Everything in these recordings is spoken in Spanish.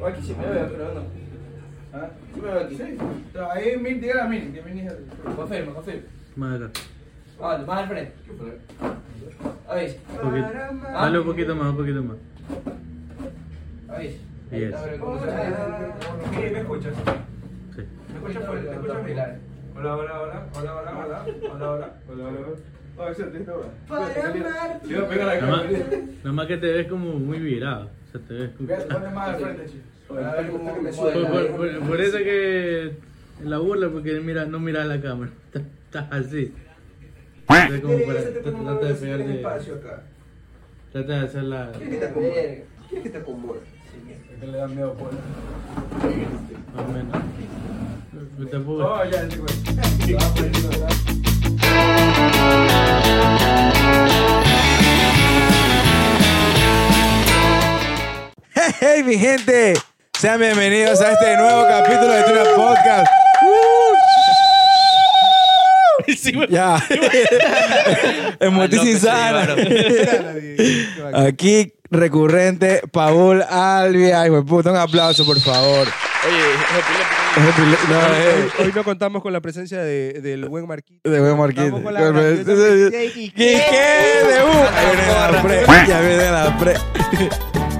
O aquí sí me veo, pero no. ¿Ah? Sí me veo aquí. Sí. Ahí Min, dígale a Min, que Min es el. Confirmo, confirmo. Más adelante. Vale, más al frente. A ver. Poquito. Ah. Dale un poquito más, un poquito más. A ver. Yes. Sí, ¿Me escuchas? Sí. ¿Me escuchas fuerte? ¿Me escuchas bien? Hola, hola, hola, hola, hola, hola, hola, hola, hola, hola. A ver si te esta hora. Para amarte. Yo pega la Nada más, cámara. nada más que te ves como muy virado. O sea, te ves como... Ponte más al frente, chico. A ver cómo me Por, sube. por- por- por eso que la burla, porque mira, no mira la cámara. Estás así. Entonces, como para- Trata de pegar de- acá. Trata de hacer la. ¿Quién es que te acomode? ¿Quién es que te acomode? Que le dan miedo, pues. por Más o menos. Me tapo- Oh, ya, chico. Ah, pues, ya. Hey, hey, mi gente. Sean bienvenidos a este nuevo capítulo de Tuna Podcast. Ya. Emotiz insana. Aquí, recurrente, Paul Albia. Hijo de puta, un aplauso, por favor. No, eh, pues, Hoy no contamos con la presencia de, del buen Marquito. de buen Marquín. Vamos con la grandiosa Quique ¿Y Quique. qué de U? Ahí viene la pre. Ya viene la pre.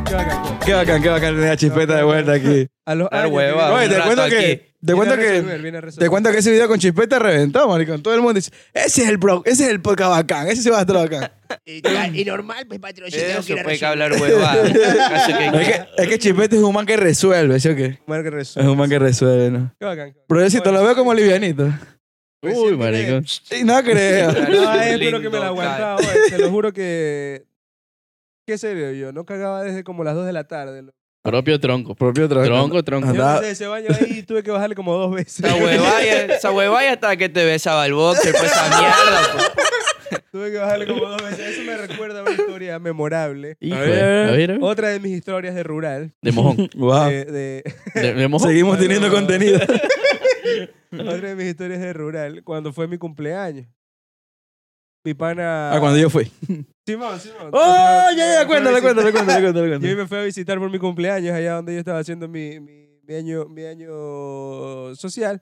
Qué bacán. Qué bacán, qué bacán tener a Chispeta de vuelta aquí. A los Claro, años hueva. que- Oye, un te rato cuento aquí. que. Te cuento Viene a resolver, que. viene a resolver. Te cuento que ese video con Chispeta reventó, maricón. Todo el mundo dice: Ese es el, pro, ese es el podcast bacán, ese se va a estar bacán. Y normal, pues, patrón, yo tengo que Eso ir a fue que resolver. hablar huevadas. Así es, que, que es que Chispeta es un man que resuelve, ¿sí o qué? Mar que resuelve. Es un man que resuelve, ¿no? Qué bacán. Pero yo sí te lo veo como livianito. Uy, marico. Sí, no creo. No, es pero que me la Lindo, aguantaba. oye, Te lo juro que. Qué serio, yo no cagaba desde como las 2 de la tarde. loco. Propio tronco. Propio tronco. Tronco, tronco. Ah, Yo Andaba- pasé de ese baño ahí y tuve que bajarle como dos veces. Esa huevaya, esa huevaya hasta que te besaba el boxer, pues esa mierda. pues. tuve que bajarle como dos veces. Eso me recuerda a una historia memorable. Hijo, a ver, a ver. Otra de mis historias de rural. De mojón. Wow. de- de, De, de mojón. Seguimos teniendo Bueno. contenido. Otra de mis historias de rural, cuando fue mi cumpleaños. Mi pana. Ah, cuando yo fui. Simón, Simón. ¡Oh! Ya, ya, Me fue a visitar- cuéntale, cuéntale, cuéntale, cuéntale. cuéntale. Yo me fui a visitar por mi cumpleaños, allá donde yo estaba haciendo mi, mi, mi año, mi año social.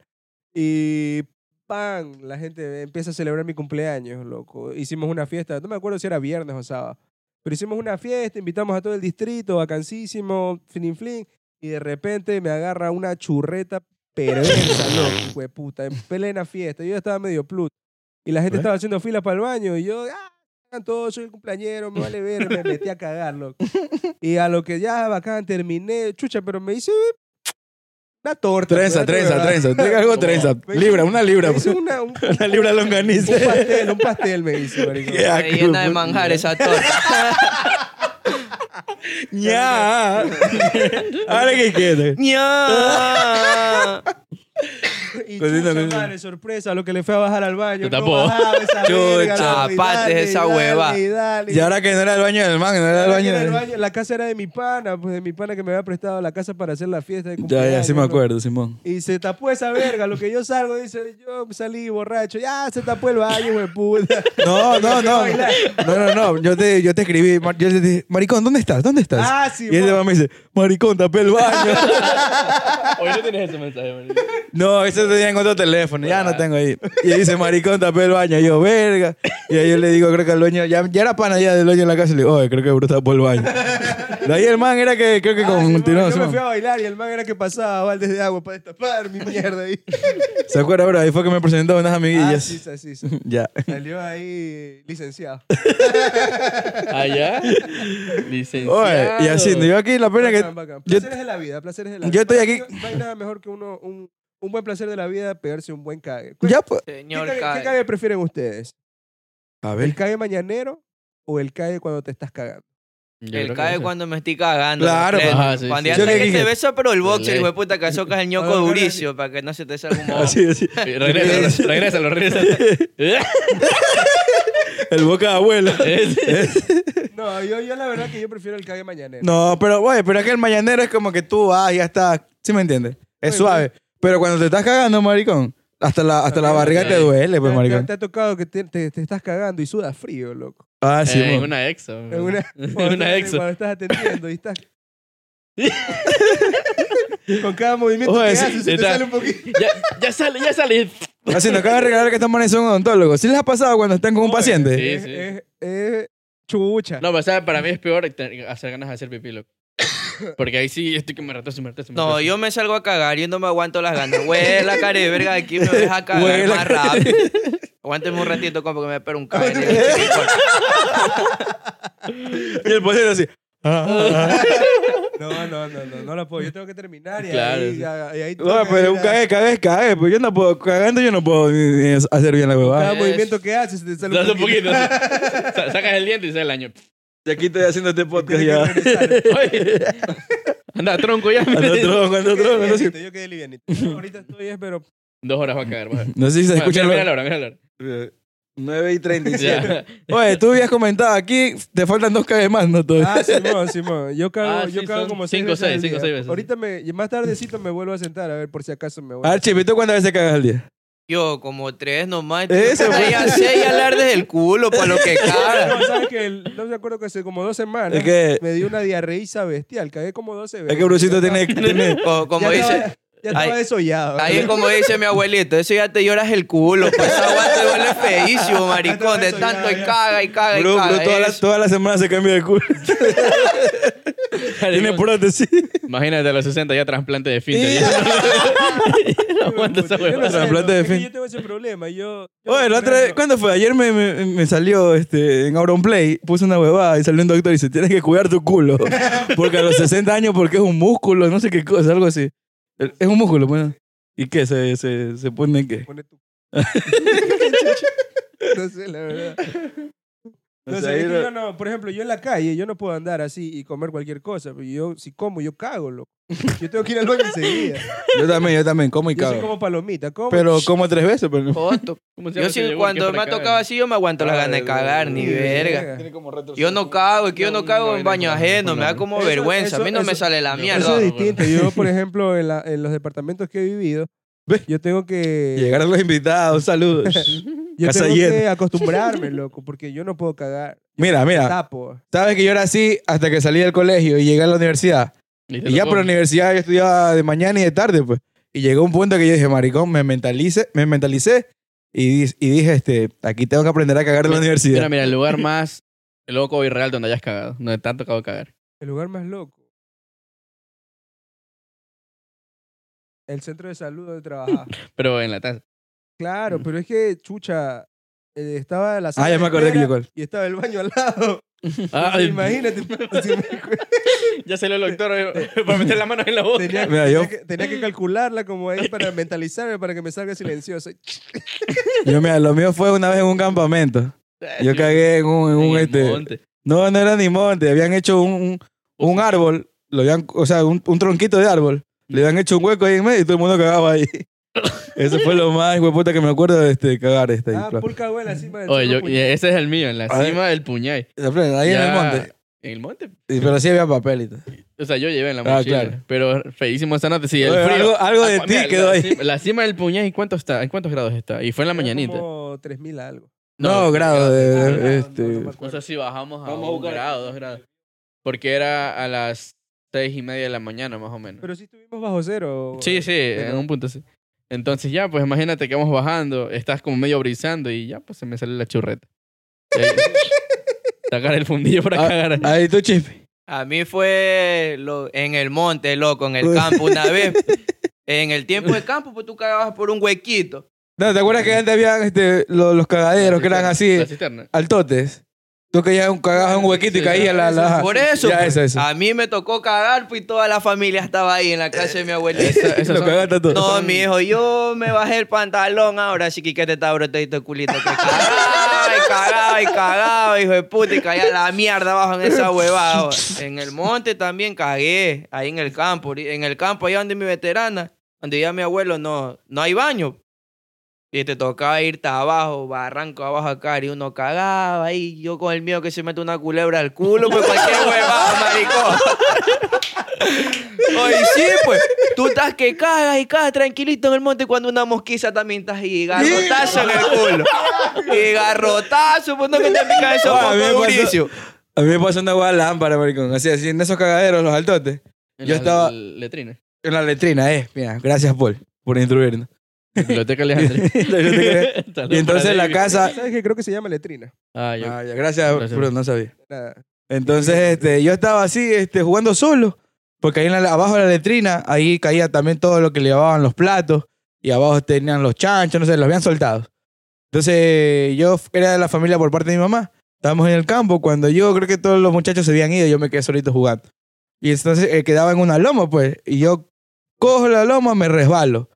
Y. ¡Pam! La gente empieza a celebrar mi cumpleaños, loco. Hicimos una fiesta, no me acuerdo si era viernes o sábado. Pero hicimos una fiesta, invitamos a todo el distrito, vacancísimo, flin flin. Y de repente me agarra una churreta perversa, loco, hueputa, en plena fiesta. Yo ya estaba medio plut. Y la gente estaba haciendo fila para el baño. Y yo, ah, todo, soy el cumpleañero, me vale ver, me metí a cagar, loco. Y a lo que ya bacán terminé, chucha, pero me hice eh, una torta. Trenza, ¿verdad? trenza, ¿verdad? trenza. Te algo trenza. Libra, una libra. Me hice pues. una, un, Una libra longaniza. un pastel, un pastel me hice, marico. Qué asco, Se llena de puta. manjar esa torta. Ya. Ahora que quede. ¡Nya! Y Cosita, chucha, cosita. madre, sorpresa, lo que le fue a bajar al baño. Yo no tampoco. bajaba esa verga, Chucha, loco, y aparte dale, es esa y dale, hueva. y dale, Y ahora que no era el baño del man, no era el Ahora baño que era el del baño, La casa era de mi pana, pues de mi pana que me había prestado la casa para hacer la fiesta de Ya, cumpleaños. ya, sí me ¿no? acuerdo, Simón. Y se tapó esa verga, lo que yo salgo, dice, yo salí borracho, ya se tapó el baño, güey, puta. No, no, no. No, bailar. no, no. Yo te, yo te escribí, mar- yo te dije, maricón, ¿dónde estás? ¿Dónde estás? Ah, sí, y ese vos. man me dice, maricón, tapé el baño. Hoy no tienes ese mensaje, marico. no, ese tenía en otro teléfono, ya no tengo ahí. Y él dice, maricón, tapé el baño. Y yo, verga. Y ahí yo le digo, creo que el dueño, ya, ya era pana ya del dueño de la casa. Y le digo, oye, creo que el bruto tapó el baño. De ahí el man era que, creo que Ah, Simón, continuó. yo me Simón. fui a bailar y el man era que pasaba baldes de agua para destapar mi mierda ahí. ¿Se acuerda, bro? Ahí fue que me presentó unas Ah, amiguillas. sí, sí, sí, sí. Ya. Salió ahí licenciado. Allá. Licenciado. Oye, y así, yo aquí la pena que. Bacán, bacán. yo- Placeres de la vida, placeres de la vida. yo estoy No hay- aquí- No hay nada mejor que uno, un, un buen placer de la vida, pegarse un buen cague. ¿Qué, Ya, pues. Señor cague, qué Kai. cague prefieren ustedes? A ¿El cague mañanero o el cague cuando te estás cagando? El cae cuando me estoy cagando. Claro, me prendo. ajá, sí, Cuando sí. ya Yo sé le que dije- te beso, pero el boxer, ley. hijo de puta, que socas el Ah, ñoco Ahora, ahora durísimo para que no se te salga un moho. Así, así. Regresa, regrésalo, regrésalo. El boca de abuelo. No, yo, yo la verdad que yo prefiero el cague mañanero. No, pues, pero, güey, pero es que el mañanero es como que tú vas y ya estás. ¿Sí me entiendes? Es Oye, suave. Pero cuando te estás cagando, maricón, hasta la, hasta la También, barriga sí. te duele, ¿Te- pues, te, maricón. te ha tocado que te, te- te estás cagando y sudas frío, loco. Ah, sí, en Eh, mo. una exo. En una, En cuando una estás- exo. Cuando estás atendiendo y estás. Con cada movimiento Oye, que sí, haces, se te está- sale un poquito. Ya, ya sale, ya sale. Así Ah, nos acaban de regalar que estos manes son odontólogos. ¿Sí les ha pasado cuando están con un paciente? sí. Es- es- es chucha. No, pero ¿sabes? para mí es peor te- hacer ganas de hacer pipí, loco. Porque ahí sí estoy que me retazo, me retazo. me No, retazo. yo me salgo a cagar, yo no me aguanto las ganas. Güey, la cara de verga de aquí me deja cagar Güey, la más cara rápido. Aguánteme un ratito, compa, que me espero un caer. Y el paciente así. ah, ah, No, no, no, no, no la puedo. Yo tengo que terminar y Claro, ahí, sí. y ahí ah. toca Oye, pero un ir a- cague, cague, cague. Pues yo no puedo, cagando yo no puedo ni- ni hacer bien la Cada huevada. Es- movimiento que haces se te sale Retazo un un poquito. poquito. Sa- Sacas el diente y sale el año. Y aquí estoy haciendo este podcast Tienes que ya. regresar. Oye, Anda, tronco ya. Ando tronco, ando Yo tronco, quedé ando así. livianito, Yo quedé livianito. Ahorita estoy, es, pero Dos horas va a cagar. vas a ver. No sé si se Bueno, escucha. mira, mira la lo- hora, mira la hora. 9 y 37. Ya. Oye, tú habías comentado aquí, te faltan dos cagues más, ¿no? Todavía. Ah, Simón, Simón. Yo cago, Ah, yo sí, cago son como seis cinco, veces. al seis, cinco, día. seis veces. Ahorita me, y más tardecito me vuelvo a sentar a ver por si acaso me vuelvo. A ver, Chipi, ¿tú cuántas veces cagas al día? Yo, como tres nomás. Eso, Eso, pues. ya sé, ya hablar desde el culo, para lo que No, caga. ¿sabes que el- no me acuerdo que hace como dos semanas Es que, me dio una diarreiza bestial. Cagué como 12 veces. es que Brucito Ya tiene, tiene- Co- Como estaba- ya dice, estaba- Ya estaba Ahí- desollado. ahí es como dice mi abuelito, eso ya te lloras el culo. Pues esa agua te duele feísimo, maricón, de eso, ya, tanto y ya. caga y caga y Bro, bro, caga. toda, la, Eso. toda la semana se cambia de culo. Tiene prótesis. Imagínate a los 60 ya trasplante de finter. ya. Aguanta Yo esa no huevada. sé, Trasplante de es que fin. yo tengo ese problema. Yo, yo Oye, la por otra vez, ejemplo, ¿cuándo fue? Ayer me, me, me salió este, en Auron Play, puse una huevada y salió un doctor y dice, tienes que cuidar tu culo. Porque a los 60 años, porque es un músculo, no sé qué cosa, algo así. El- Es un músculo, bueno. ¿Y qué? ¿Se, se, se pone qué? pone tu- no sé, la verdad. No, O sé, sea, es ahí que lo- yo no, por ejemplo, yo en la calle, yo no puedo andar así y comer cualquier cosa. pero Yo, si como, yo cago, loco. Yo tengo que ir al baño enseguida. Yo también, yo también, como y Yo soy cago. como palomita, como. Pero como tres veces, pero no. Joto. ¿Cómo se Yo llama sí, ese huevón que cuando me para ha cagar? tocado así, yo me aguanto las ganas de cagar, ni Ni verga. verga. Yo no cago, es que yo no No, cago no, en no, baño no, ajeno, no, me da no. como Eso- vergüenza. A mí eso- no me eso- sale la eso mierda. Eso es no, distinto. Yo, por ejemplo, en, la- en los departamentos que he vivido, Ve. yo tengo que, Llegaron los invitados, saludos. yo Casa tengo llena. que acostumbrarme, loco, porque yo no puedo cagar. Mira, mira, Tapo. sabes que yo era así hasta que salí del colegio y llegué a la universidad. Y te Y lo ya por la comes. universidad yo estudiaba de mañana y de tarde, pues. Y llegó un punto que yo dije, maricón, me mentalicé, me mentalicé y, di- y dije, este, aquí tengo que aprender a cagar en la universidad. Mira, mira, el lugar más loco y real donde hayas cagado. Donde te han tocado cagar. El lugar más loco. El centro de salud donde trabajaba. Pero en la taza. Claro, pero es que, chucha, eh, estaba la ah, ya me acordé que espera yo cuál. Y estaba el baño al lado. Ah, Imagínate. si me- Ya salió el doctor eh, para meter las manos en la boca. tenía, Mira, tenía yo- que, tenía que calcularla como ahí para mentalizarme, para que me salga silencioso. Yo, mira, lo mío fue una vez en un campamento. Yo cagué en un, en Eh, En un, el este... monte. No, no era ni monte. Habían hecho un, un, un árbol, lo habían, o sea, un, un tronquito de árbol. Le habían hecho un hueco ahí en medio y todo el mundo cagaba ahí. Eso fue lo más hueputa que me acuerdo de este, cagar este. ahí, Ah, plan. pulca buena encima del Oye, cerro yo- Puñal. y ese es el mío, en la A ver. cima del puñay. ahí en el Ya- monte. En el monte. Y- Pero sí había papel y todo. O sea, yo llevé en la Ah, mochila. claro. Pero feísimo esa noche. Sí, el Oye, frío. algo algo de Ah, ti mira, quedó la, ahí. cima- la cima del puñal, ¿y cuánto está? ¿En cuántos grados está? Y fue en la Era mañanita. Como 3000 algo. No, grado de, Ah, no, este. no, no me No acuerdo. sé si bajamos a Vamos a un buscar. grado, dos grados. Porque era a las seis y media de la mañana, más o menos. Pero sí estuvimos bajo cero. sí, sí, en pero- un punto sí. Entonces ya, pues imagínate que vamos bajando, estás como medio brisando y ya, pues se me sale la churreta. Eh, Sacar el fundillo para Ah, cagar. Ahí tú, Chispi. A mí fue lo- en el monte, loco, en el campo una vez. En el tiempo de campo, pues tú cagabas por un huequito. No, ¿te acuerdas que antes habían este, lo- los, Ah, cagaderos que eran así, La cisterna. altotes? Tú que ya un- cagabas en un huequito y Sí, caía ya, la. la- Por eso, Ya, pues, eso, Eh, eso. a mí me tocó cagar, pues y toda la familia estaba ahí en la casa de mi abuelita. Esa- esas Lo son- cagaste todo. No, mi hijo, yo me bajé el pantalón ahora, sí que te está brotadito el culito. Que cagaba y cagaba y cagaba, hijo de puta, y caía la mierda abajo en esa huevada. ahora. En el monte también cagué, ahí en el campo. En el campo, allá donde mi veterana, donde vivía mi abuelo, no, no hay baño. Y te tocaba irte abajo, barranco abajo acá, y uno cagaba ahí. Yo con el miedo que se mete una culebra al culo, pues cualquier huevada, maricón. Oye, sí, pues. Tú estás que cagas y cagas tranquilito en el monte cuando una mosquiza también estás ahí. Garrotazo en el culo. Y garrotazo, pues no que te pican esos Ah, a mí me mocos pasó- durísimos. A mí me pasó una hueá lámpara, maricón. Así, así, en esos cagaderos, los altotes. En Yo las estaba- letrinas. En la letrina, eh. Mira, gracias, Paul, por instruirnos. Biblioteca Alejandra. Entonces, y entonces la casa. ¿Sabes qué? Creo que se llama letrina. Ah, yo. Ah, ya, gracias, Gracias. Bruno, no sabía. Nada. Entonces, este, yo estaba así, este, jugando solo, porque ahí en la- abajo de la letrina, ahí caía también todo lo que le llevaban los platos, y abajo tenían los chanchos, no sé, los habían soltado. Entonces, yo f- era de la familia por parte de mi mamá. Estábamos en el campo, cuando yo creo que todos los muchachos se habían ido, yo me quedé solito jugando. Y entonces eh, quedaba en una loma, pues, y yo cojo la loma, me resbalo.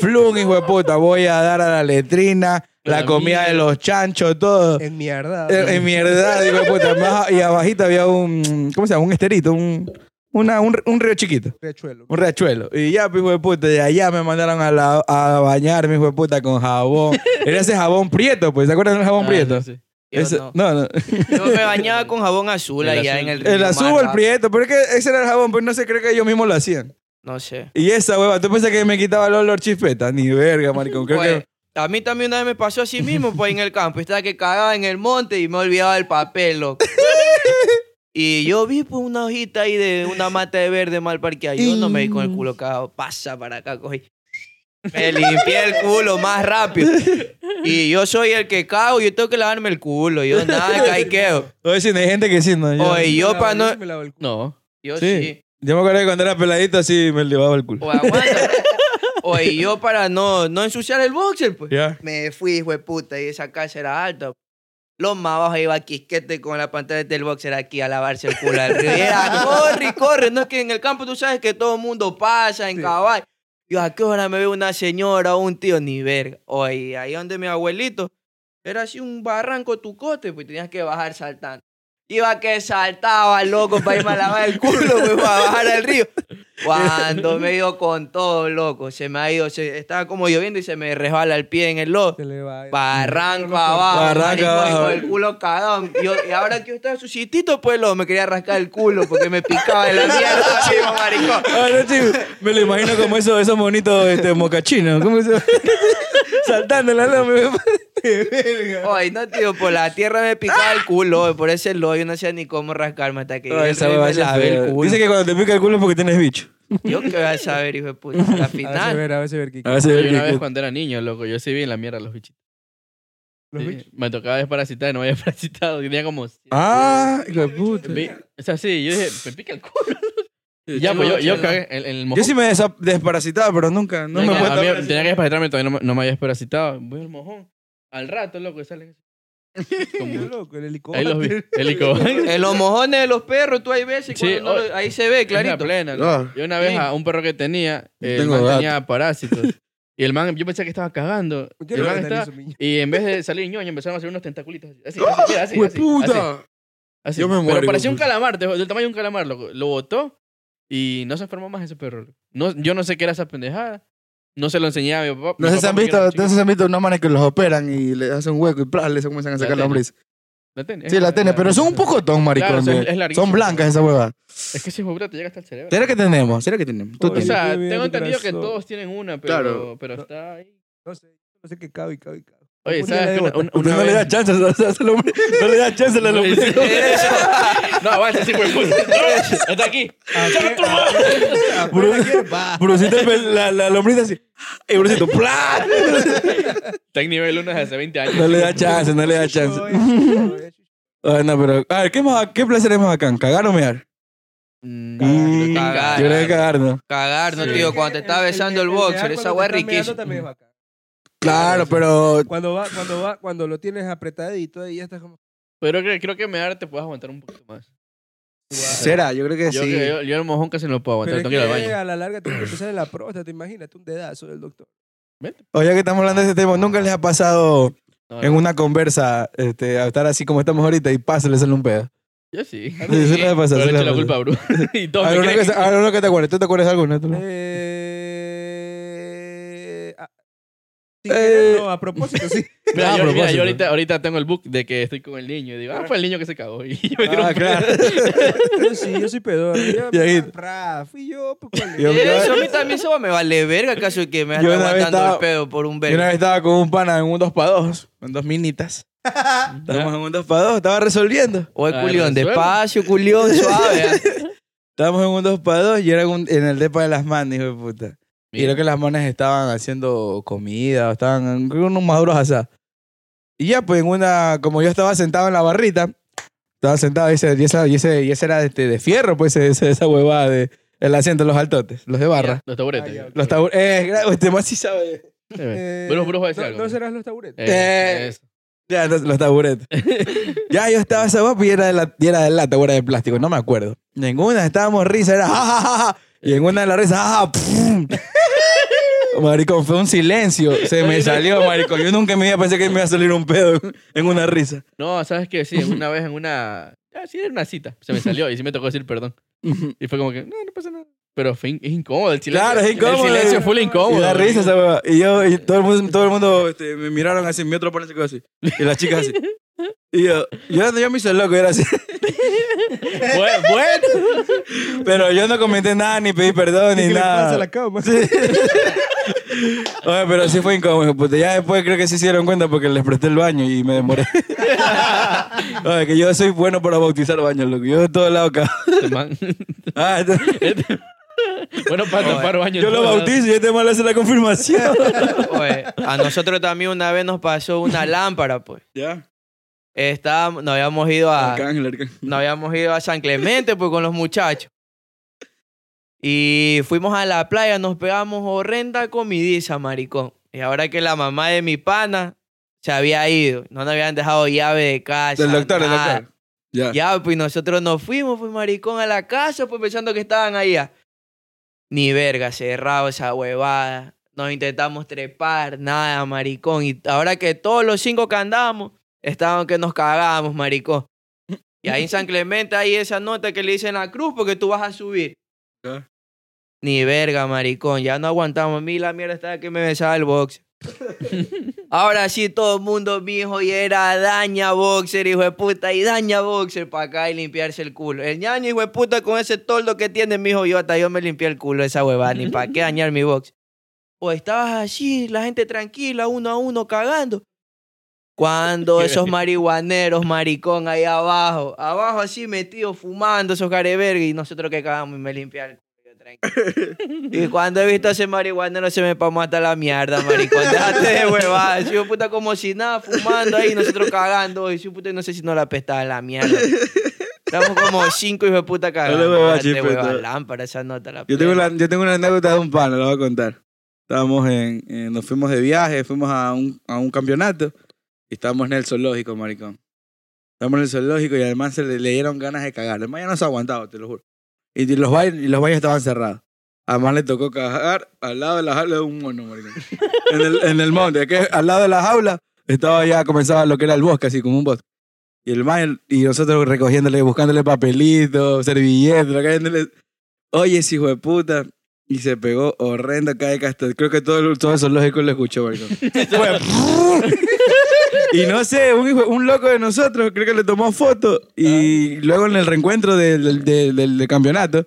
Flun, hijo de puta, voy a dar a la letrina, la, La comida de mierda. los chanchos, todo. En mierda. En, Eh, en mierda, digo, puta, más- y abajito había un, ¿cómo se llama? Un esterito, un, una- un, un río chiquito, Rechuelo. un riachuelo. Y ya, pues, hijo de puta, de allá me mandaron a, la, a bañar, hijo de puta, con jabón. Era ese jabón prieto, pues, ¿se acuerdan del jabón Ah, prieto? sí, sí. Yo Ese- no. no, no. Yo me bañaba con jabón azul El allá azul. en el río. El azul o el Marra. prieto, pero es que ese era el jabón, pues no se cree que ellos mismos lo hacían. No sé. Y esa hueva, ¿tú piensas que me quitaba el olor chispeta? Ni verga, maricón. Creo Pues, que. a mí también una vez me pasó así mismo, pues en el campo. Estaba que cagaba en el monte y me olvidaba del papel, loco. Y yo vi pues, una hojita ahí de una mata de verde mal parqueada. Yo no me di con el culo cagado. Pasa para acá, cogí. Me limpié el culo más rápido. Y yo soy el que cago, yo tengo que lavarme el culo. Yo nada, de caiqueo. Oye, sí, hay gente que sí, no. Yo, Oye, yo para no. Me lavo el culo. No. Yo Sí. sí. yo me acuerdo que cuando era peladito así me llevaba el culo. O aguanta. Oye, yo para no, no ensuciar el boxer, pues. Ya. Me fui, hijo de puta, y esa casa era alta. Los más abajo iba Quisquete con la pantalla del boxer aquí a lavarse el culo al río. Y era, corre, y corre. No es que en el campo tú sabes que todo el mundo pasa en caballo. Yo, ¿a qué hora me veo una señora o un tío? Ni verga. Oye, ahí donde mi abuelito era así un barranco tucote, pues tenías que bajar saltando. Iba que saltaba, loco, para irme a lavar el culo, pues, para bajar al río. Cuando me dio con todo, loco, se me ha ido, se- estaba como lloviendo y se me resbala el pie en el lodo. Se le va. eh. Barranco abajo. Barranco marico, abajo. Con el culo cagado. Yo- y ahora que yo estaba suscitito, pues lo, me quería rascar el culo porque me picaba de la mierda, mismo, maricón. Ah, no, sí, me lo imagino como esos, esos monitos este, mocachinos. ¿Cómo se llama? Saltando en la loma. Oye, no, tío, por la tierra me picaba el culo. oye, Por ese lodo yo no sé ni cómo rascarme hasta que Ah. Ay, esa me hueva sí es lavé fea. el culo. Dice que cuando te pica el culo es porque tienes bicho. Yo qué voy a saber, hijo de puta. La A veces final. ver, a veces ver, Kiki. A veces Yo el una vez que- cuando era niño, loco, yo sí vi en la mierda los bichitos. Los Sí, bichos. Me tocaba desparasitar y no me había parasitado. Tenía como... Ah, hijo de puta. Vi- O sea, sí, yo dije, me pica el culo. ya, pues yo, yo cagué en, en el mojón. Yo sí me desa- desparasitaba, pero nunca. No me tenía, puedo a mí- tapar. tenía que desparasitarme, todavía no, me- no me había desparasitado. Voy al mojón. Al rato, loco, y sale. Qué Como- loco, el helicóptero. ahí los vi. El licor. En los mojones de los perros, tú hay veces, Sí, cuando no oye. lo- ahí se ve Clarita clarito. plena. No. Yo una vez Sí. a un perro que tenía, el tengo man gato. tenía parásitos. y el man, yo pensé que estaba cagando. Yo el no man analizo estaba- mi- y en vez de salir ñoño, empezaron a hacer unos tentaculitos. Así, así, así, mira, así, así, así, así. Yo me muero, Pero parecía un hijo calamar, de- del tamaño de un calamar, loco. Lo botó y no se enfermó más ese perro. loco. No, yo no sé qué era esa pendejada. No se lo enseñé a mi papá. No Mi sé si papá han porque visto, era no chiquito. sé si han visto unos manes que los operan y le hacen un hueco y ¡plas! le comienzan a La sacar tenia. la lombriz. La tenia, Sí, es la larga, tiene, larga, pero son un larga. pocotón, maricón. Claro, son- de- es larguísimo. son blancas esa hueva. Es que si es te llega hasta el cerebro. ¿Será que tenemos? ¿Será que tenemos? Tú O tienes. sea, Yo vi tengo mi entendido que corazón. todos tienen una, pero, Claro. pero está ahí. No sé, no sé qué cago y cago y cago. Oye, Una de ¿sabes? qué? Una, otra. una, Usted una no le da vez... chance a esa- a esa lombriz. No le da chance a la lombriz. No, aguanta, sí, pues. puta. Está aquí. Ah, ¡Chao, tu madre! Brucito, pues, la, la lombriz así. Y Brucito, ¡plá! Está en nivel 1 desde hace 20 años. No le da chance, no le da chance. Ah, no, pero. A ver, ¿qué, más, ¿qué placer es más acá? ¿Cagar o mear? Mm, cagar. Yo creo que cagar, ¿no? Cagar, no, Sí. tío, cuando te estaba besando el, boxer, esa weá es riquísima. Claro, pero Cuando va, cuando va, cuando lo tienes apretadito ahí ya estás como. Pero creo, creo que mear te puedes aguantar un poquito más. Será, yo creo que Yo, sí. que- yo, yo el mojón casi no lo puedo aguantar. Pero Tengo que ir al es que baño. a la larga te puede empezar en la próstata, imagínate un dedazo del doctor. Oye, que estamos hablando de ese tema, ¿nunca les ha pasado No, en no. una conversa este, a estar así como estamos ahorita y pasa, le sale un pedo? Yo sí. Sí, sí le ha pasado, sí Pero le le ha echo la pasado. culpa, bro. y todos me Ahora creen. que, ahora uno que te acuerdas, ¿tú te acuerdas de alguno? ¿Tú no? Eh... ah, sin Eh. querer, no, a propósito, sí. Mira, Ah, yo, mira, propósito. yo ahorita, ahorita tengo el book de que estoy con el niño. Y digo, ah, fue el niño que se cagó. Y me tiró Ah, un- claro. Yo sí, yo soy pedor. Yo, Y ahí- pra, fui yo, pues, ¿cuál es? Yo- Eso a mí también se va, me vale verga caso de que me Yo ande una vez aguantando estaba- el pedo por un Yo una verga. vez estaba con un pana en un 2x2, en dos minitas. Estábamos en un 2x2, estaba resolviendo. Oye, Ah, culión, resuelve. despacio, culión, suave. ah. Estábamos en un 2 para 2 y era un- en el depa de las manes, hijo de puta. Y Mira. creo que las manes estaban haciendo comida, o estaban creo, unos maduros asados. Y ya, pues en una, como yo estaba sentado en la barrita, estaba sentado y ese, y esa- y ese, y ese era este, de fierro, pues ese- esa huevada de el asiento, los altotes, los de barra. Los taburetes. Ah, ya, ok. Los taburetes. Eh, gra- este más sí sabe. Eh, Bruce, Bruce va a decir no, algo. ¿No serás los taburetes? Eh, Eh. eso. Ya, entonces, los taburetes. ya, yo estaba esa guapa y era de, la, y era de lata, o era de plástico, no me acuerdo. Ninguna, estábamos risa, era ja, ja, ja, ja. Y en una de las risas, ja, ja, pum. Maricón, fue un silencio. Se me salió, maricón. Yo nunca en mi vida pensé que me iba a salir un pedo en una risa. No, ¿sabes qué? Sí, una vez en una... Ah, sí, era una cita. Se me salió y sí me tocó decir perdón. Y fue como que, no, no pasa nada. Pero fue in- es incómodo el silencio. Claro, es incómodo. El silencio fue incómodo. Y Oh, la risa esa hueva. Y yo, y todo el mundo, todo el mundo este, me miraron así, mi otro pana se quedó así. Y las chicas así. Y yo, yo, yo me hice loco, era así. Bueno, bueno. Pero yo no comenté nada, ni pedí perdón, ¿Qué ni le pasa nada. a la cama? Oye, pero sí fue incómodo, hijo puta. Ya después creo que sí se dieron cuenta porque les presté el baño y me demoré. Oye, que yo soy bueno para bautizar baños, loco. Yo de todos lados acá. Este man- Ah, este- este- Bueno, para tapar baño. yo lo bautizo y este mal hace la confirmación. ah. Oye, a nosotros también una vez nos pasó una lámpara, pues. ya. Estábamos, nos habíamos ido Ah. a... Arcángel, arcángel. nos habíamos ido a San Clemente pues con los muchachos. Y fuimos a la playa, nos pegamos horrenda comidiza, maricón. Y ahora que la mamá de mi pana se había ido, no nos habían dejado llave de casa. Del doctor, del nada. doctor. Ya. Ya, pues nosotros nos fuimos, pues maricón, a la casa, pues pensando que estaban allá. Ni verga, cerrado esa huevada. Nos intentamos trepar, nada, maricón. Y ahora que todos los cinco que andábamos, estaban que nos cagábamos, maricón. Y ahí en San Clemente hay esa nota que le dicen a Cruz porque tú vas a subir. Ya. Ni verga, maricón. Ya no aguantamos. A mí la mierda estaba que me besaba el box. Ahora sí, todo el mundo, mijo, y era daña boxer, hijo de puta, y daña boxer para acá y limpiarse el culo. El ñaño, hijo de puta, con ese toldo que tiene, mijo, yo hasta yo me limpié el culo esa huevada, ni para qué dañar mi box. O estabas así, la gente tranquila, uno a uno cagando. Cuando esos marihuaneros, maricón, ahí abajo, abajo así metidos, fumando esos carevergas, y nosotros que cagamos y me limpié el culo. yo tranquilo. Y cuando he visto a ese marihuanero se me pamó hasta la mierda, maricón. Déjate de huevadas. Yo puta como si nada, fumando ahí, nosotros cagando. Y yo puta, no sé si no la apestaba la mierda. Estamos como cinco hijos de puta cagando. Dale, huevada, Déjate de chipeta. huevadas, lámpara, esa nota la Yo tengo, una, yo tengo una anécdota de un pana, la voy a contar. Estábamos en, en- nos fuimos de viaje, fuimos a un, a un campeonato y estábamos en el zoológico, maricón. Estábamos en el zoológico y además se le, le dieron ganas de cagar. Además ya no se aguantaba, te lo juro. Y, y los baños, y los baños estaban cerrados. Además le tocó cagar al lado de la jaula de un mono, maricón. En el, en el monte, que al lado de la jaula estaba ya comenzaba lo que era el bosque, así como un bosque. Y el man, y nosotros recogiéndole, buscándole papelitos, servilletas, cagándole- Oye, ese hijo de puta. Y se pegó horrendo acá de Castel. Creo que todo, el- todo el zoológico lo escuchó, maricón. Fue y no sé, un, hijo- un loco de nosotros creo que le tomó foto. Y luego en el reencuentro del, del- del- del- del campeonato,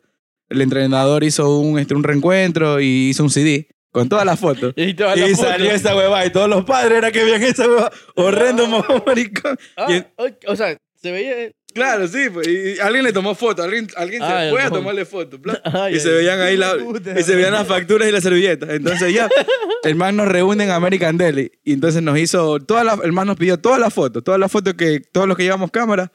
el entrenador hizo un, este, un reencuentro y hizo un CD con todas las fotos. Y, toda la Y foto. salió esa huevada y todos los padres era que veían esa huevada. Horrendo, mamá, maricón. Ah, Y en- o- o sea, se veía... eh, claro, sí. pues, y- y alguien le tomó foto, alguien, alguien se Ah, fue a el- tomarle foto. plan. Ay, Y ay, se veían ahí la- y se veían las facturas y las servilletas. Entonces ya, el man nos reúne en American Deli. Y entonces nos hizo, todas las- el man nos pidió todas las fotos, todas las fotos que, todos los que llevamos cámara.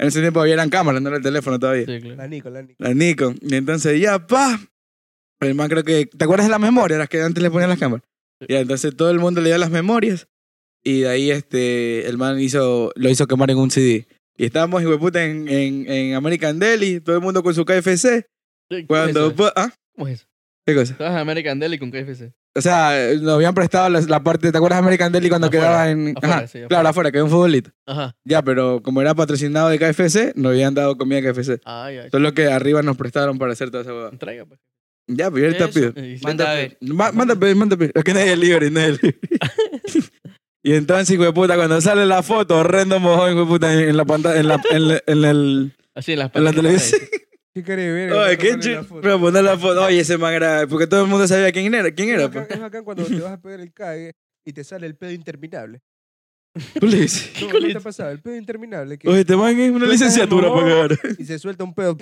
En ese tiempo había eran cámaras, no era el teléfono todavía. Sí, claro. La Nico, la Nico. La Nikon. Y entonces ya, pa. El man creo que. ¿Te acuerdas de las memorias? Las que antes le ponían las cámaras. Ya, entonces todo el mundo le dio las memorias. Y de ahí este. El man hizo. Lo hizo quemar en un CD. Y estábamos, hijo de puta, en, en, en American Deli. Todo el mundo con su KFC. Sí, ¿cómo es Cuando. eso? pa- ¿Ah? ¿Cómo es eso? ¿Qué cosa? Estabas en American Deli con KFC. O sea, nos habían prestado la, la parte. ¿Te acuerdas de American Deli cuando Afuera, quedaba en. afuera, ajá, sí, Claro, afuera. afuera, que era un futbolito. Ajá. Ya, pero como era patrocinado de KFC, nos habían dado comida de KFC. Ay, ay. Solo que arriba nos prestaron para hacer toda esa huevada. Traiga, pues. Ya, pero yo ahorita Eso. pido. Y- Manda a ver. Ma- Manda pedir, manda pedir. Es que nadie es libre, nadie es libre. y entonces, hijo de puta, cuando sale la foto, horrendo mojón, hijo de puta, en la pantalla, en la, en la- en el... Así en las En la patas. televisión. ¿Qué querés ver? Oye, Vamos a qué poner la chido. foto. Voy a poner la foto. Oye, ese man era... Porque todo el mundo sabía quién era, quién Es era, bacán- pues. Es bacán cuando te vas a pegar el cague y te sale el pedo interminable. Tú le dices. No, ¿no te ha pasado? El pedo interminable. Que Oye, te van es una Tú estás licenciatura pues, para enamorado cagar. Y se suelta un pedo.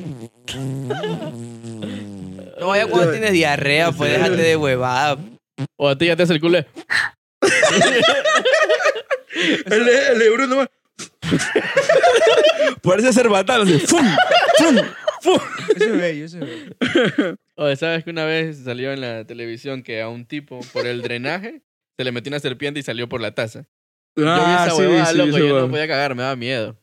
No vaya cuando tienes diarrea, pues déjate de huevada. O a ti ya te hace el culo. El, de- el de Bruno más. Parece ser batalla. Así. ¡Fum! ¡Fum! ¡Fum! Eso es bello, eso es bello. O sabes que una Oh, vez salió en la televisión que a un tipo por el drenaje se le metió una serpiente y salió por la taza. Yo Ah, vi esa huevada, loco, esa yo huevada. no podía cagar, me daba miedo.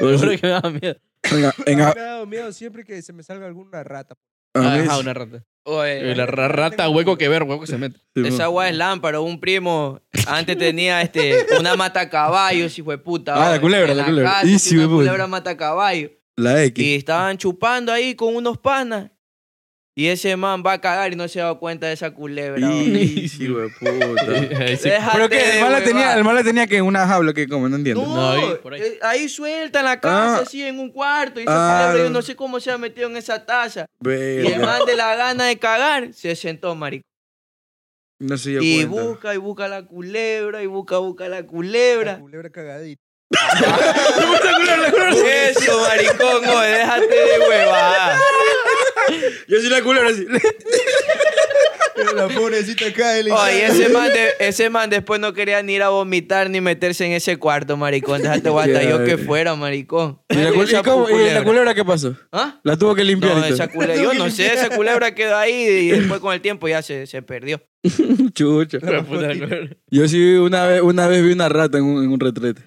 Pues Yo creo que me daba miedo. Venga, Me venga, ha dado miedo siempre que se me salga alguna rata. a Ah, mí- ajá, una rata. Y Oye, la ra- rata, hueco que ver, hueco que se mete. Sí, esa mo. agua es lámpara. Un primo antes tenía este, una mata caballos, hijo de puta. Ah, la oye, culebra, en la culebra. casa, Y sí, sí, una huevón. culebra mata caballos. La Y X. estaban chupando ahí con unos panas. Y ese man va a cagar y no se ha dado cuenta de esa culebra. oye. Y- sí, güey, puta. Ahí sí. Déjate Pero que de el mal la tenía, huevada. el mal la tenía que en una jaula que como, no entiendo. No, No, eh, ahí, ahí, por ahí. suelta en la casa, Ah. así en un cuarto. Y esa Ah, culebra, yo no. no sé cómo se ha metido en esa taza. Y el Verga. man de la gana de cagar se sentó, marico. No se dio Y cuenta. busca y busca la culebra y busca, busca la La culebra. culebra cagadita. Eso, maricón, oye, déjate de huevada. Yo soy la culebra así. La pobrecita cae. le- "Ah". Oye, ese man, de- ese man después no quería ni ir a vomitar ni meterse en ese cuarto, maricón. Déjate guata yo que fuera, maricón. ¿Y la, cul- Esa y cómo- y la culebra. culebra qué pasó? ¿Ah? La tuvo que limpiar. No, y todo. esa culebra, yo no sé, esa culebra quedó ahí y después con el tiempo ya se, se perdió. Chucha. La puta de la culebra. Yo sí una vez, una vez vi una rata en un, en un retrete.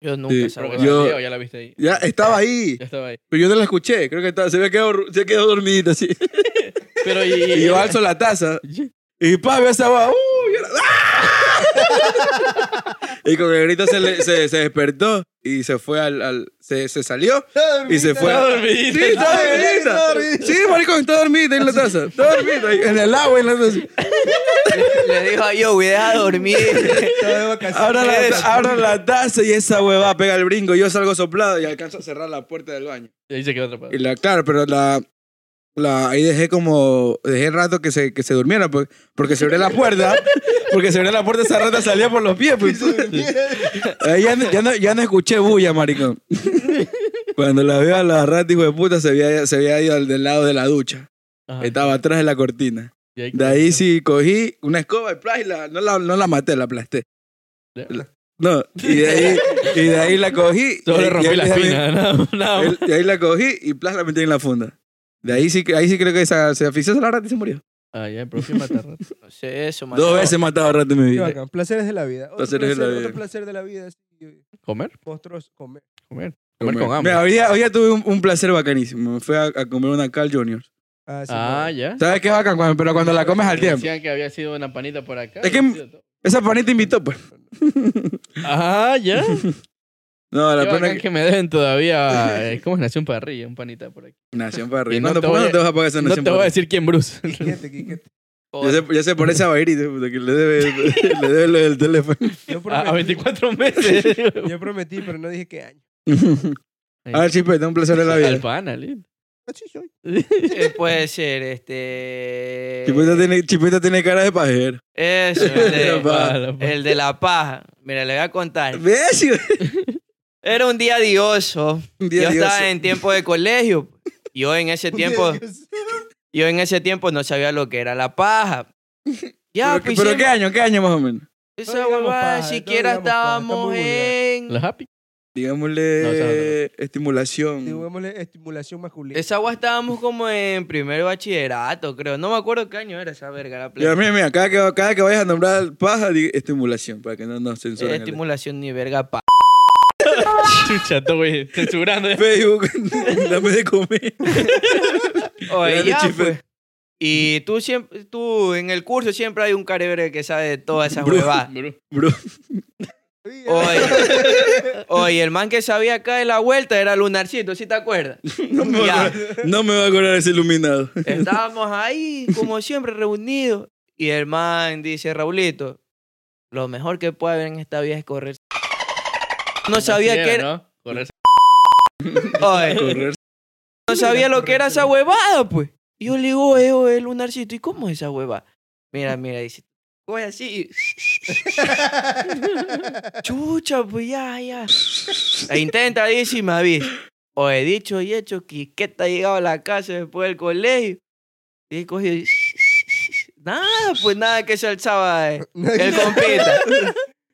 Yo nunca Sí. sabía. Pero Yo- que salió, ya la viste ahí. Ya estaba ahí, Ya estaba ahí. pero yo no la escuché. Creo que estaba- se había quedado, ru- se había quedado dormidita así. Pero y, Y yo alzo la taza. Y pa, veo esa va. ¡Uh! Y, era- ¡Ah! Y con el grito se, le- se, se despertó y se fue al. al- se, se salió y se fue. Estaba dormidita. Sí, estaba dormidita. Sí, maricón, está dormidita en la taza. Está dormidita. ahí, En el agua, en la taza. Le dijo a Joey, deja dormir. Estaba de vacaciones. Abro la, Eso. abro la taza y esa huevada pega el brinco. Yo salgo soplado y alcanzo a cerrar la puerta del baño. Y ahí se quedó atrapado. Y la, claro, pero la, la, ahí dejé como, dejé rato que se, que se durmiera, pues, porque se abrió la puerta, porque se abrió la puerta, esa rata salía por los pies, pues. Ahí ya, no- ya, no, ya no escuché bulla, maricón. Cuando la veo a la rata, hijo de puta, se había, se había ido al del lado de la ducha. Ajá. Estaba atrás de la cortina. Y ahí- De ahí sí cogí una escoba y, plas, y la- no, la, no la maté, la aplasté. Ya. La- no, y de ahí, y de ahí la cogí. Solo y- le y rompí ahí la dejé- espina. Nada, nada. él- y ahí la cogí y plas la metí en la funda. De ahí sí, que- ahí sí creo que esa- se asfixió esa la rata y se murió. Ah, ya, pero fui a matar ratas. No sé eso, man. Dos veces he matado a rata en mi Qué vida. bacán, Placeres de la vida. Otro Placeres de la placer- vida. Otro placer de la vida. sí, ¿Comer? Monstruos comer. Comer. Comer con hambre. Mira, hoy día, hoy día tuve un, un placer bacanísimo. Me fui a, a comer una Carl Junior. Ah, sí, Ah, ya. ¿Sabes qué es bacán? Cuando- pero cuando la comes al tiempo. Decían que había sido una panita por acá. Es que- Esa panita invitó, pues. Ah, ya. No, la Qué bacán pena que... que... me den todavía. eh, ¿Cómo es Nación Parrilla? Un panita por aquí. Nación para Y arriba. no No, te no, ¿por qué voy no a- te vas a pagar esa No Nación te para voy arriba? a decir quién Bruce. Quiquete, quiquete. Ya se, ya se parece a Bairita, porque le debe, le debe lo del teléfono. Yo A, a prometí, 24 meses. yo prometí, pero no dije qué año. a ver, Chipe, da un placer de la vida. Al pana, lindo. Así soy. ¿Qué puede ser? Este. Chipeta tiene, Chipeta tiene cara de pajero. Eso, el La paja, de, la paja. el de la paja. Mira, le voy a contar. ¿Ves? Era un día dioso. Un día yo Dios. estaba en tiempo de colegio. Yo en ese tiempo, yo en ese tiempo no sabía lo que era la paja. Ya, ¿Pero, qué- pues, pero sí, qué año? ¿Qué año más o menos? esa No digamos huevada, paja, no siquiera digamos paja, estábamos estamos en. Los happy. Digámosle No, esa no, esa estimulación. Digámosle estimulación masculina. Esa agua estábamos como en primer bachillerato, creo. No me acuerdo qué año era esa verga, la plena. Mira, mira, mira, cada que, cada que vayas a nombrar paja, di estimulación, para que no nos censuren. el- Estimulación ni verga pa. Chucha, todo güey. Censurando. Facebook, dame de comer. Oye, Grande Pues, ya, chifre. pues. Y tú siempre, tú en el curso siempre hay un carebre que sabe de todas esas Bro. huevadas. Bru- Bro, Oye, oye, el man que sabía acá de la vuelta era Lunarcito, ¿sí te acuerdas? no me, va Ya. a acordar, no me va a acordar ese iluminado. Estábamos ahí, como siempre, reunidos. Y el man dice, Raulito, lo mejor que puede haber en esta vida es correr. No sabía Así que era... ¿no? Correr. Oye, Correr. no sabía lo que era esa huevada, pues. Y yo le digo, eh, oye, Lunarcito, ¿y cómo es esa huevada? Mira, mira, dice, coge así y... Chucha, pues ya, ya. E intenta, dice y me avisa. O he dicho y hecho que que te ha llegado a la casa después del colegio. Y he cogido y... Nada, pues nada que se alzaba eh, el compita.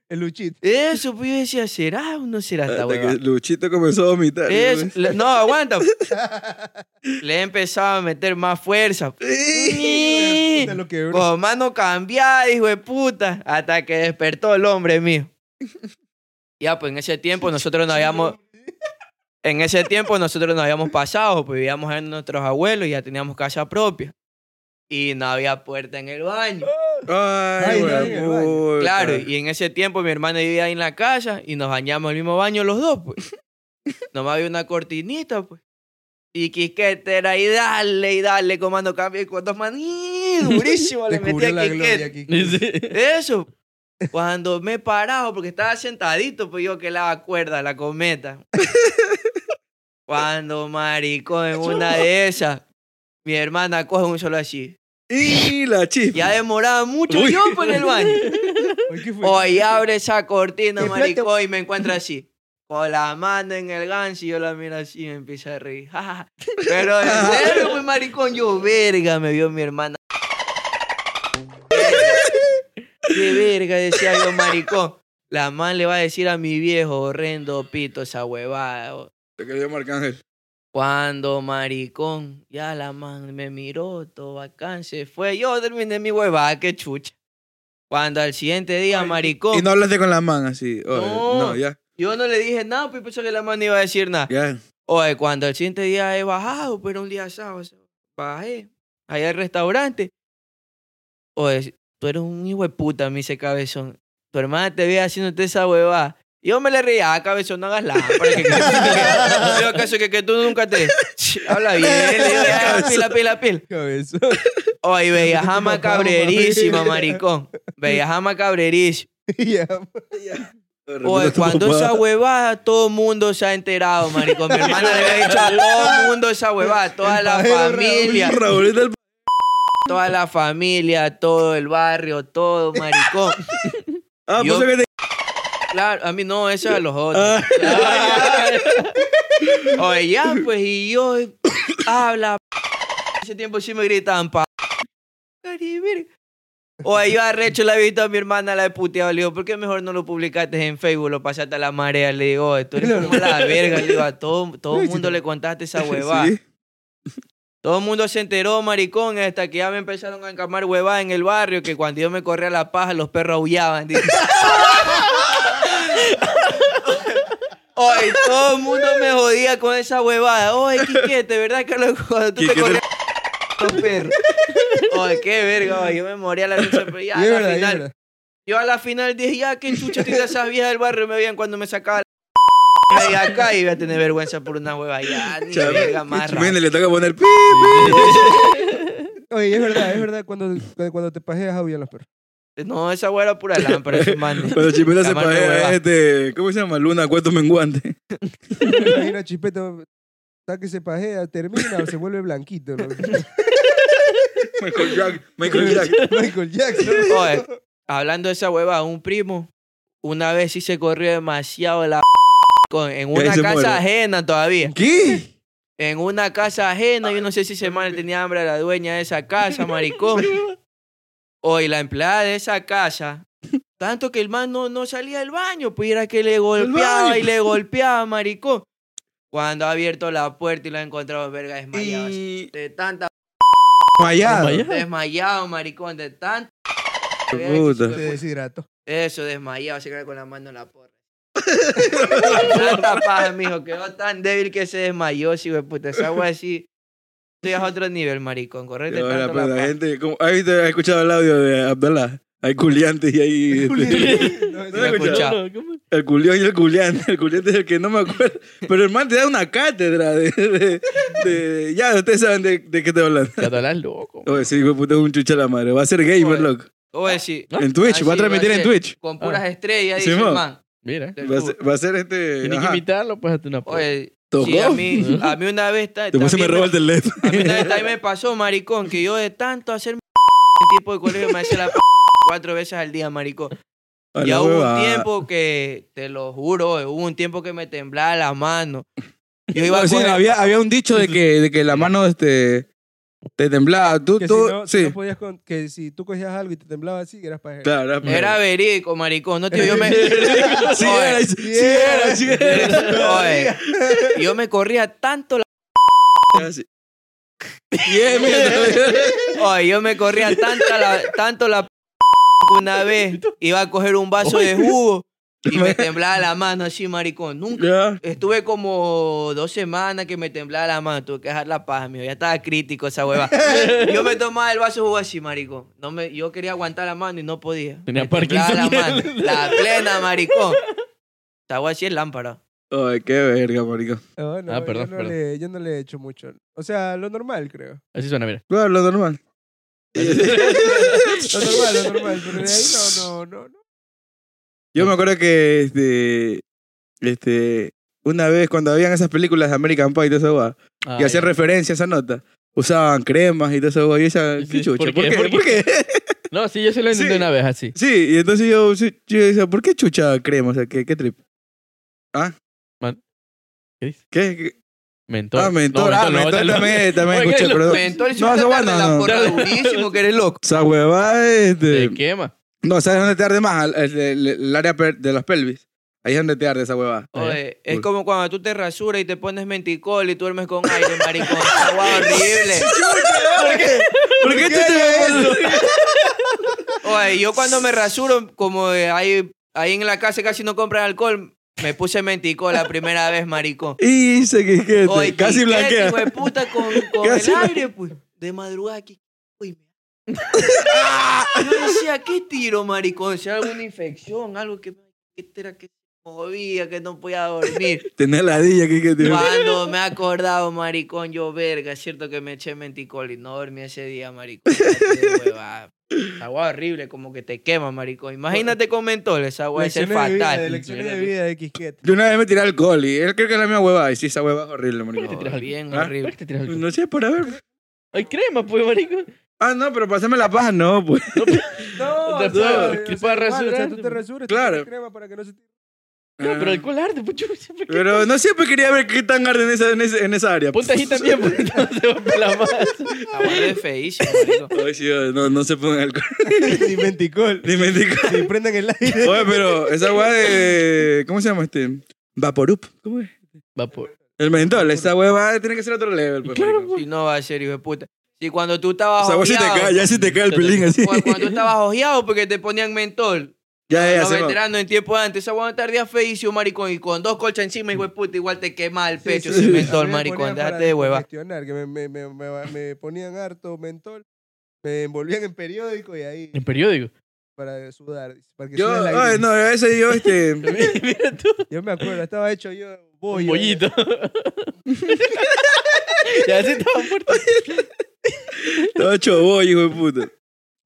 El luchito. Eso, pues yo decía, ¿será o no será esta Hasta que huevada? Luchito comenzó a vomitar. Eso, le- no, aguanta. Le he empezado a meter más fuerza. Puta, lo quebró. Con mano cambiada, hijo de puta. Hasta que despertó el hombre mío. Ya, pues en ese tiempo nosotros nos habíamos. En ese tiempo nosotros nos habíamos pasado, pues vivíamos en nuestros abuelos y ya teníamos casa propia. Y no había puerta en el baño. Ay, Ay, no, en el baño. güey. Claro, y en ese tiempo mi hermana vivía ahí en la casa y nos bañamos en el mismo baño los dos, pues. Nomás había una cortinita, pues. Y Quiquete era y dale, y dale, comando cambio y con dos manos. ¡y! Durísimo, le metí Descubrió a la Quiquete. gloria, Kike. Sí. Eso. Cuando me he parado, porque estaba sentadito, pues yo que la cuerda, la cometa. Cuando maricón en una de esas, mi hermana coge un solo así. Y la chispa. Ya demoraba mucho yo pues, en el baño. Oye, ¿qué fue? Hoy abre esa cortina, Te maricón, y me encuentra así. Con la mano en el ganso y yo la miro así y me empieza a reír. Ja, ja. Pero en serio, pues, maricón, yo, verga, me vio mi hermana. Qué verga, decía yo, maricón. La man le va a decir a mi viejo, horrendo pito, esa huevada. o- Te quería Marcángel. Cuando maricón, ya la man me miró, todo bacán, se fue. Yo terminé mi huevada, qué chucha. Cuando al siguiente día, maricón. Y no hablaste con la man así. oye, No. no, ya. Yo no le dije nada, pues pensé que la mano iba a decir nada. Ya. Oye, cuando el siguiente día he bajado, pero un día sábado, o sea, bajé, allá al restaurante. Oye, tú eres un hijo de puta, me dice Cabezón. Tu hermana te ve haciéndote esa huevada. Y Yo me le reía, ah, cabezón, no hagas nada. Para que, que, que- que- que- acaso que, que tú nunca te... Habla bien, le digo, "Ah, pila, pila, pila. Cabezón. Oye, Bellajama Mamá, cabrerísima, mami. maricón. Bellajama cabrerísima. Ya. Oye, cuando esa huevada, todo el mundo se ha enterado, maricón. Mi hermana le había dicho a todo el mundo esa huevada, toda la pajero Raúl. familia, Raúlito el toda la familia, todo el barrio, todo, maricón. Ah, Yo- pues que te. Claro, a mí no, eso es a los otros. Oye, ya, pues, y yo, eh, habla. p-. Ese tiempo sí me gritaban, pa. Caribe. Oye, yo arrecho la he visto a mi hermana, la he puteado. Le digo, ¿por qué mejor no lo publicaste en Facebook? Lo pasaste a la marea. Le digo, oye, tú eres como la verga. Le digo, a todo, todo el mundo le contaste esa huevada. Sí. Todo el mundo se enteró, maricón, hasta que ya me empezaron a encamar huevadas en el barrio, que cuando yo me corría la paja, los perros aullaban. dice. Oye, todo el mundo me jodía con esa huevada. Oye, Quiquete, ¿verdad que loco, cuando tú te Quiquete. corrías los perros? Oye, qué verga, oye, yo me moría la lucha, pero ya Y es a verdad, la y es final. verdad. Yo a la final dije, ya, qué chucha tiene esas viejas del barrio me veían cuando me sacaba la de acá y iba a tener vergüenza por una hueva. Ya, ni Chame- verga, marra. Chimene, le toca poner. pi. Oye, es verdad, es verdad. Cuando, cuando- cuando te pajeas, aullan los perros. No, esa hueá era pura lámpara, ese man. Cuando Chimena se La mano de pajea, hueva. este. ¿Cómo se llama? Luna, cuarto menguante. Me imagino a Chispeta, está que se pajea, termina, se vuelve blanquito. ¿no? Michael Jack. Michael Jack. Michael Jackson. Oye, hablando de esa hueva, un primo, una vez sí se corrió demasiado la con- en Y ahí una se casa muere. ajena todavía. ¿Qué? En una casa ajena, yo no sé si ese man tenía hambre a la dueña de esa casa, maricón. Oye, la empleada de esa casa, tanto que el man no, no salía del baño, pues era que le golpeaba y le golpeaba, maricón. Cuando ha abierto la puerta y la ha encontrado, verga, desmayada. así, Y. De tanta Desmayado. Desmayado, maricón, de tanto. Puta. Se deshidrató. Eso, desmayado, se queda con la mano en la porra. Tanta paja, mijo, quedó tan débil que se desmayó, si puta. Esa agua así. Estoy a otro nivel, maricón, correte Pero ahora, tanto pues, la la paja. gente, como, ¿has, visto- has escuchado el audio de Abdallah? Hay culiantes y hay... este, No, ¿No lo has escuchado? escuchado. No, no, ¿cómo? El culión y el culiante. El culiante es el que no me acuerdo. Pero el man te da una cátedra de... de- de- ya, ustedes saben de, de qué te hablan. Ya te hablas loco. Oye, sí, hijo de puta, es un chucha la madre. Va a ser gamer, Oye. loco. Oye, sí. En Twitch, Así va a transmitir va a en ser. Twitch. Con puras estrellas, Sí, dice el mo. man. Mira. del Ah. Va a fútbol. ser, va a ser este... Tienes que ajá. invitarlo, pues, hazte una p- Oye, ¿Tocó? sí, a mí, a mí una vez. ta- Después se me también roba el teléfono. A mí una vez también me pasó, maricón, que yo de tanto hacer el tipo de colegio me hacía la p cuatro veces al día, marico. A la Ya hubo hueva. un tiempo que, te lo juro, eh, hubo un tiempo que me temblaba la mano. Yo iba a No, Pues sí, coger- había, había un dicho de que, de que la mano este, te temblaba. Tú, Que tú, si no, sí. no podías con- que si tú cogías algo y te temblaba así, eras para Claro, era para- Era verídico, maricón. No, tío, yo me... Sí Oye, era, sí era, sí era. oye, yo me corría tanto la... Así. Bien, bien. Oye, yo me corría tanta la, tanto la... p- que Una vez iba a coger un vaso de jugo y me temblaba la mano así, maricón. Nunca... Ya. Estuve como dos semanas que me temblaba la mano, tuve que dejar la paja, mío. Ya estaba crítico esa hueva. Yo me tomaba el vaso de jugo así, marico. No me, yo quería aguantar la mano y no podía. Tenía Me temblaba Parkinson. La, mano. la plena, maricón. Esta hueva así es lámpara. Ay, qué verga, marico. No, no, Ah, perdón, yo, no perdón. Le, yo no le he hecho mucho. O sea, lo normal, creo. Así suena, mira. Claro, lo normal. Lo normal, lo normal. Pero de ahí no, no, no. no. Yo me acuerdo que este, este, una vez cuando habían esas películas de American Pie y todo eso, Ah, que hacían ya. referencia a esa nota, usaban cremas y todo eso, guau, y esa, Sí, qué sí, chucha, ¿por ¿por qué? qué? ¿Por ¿Por qué? No, sí, yo se lo intenté Sí. una vez así. Sí, y entonces yo, sí, yo decía, ¿por qué chucha crema? O sea, ¿qué, qué trip? ¿Ah? Man- ¿qué dices? ¿Qué? ¿Qué? Mentor. Ah, mentor, No, ah, no, mentor no. también, también Oye, escuché, ¿qué es lo- perdón. Mentor, si No, no, esa te guana, tarda la no. porra durísimo, que eres loco. Esa huevada, este... Te quema. No, ¿sabes dónde te arde más? Al- El, el- el área per- de las pelvis. Ahí es donde te arde esa huevada. Oh. Oye, es Uy. como cuando tú te rasuras y te pones menticol y tú duermes con aire, maricón. Esta hueva horrible. ¿Por qué chucha me pones- Oye, yo cuando me rasuro, como eh, ahí, ahí en la casa casi no compran alcohol, me puse menticol la primera vez, maricón. Y dice que que te- Oye, casi Quiquete, blanquea. hijo de puta, con, con Casi el bla- aire, pues. De madrugada aquí. Uy, me- Ah, Yo decía, ¿qué tiro, maricón? Si alguna infección, algo que, que era que me movía, que no podía dormir. Tenés ladilla que que te... Cuando me he acordado, maricón, yo verga, es cierto que me eché menticol y no dormí ese día, maricón. Qué huevada. Esa agua horrible, como que te quema, maricón. Imagínate con mentol, esa agua es Lecciones de vida, de fatal. lecciones de vida de Quisquete. Yo una vez me tiré alcohol y él creo que era la misma huevada. Y sí, esa huevada es horrible, marico. tiras al- Bien ¿Ah? ¿Por horrible. qué te tiras al- No sé, para ver. Ay, crema, pues, marico. Ah, no, pero pasame la paja, no, pues. No, Te o sea, o puedo- sea, te puedo normal, O sea, rasurar. tú te rasuras, Claro. te pones crema para que no se te... No, Ah. pero el cual arde, pues, chucha, ¿por qué? Mm. Pero no siempre quería ver qué tan arde en esa, en esa, en esa área. Ponte ahí también, porque no se va a la masa. Agua de feísimo, marico. Ay, sí, ay, no, no se pongan alcohol. Ni menticol. Ni me digas. Ni prendan el aire. Oye, pero esa hueá de... ¿Cómo se llama este? Vaporup. ¿Cómo es? Va por... El mentol. Esa huevada tiene que ser otro level, pues, Claro, marico. pues. Si no va a ser hijo de puta. Si cuando tú estabas O sea, vos sí te ojeado, cae, Oh, ya sí te cae el pelín así. cuando, cuando tú estabas ojeado porque te ponían mentol. Ya, ya, los se va. veteranos en tiempo antes, esa hueá tardía feísimo, maricón. Y con dos colchas encima, hijo de puta, igual te quema el pecho Sí, sí, ese sí. A mentol, mí me maricón. ponían para Déjate de hueva. descongestionar, Que me, me, me, me, me ponían harto mentol, me envolvían en periódico y ahí En periódico. para sudar. dice, Para que Yo, sude la ay, grima. no, ese yo, este... Mira tú, Yo me acuerdo, estaba hecho yo un bollo. bollito. ya se estaba muerto. Estaba choboy, hijo de puta.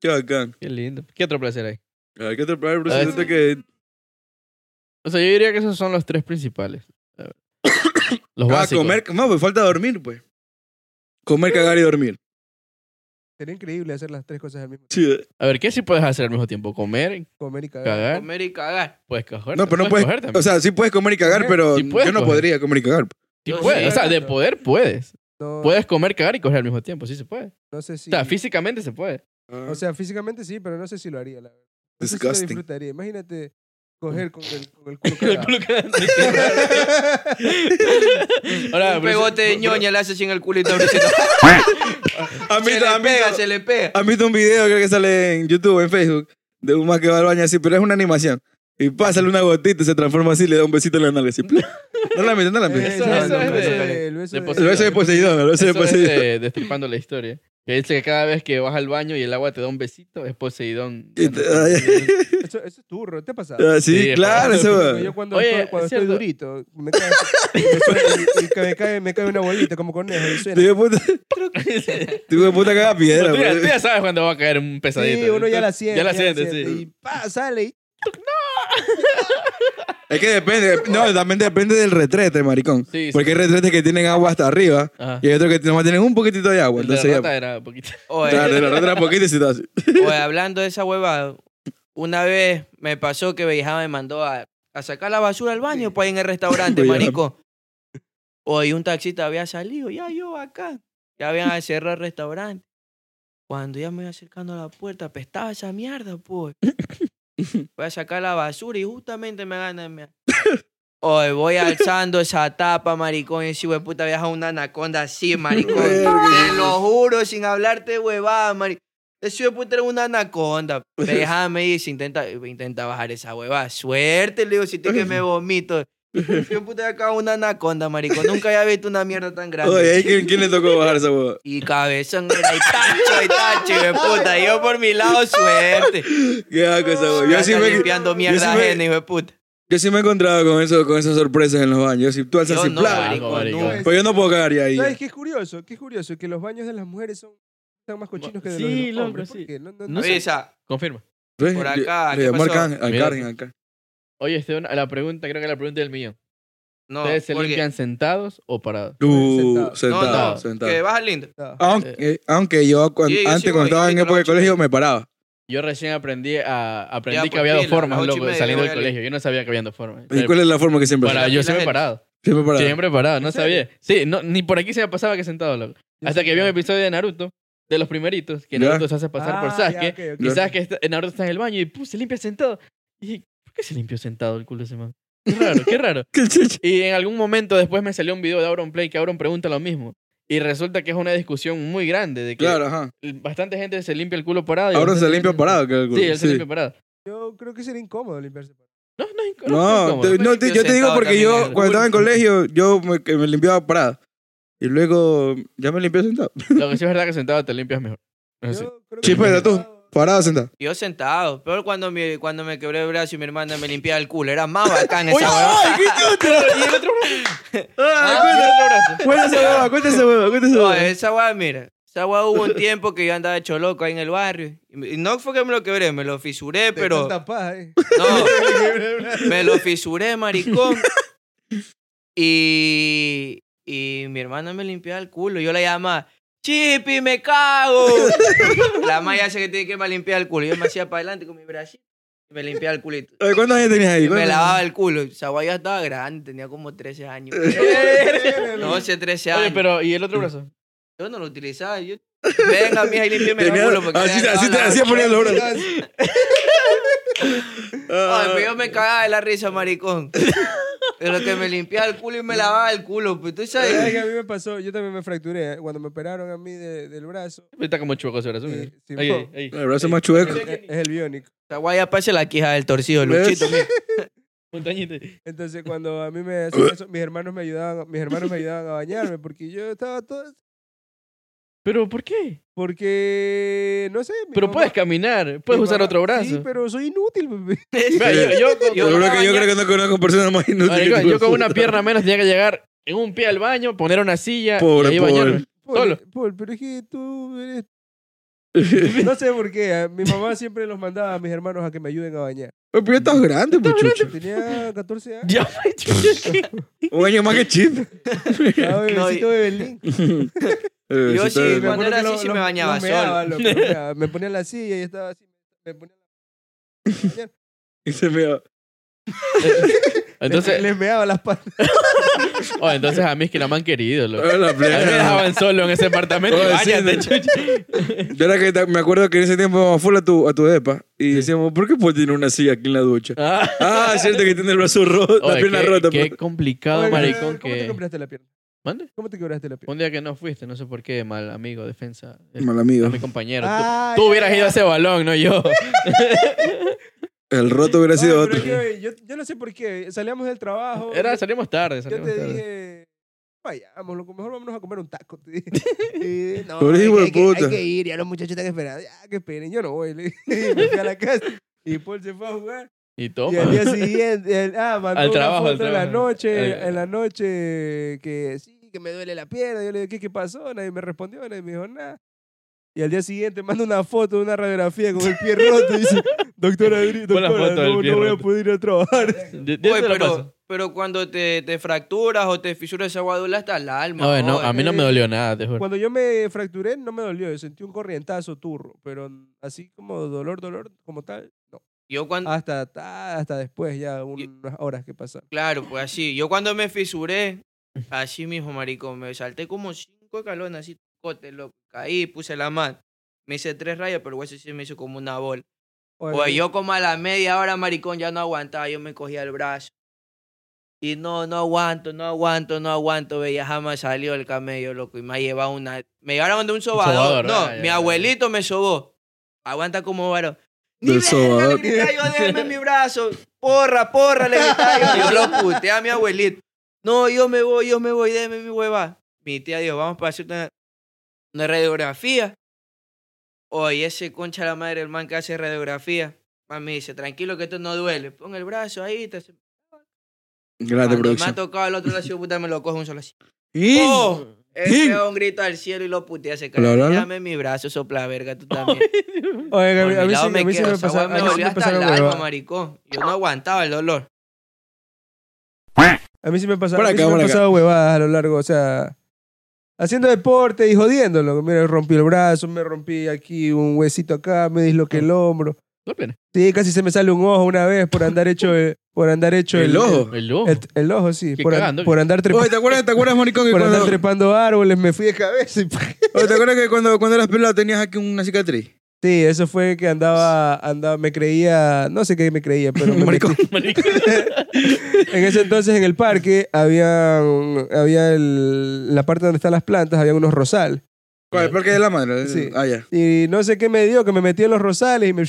Qué bacán. Qué lindo. ¿Qué otro placer hay? A ver, ¿qué otro primer Ah, presente que... O sea, yo diría que esos son los tres principales. A ver. Los Ah, básicos. comer... No, pues falta dormir, pues. Comer, cagar y dormir. Sería increíble hacer las tres cosas al mismo tiempo. Sí. eh. A ver, ¿qué sí puedes hacer al mismo tiempo? Comer, Comer y cagar. cagar, Comer y cagar. puedes coger. No, pero no puedes... coger también. O sea, sí puedes comer y cagar, Comer. pero Sí puedes yo no coger. podría comer y cagar. Sí yo puedes. sí. O sea, de poder puedes. No, Puedes comer, cagar y coger al mismo tiempo. Sí se puede. no sé si... O sea, físicamente se puede. Ah. o sea, físicamente sí, pero no sé si lo haría, la verdad. No sé si lo Disgusting. disfrutaría. Imagínate coger con el, con el culo El cagado. culo cagante, qué raro. Ahora, un Ah, pero eso- pegote de ñoña le haces así en el culito. ahorita. se A mí, le a mí- pega, se le pega. ¿Has visto un video, creo que sale en YouTube, en Facebook, de un más que va al baño así, pero es una animación. Y pásale una gotita, se transforma así, le da un besito en la nalga así. ¡plá! No la metes, no la Eh, metes. Eso- no, Ah, eso no, es el beso de- de- el beso de- de El Poseidón. beso de Poseidón, el beso de Eso es eh, Poseidón. de- destripando la historia. Que dice que cada vez que vas al baño y el agua te da un besito, es Poseidón. Y te- ay, Eso, eso es turro, ¿te ha pasado? ah, Sí, Sí, claro, es eso. eh. Yo cuando, Oye, estoy, cuando es estoy cierto. durito, me cae, me, suena- y- y que me cae, me cae una bolita como conejo y Tú suena. de puta, tú de puta caga piedra, pues. Tú ya, tú güey. ya sabes cuando va a caer un pesadito. Sí, uno ya la Tú- siente. Ya la siente, Y sí. pa, sale y Es que depende, no, también depende del retrete, maricón. Sí, sí. Porque hay retretes que tienen agua hasta arriba Ajá. y hay otros que nomás tienen un poquitito de agua. El de la Entonces ya. rata era poquito. Oye, Claro, de la rata era poquito y se está así. oye, hablando de esa huevada, una vez me pasó que Beijá me mandó a, a sacar la basura al baño para ir en el restaurante, Beijá. marico. Hoy un taxista había salido, ya yo acá. Ya habían cerrado el restaurante. Cuando ya me iba acercando a la puerta, apestaba esa mierda, pues. Voy a sacar la basura y justamente me ganan. me- Hoy voy alzando esa tapa, maricón. Y si hue puta viaja una anaconda así, maricón. Te lo juro, sin hablarte huevada, maricón. Ese hue puta era una anaconda. Déjame ir, si intenta, intenta bajar esa huevada. Suerte, le digo, si te que me vomito. Ese hue puta de acá una anaconda, maricón. Nunca había visto una mierda tan grande. Oye, ¿ahí quién, quién le tocó bajar esa hueva? Y cabezón era y tacho, y tacho, hijo de puta. Yo por mi lado, suerte. ¿Qué hago esa hueva? Yo Ya sí está me, limpiando mierda sí me- ajena, hijo de puta. yo sí me he encontrado con, eso, con esas sorpresas en los baños. Yo sí, tú alzas Yo así, no, ¡plá! marico, marico. no. Pues yo no puedo cagar ya ahí. ¿Sabes qué es curioso? Qué es curioso que los baños de las mujeres son están más cochinos que de los, Sí, de los loco, hombres. ¿Por sí. qué? No, no, No no. sé. Oye, esa- Confirma. ¿Ves? por Le- acá, Le ¿qué llamó al pasó? can- al Mira. Karen, al Karen. Oye, Esteban, a la pregunta, creo que la pregunta del mío. No, ¿Ustedes se porque- limpian sentados o parados? Uh, Sentado. No, sentado, no, sentado. que baja lindo. Aunque, eh, aunque yo cuan- Sí, yo sí antes voy, cuando estaba yo en tengo época de ocho y colegio me paraba. Yo recién aprendí a aprendí Ya, que había dos pues, pila, formas, las ocho y loco, media, saliendo del voy a leer. colegio. Yo no sabía que había dos formas. ¿Y cuál es la forma que siempre? Para, Aquí yo la siempre gente. parado. Siempre paraba. Siempre parado, no ¿En sabía. Sí, no, ni por aquí se me pasaba que sentado, loco. Hasta que vi un episodio de Naruto, de los primeritos, que Ya. Naruto se hace pasar por Ah, Sasuke. ya, ok, ok. Y Ya. Sasuke está, Naruto está en el baño y "Pu, se limpia sentado. Y dije, ¿por qué se limpió sentado el culo de ese man? Qué raro, qué raro. ¿Qué chucha? Y en algún momento después me salió un video de Auron Play que Auron pregunta lo mismo. Y resulta que es una discusión muy grande de que Claro, ajá. bastante gente se limpia el culo parado. y Ahora se bastante limpia gente- parado. que el culo. Sí, él se limpia parado. Yo creo que sería incómodo limpiarse. No, no, es inc- no, No, es te- incómodo. no, te- yo te digo sentado porque también en yo el cuando estaba en culo. colegio yo me, que me limpiaba parado. Y luego ya me limpié sentado. Lo que sí es verdad que sentado te limpias mejor. Eso Ah, sí. Sí, pero tú, parado sentado. Yo sentado. Pero cuando me, cuando me quebré el brazo y mi hermana me limpiaba el culo. Era más bacán ¡Uy, esa huevada. ay, qué chucha! Y el otro brazo. Ah, Cuéntese, hueva, cuéntese, hueva, cuéntese, No, hueva. eh, esa huevada, mira. Esa huevada hubo un tiempo que yo andaba hecho loco ahí en el barrio. Y me- y no fue que me lo quebré, me lo fisuré, pero... No, me lo fisuré, maricón. Y, y mi hermana me limpiaba el culo. Yo la llamaba, Chipi, me cago. La maya hace que tiene que me limpiar el culo. Yo me hacía para adelante con mi bracito y me limpiaba el culito. Oye, ¿Cuántos años tenías ahí? Y me ¿Cuántos? lavaba el culo. Esa guaya estaba grande, tenía como 13 años. 12, 13 años. Oye, pero ¿y el otro brazo? Yo no lo utilizaba. Yo... Venga, mija, y límpiame el Tenía- culo. Porque así, le así, acababa te- la- así ponía los brazos. Ay, pero yo me cagaba de la risa, maricón. Pero que me limpiaba el culo y me lavaba el culo. Pues tú ¿Sabes sabes. que a mí me pasó? Yo también me fracturé. ¿eh? Cuando me operaron a mí de- del brazo, Está como chueco ese brazo. Sí, mira. sí, Ahí, po. ahí, ahí. El brazo más chueco. es es el biónico. Esa guaya pase la quija del torcido, Luchito. ¿Ves? mira. Montañita. Entonces, cuando a mí me hacían eso, mis hermanos me ayudaban, mis hermanos me ayudaban a bañarme porque yo estaba todo... ¿Pero por qué? Porque, no sé... mi Pero mamá- puedes caminar, puedes mi usar mamá- otro brazo. Sí, pero soy inútil, bebé. Mira, yo, yo con- Yo me Yo creo que yo bañaba- creo que no conozco personas más inútiles. Marico, que tú, yo con una puta. pierna menos tenía que llegar en un pie al baño, poner una silla Pobre, y ahí pobre. bañarme. Paul, Solo. Paul, e, pero es que tú eres... No sé por qué. ¿eh? Mi mamá siempre los mandaba a mis hermanos a que me ayuden a bañar. Oye, Pero ya estás grande, pues, muchacho. Tenía 14 años. Ya me chuché. Un año más que chip. Estaba bebecito No, bebelín. Eh, Yo sí sí, está bien. me cuando acuerdo era que así lo- sí lo- me bañaba lo meaba, solo. lo meaba. Me ponía en la silla y estaba así. Me ponía en la... Y se me va. Entonces, les meaba las patas. oh, entonces a mí es que la me han querido. loco. A mí Ah, la me plena. dejaban solo en ese apartamento. y Oye, Oh, sí, Váyate, no. chucha. Yo era que ta- me acuerdo que en ese tiempo íbamos full a tu, a tu depa y decíamos, ¿por qué Paul tiene una silla aquí en la ducha? Ah. Ah, es cierto que tiene el brazo roto, la Oye, pierna qué, rota. pues. qué pero- complicado, Oye, Ah, maricón, ¿Cómo te que... compraste la pierna? ¿Mande? ¿Cómo te quebraste la pierna? Un día que no fuiste, no sé por qué, mal amigo, defensa. eh, Mal amigo. A mi compañero. Tú- Ah, tú ya, hubieras ya. ido a ese balón, no yo. El roto hubiera Oye, sido pero otro. es que, oye, yo, yo no sé por qué. Salíamos del trabajo. Era, yo, salimos tarde, yo salimos te tarde. dije, vayamos, loco, mejor vámonos a comer un taco. te dije. Y, no, Por hay hijo que- de hay, que, puta. hay que ir, ya los muchachos están esperando. Ya, que esperen, yo no voy. le dije. Y me fui a la casa. Y Paul se fue a jugar. Y toma. Y al día siguiente, el- ah, mandó Al una trabajo, al foto en la trabajo. noche, Ay, ay. en la noche que sí, que me duele la pierna. Yo le dije, ¿qué, qué pasó? Nadie me respondió, nadie me dijo nada. Y al día siguiente manda una foto, una radiografía con el pie roto y dice, doctora, Adri- Pon la doctora foto del no, pie no voy a roto". poder ir a trabajar. Yo- yo Oye, te lo paso. pero, pero cuando te, te fracturas o te fisuras esa guadula hasta el alma. Oye, no, joder. a mí no me dolió nada, te juro. Cuando yo me fracturé no me dolió, sentí un corrientazo turro, pero así como dolor, dolor como tal, no. Yo cuando, Hasta, ta- hasta después, ya unas horas que pasaron. claro, pues así. Yo cuando me fisuré, así mismo, maricón, me salté como cinco escalones, así, cote, loco. Caí, puse la mano. Me hice tres rayas, pero eso sí me hizo como una bola. Pues yo como a la media hora, maricón, ya no aguantaba, yo me cogía el brazo. Y no, no aguanto, no aguanto, no aguanto, veía, jamás salió el camello, loco, y me ha llevado una... Me llevaron de un sobador, sobador, no, ah, ya, mi ya. abuelito me sobó. Aguanta como varón. Ni Del verga, sobador. le gritaba yo, déjame mi brazo, porra, porra, le gritaba yo. Yo lo puteé a mi abuelito. No, yo me voy, yo me voy, déjame mi hueva. Mi tía dijo, vamos para hacer una, una radiografía. Oye, ese concha de la madre, el man que hace radiografía. Mami dice, tranquilo que esto no duele. Pon el brazo ahí. Te... hace- Ah, Grande Cuando me ha producción. tocado el otro lado, puta, me lo coge un solo así. Y- ¡Oh! ¡Ting! Ese un grito al cielo y lo putea se cae. Hola, hola, hola. Dame mi brazo, sopla verga, tú también. Oiga, a Por mí, mi a mí sí, lado a mí sí quedo, me esa pasaron. weá a mí me sí dolió me hasta el pasaron alma, huevadas. maricón. Yo no aguantaba el dolor. A mí sí me pasaron, Por a mí sí acá, me por han acá. pasado huevadas a lo largo, o sea, haciendo deporte y jodiéndolo. Mira, rompí el brazo, me rompí aquí un huesito acá, me disloqué el hombro. No pena. Sí, casi se me sale un ojo una vez por andar hecho el, por andar hecho El ojo. El ojo. El, el ojo, sí. Qué Por, an- cagando, por que- andar Oye, trepando. ¿te acuerdas, te acuerdas, maricón, que Por andar cuando, trepando árboles me fui de cabeza. y- oye, ¿te acuerdas que cuando, cuando eras pelado tenías aquí una cicatriz? Sí, eso fue que andaba, andaba, me creía, no sé qué me creía, pero me Maricón. metí- en ese entonces en el parque había, había el- la parte donde están las plantas, había unos rosal. ¿Cuál? ¿El parque de la madre? Sí. Ah, ya. Y no sé qué me dio, que me metí en los rosales y me,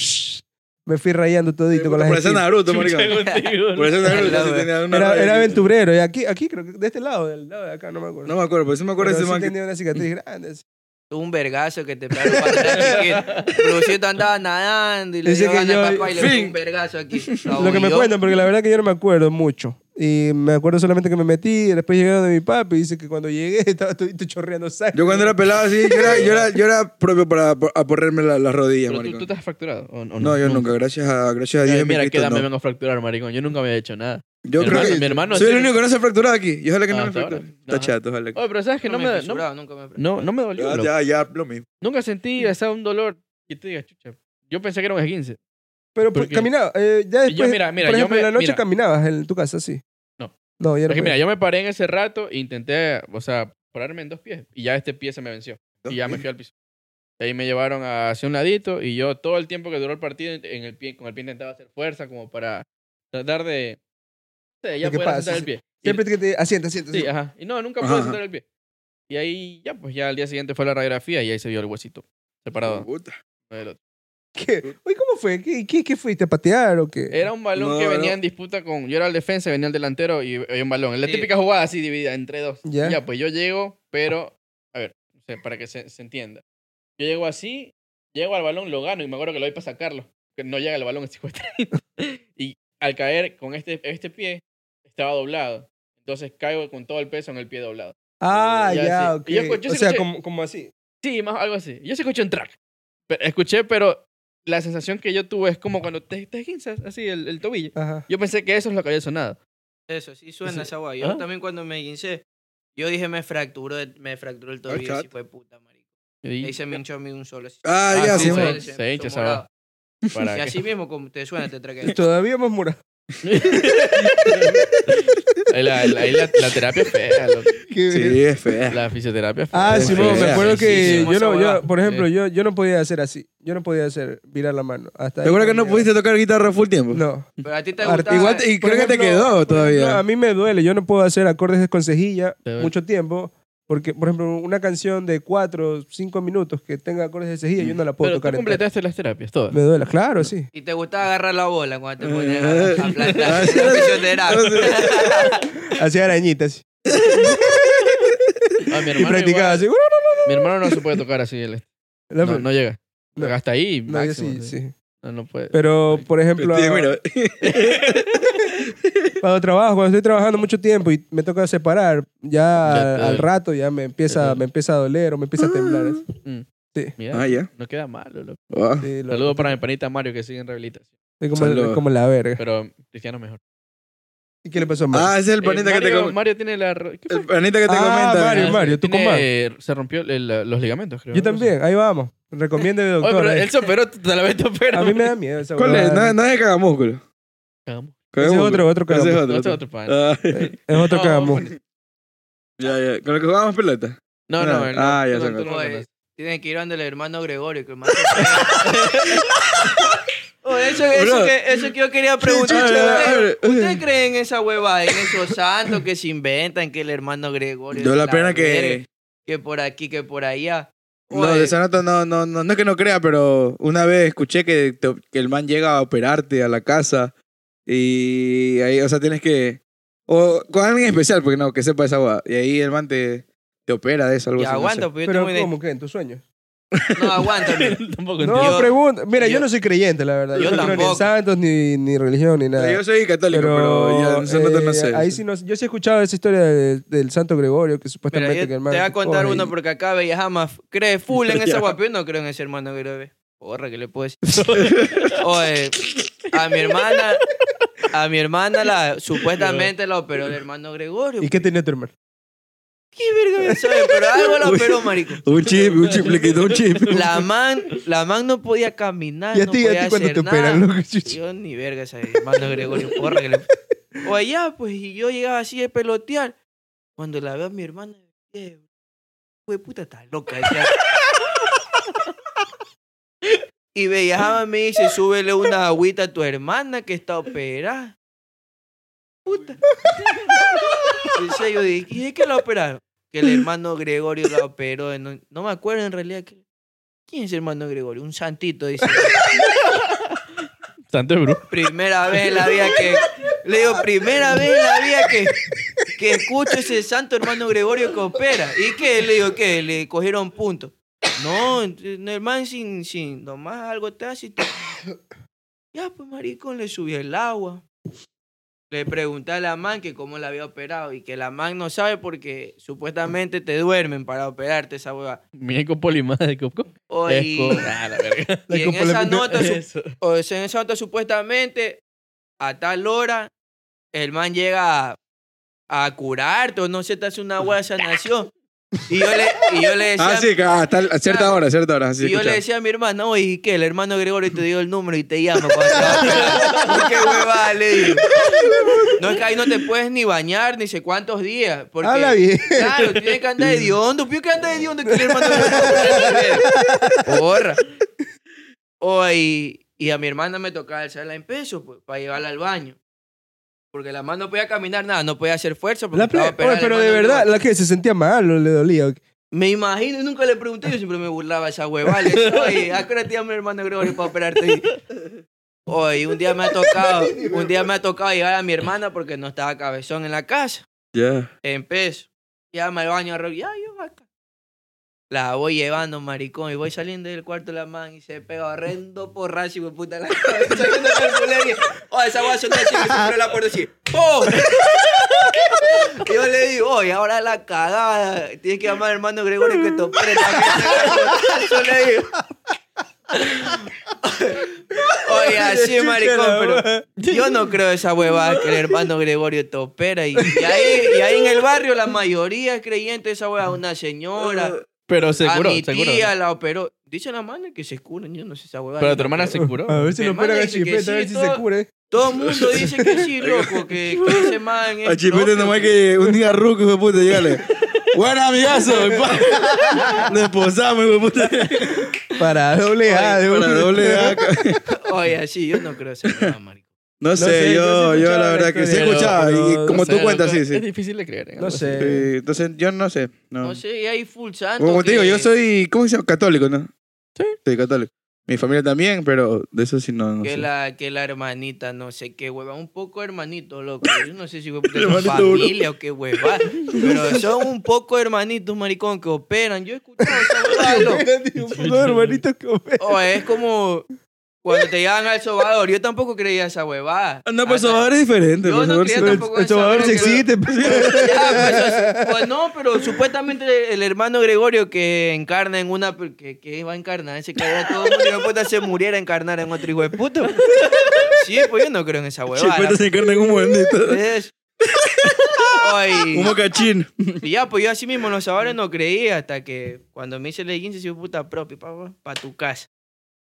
me fui rayando todito con pues, Por la eso gente. Naruto, maricón. Contigo, Por eso Naruto sí Era- tenía una Era, raya. era aventurero, y aquí, aquí creo que de este lado, del lado de acá, no me acuerdo. No me acuerdo, pero sí me acuerdo Pero de ese sí man que tenía una cicatriz grande. así. Tuve un vergazo que te paró cuando era chiquito. Lucito andaba nadando y le Dice dio que ganas yo- al papá y le dio fin. un vergazo aquí. Lo que me Yo- cuentan, porque la verdad que yo no me acuerdo mucho. Y me acuerdo solamente que me metí, y después llegué donde mi papi y dice que cuando llegué estaba todito chorreando sangre. Yo cuando era pelado así, yo era, yo era, yo era propio para ap- aporrearme la- las rodillas, Pero tú, maricón. tú te has fracturado. ¿o, o no, no, yo nunca, gracias a, gracias a Dios Ay, y mi Mira, Cristo, qué edad no. me vengo a fracturar, maricón. Yo nunca me he hecho nada. Yo mi creo hermano- que mi hermano soy el sí. único que no se ha fracturado aquí. Y ojalá que no, Ah, me hasta ahora. fracture. Está Ajá. Oh, chato, ojalá. que- Oye, pero ¿sabes que Nunca no me, he me, no, fisurado, nunca me he no, no me dolió. Ya, loco. ya, ya, lo mismo. Nunca Mm. sentí o sea, un dolor que te digas, chucha. Yo pensé que era un esguince. Pero pues, Porque- caminaba. eh, ya después, Yo, mira, mira, por yo ejemplo, me- en la noche mira. caminabas en tu casa, sí. No. No, ya no. Porque mira, podía. yo me paré en ese rato e intenté, o sea, pararme en dos pies. Y ya este pie se me venció. Y ya me fui al piso. Y ahí me llevaron hacia un ladito y yo todo el tiempo que duró el partido en el pie, con el pie intentaba hacer fuerza como para tratar de... no sé, ya que poder pasa, sentar sí. el pie. Y- Siempre te- que te ah, asienta, asienta. Sí, ah. asienta. ajá. Y no, nunca Ajá, pude ajá. sentar el pie. Y ahí ya, pues ya al día siguiente fue la radiografía y ahí se vio el huesito separado Puta. del otro. ¿Qué? Oye, ¿cómo fue? ¿Qué, qué, qué fuiste a patear o qué? Era un balón No, que venía no. en disputa con... Yo era el defensa, venía el delantero y había un balón. Es la Sí. típica jugada así dividida entre dos. Y Ya. Ya, pues yo llego, pero... A ver, o sea, para que se, se entienda. Yo llego así, llego al balón, lo gano y me acuerdo que lo doy para sacarlo. Que no llega el balón, este hijo de puta. Y al caer con este, este pie, estaba doblado. Entonces caigo con todo el peso en el pie doblado. Ah, Ya, ya, sí. ok. Y yo escuché- o sea, escuché- como, como así. Sí, más algo así. Yo sí escuché un track. Pero- escuché, pero la sensación que yo tuve es como cuando te, te esguinzas así el, el tobillo. Ajá. Yo pensé que eso es lo que había sonado. Eso, sí Ese- suena esa guay. Yo ¿Ah? también cuando me guincé, yo dije me fracturó, me fracturó el tobillo, chato. así fue puta, marico. Y- Y ahí se me hinchó a mí un solo así. Ah, Ah, ya, sí, sí, sí. man. se- se se hincha esa morado. guay. para Y que- así mismo, como te suena, te Y traqué. todavía más morado. Ahí la, la- ahí la- la terapia es fea, loco. Qué Sí, es fea. La fisioterapia es fea. Ah, Es sí, fea. bueno, me acuerdo que Feísimo yo esa no, huevada. yo, por ejemplo, Sí. yo, yo no podía hacer así. Yo no podía hacer, virar la mano. Hasta ¿Te ahí acuerdas que no podía. pudiste tocar guitarra full tiempo? No. Pero a ti te Arte- gustaba. Igual, te- y Por creo que te ejemplo, quedó por ejemplo, a todavía. mí me duele. Yo no puedo hacer acordes con cejilla Te duele. mucho tiempo. Porque, por ejemplo, una canción de cuatro, cinco minutos que tenga acordes de cejilla, yo no la puedo Pero tú tocar entera. completaste las terapias, todas. Me duele, claro, sí. Y te gustaba agarrar la bola cuando te ponían Eh. a, a plantar. Ah, sí. La fisioterapia. Hacía arañitas. Ah, mi Y hermano, practicaba igual. así. uh, mi hermano no se puede tocar así. él- La- No, no llega. No. Hasta ahí. No, yo máximo, eh. sí, sí. sí. No, no puede. Pero, por ejemplo, Sí, mira. cuando trabajo, cuando estoy trabajando mucho tiempo y me toca separar, Ya ya te al duele. rato ya me empieza, duele. me empieza a doler o me empieza a temblar. así. Mira, Ah, ya. no queda malo, loco. Ah. Sí, lo- Saludos para mi panita Mario que sigue en rehabilitación. Estoy como, Saludos. como la verga. Pero Cristiano mejor. ¿Y qué le pasó a Mario? Ah, ese es el Eh, panita que te Mario- com- Mario tiene la... ro- ¿Qué El panita que te Ah, comenta. Mario, Ah, Mario, tú tiene- con Se rompió el- la- los ligamentos, creo. Yo también, ahí vamos. Recomiende el Oye, doctor. pero ahí. él se operó, te la vez te operó. A mí me da miedo esa ¿Cuál es? huevada. No, no es de cagamúsculo. Cagamos. Ese es Cagamúsculo. otro, otro Ese es cagamu- otro. otro. Otro, otro pan. Ay, Es otro No, cagamu. ya, ya. ¿Con el que jugábamos pelota? No, no, él no. Ah, ya tú sé no- cuál. tú no Oye, conoces. Tienen que ir donde el hermano Gregorio, que el hermano- Oye, Oh, eso, eso, Bro. que, eso que yo quería Ah, preguntar. ¿Ustedes, ustedes creen en esa huevada, en esos santos que se inventan, que el hermano Gregorio... Yo es la pena que... verga, Que por aquí, que por allá. No, Oye. de Sanato no, no, no, no es que no crea, pero una vez escuché que, te- que el man llega a operarte a la casa y ahí, o sea, tienes que... O con alguien especial, porque no, que sepa esa agua. Y ahí el man te, te opera de eso, algo Y así. no sé. aguanta, pues yo Pero tengo una- ¿cómo que en tus sueños? No, aguanta. Tampoco entiendo. No, Yo- pregunta. Mira, yo, yo- no soy creyente, la verdad. yo no creo ni en tampoco. santos, ni, ni religión, ni O sea, nada. Yo soy católico, pero, ya en Sanato no eh, sé. Ahí sí no, yo sí he escuchado esa historia de- del santo Gregorio, que Mira, supuestamente yo que te hermano... voy a contar coge uno y- porque acá Bella Jama cree full en Ya. ese guapo. Yo no creo en ese hermano grave. Porra, que le puedo decir. Oye, a mi hermana, a mi hermana la supuestamente la operó el hermano Gregorio. ¿Y qué tenía tu hermano? ¿Qué verga eso es? Pero algo la operó, marico. Un chip, un chip, le quitó un chip. La man, la man no podía caminar, y a no ti, podía a ti cuando hacer te operan, nada. loco. chucha. Yo ni verga ese hermano Gregorio, porra que le... O allá, pues, y yo llegaba así de pelotear. Cuando la veo a mi hermana, eh, güey, puta, está loca. decía. y Bellajama me dice, súbele una agüita a tu hermana que está operada. Puta. Entonces yo dije, ¿y de qué la operaron? Que el hermano Gregorio la operó. No, no me acuerdo en realidad. Que... ¿Quién es el hermano Gregorio? Un santito, dice. Santo es brujo. Primera vez en la vida que. Le digo, primera vez en la vida que, que escucho ese santo hermano Gregorio que opera. ¿Y qué? Le digo, ¿qué? Le cogieron punto. No, el man sin, sin, nomás algo tácito. Ya, pues maricón, le subí el agua. Le pregunté a la man que cómo la había operado y que la man no sabe porque supuestamente te duermen para operarte esa hueva. Mico Polimada de Copco. O y- Esco. Ah, la verga. y en esa nota su- Eso. o sea, en esa nota supuestamente a tal hora el man llega a, a curarte o no sé, te hace una hueá de sanación. Y yo le, y yo le decía, Ah, sí, que hasta a cierta hora, cierta hora. y Así yo le decía a mi hermana, oye, ¿y qué? El hermano Gregorio te dio el número y te llama cuando te vas a operar". ¿Qué huevada le digo? No, es que ahí no te puedes ni bañar ni sé cuántos días. Porque, Habla bien. Claro, tienes que andar hediondo. ¿Por qué andas hediondo? Que el hermano Gregorio. Porra. Oye, y, y a mi hermana me tocaba alzarla en peso pues, para llevarla al baño. Porque la mano no podía caminar nada, no podía hacer fuerza. Porque La estaba ple- operada Oye, el pero de hermano verdad, Gregorio. la que se sentía mal o le dolía. ¿o qué? Me imagino, y nunca le pregunté, yo siempre me burlaba de esa huevada. Le decía, Oye, ¿a qué hora te llama mi hermano Gregorio para operarte? Oye, un día me ha tocado, un día me ha tocado llevar a mi hermana porque no estaba cabezón en la casa, Ya. en peso. Llama al baño a Rocky, "Ay, yo acá. La voy llevando, maricón, y voy saliendo del cuarto de la man y se pega horrendo porrazo y me puta en la cabeza. Yo no calculé, dije, "Oye, "Oh, esa hueá sonó así, y se abrió la puerta así, ¡pum! Y Yo le digo, oye, ahora la cagada. Tienes que llamar al hermano Gregorio que te opere también. Yo le digo. Oye, así, maricón, pero yo no creo esa huevada que el hermano Gregorio te opera. Y, y ahí, y ahí en el barrio la mayoría es creyente de esa huevada. Una señora, Pero se curó, a mi se curó. tía la operó. Dice la madre que se curan, yo no sé esa huevada. Pero tu hermana se curó. A ver si Mi lo hermana operan a dice que Chipeta, a ver sí, si todo- se cure. Todo el mundo dice que sí, loco, que, que ese man es A Ah, Chipete propio, nomás que- Eh, que un día ruco, hijo de puta, llegale. Bueno, Ah, amigazo, y pa, nos esposamos, hijo de puta. Para doble A. Ah, de Para una. doble A. Oye, sí, yo no creo esa huevada, marico. No No sé, sé, yo, yo sí yo escuchaba la verdad que sí pero- escuchaba. Y pero- como O sea, tú cuentas, sí, Es sí. difícil de creer. ¿eh? en No algo sé. Sí, Entonces, yo no sé. No. No sé, y hay full santo. Como te digo, que- yo soy, ¿cómo se llama? Católico, ¿no? Sí. Sí, católico. Mi familia también, pero de eso sí no, no Que sé. la, que la hermanita, no sé qué hueva. Un poco hermanito, loco. Yo no sé si fue porque son Hermanito duro. familia o qué hueva. Pero son un poco hermanitos, maricón, que operan. Yo he escuchado esa huevada, loco. Los hermanitos que operan. O es como cuando te llevan al sobador. Yo tampoco creía esa huevada. No, pues Hasta- Ah, Salvador es diferente. Yo pues, no Salvador creo sí- tampoco en El chavador saber se que- excite. pues. Ya, pues, o- pues no, pero supuestamente el hermano Gregorio que encarna en una. Que, que va a encarnar, ese cabrón todo el mundo hijo de puta se muriera a encarnar en otro hijo de puta. Sí, pues yo no creo en esa huevada. Chipeta se encarna en un momentito. Es- Ay. Un mocachín. Y ya, pues yo así mismo en los sabores no creía hasta que cuando me hice el de 15, yo puta propio, para tu casa.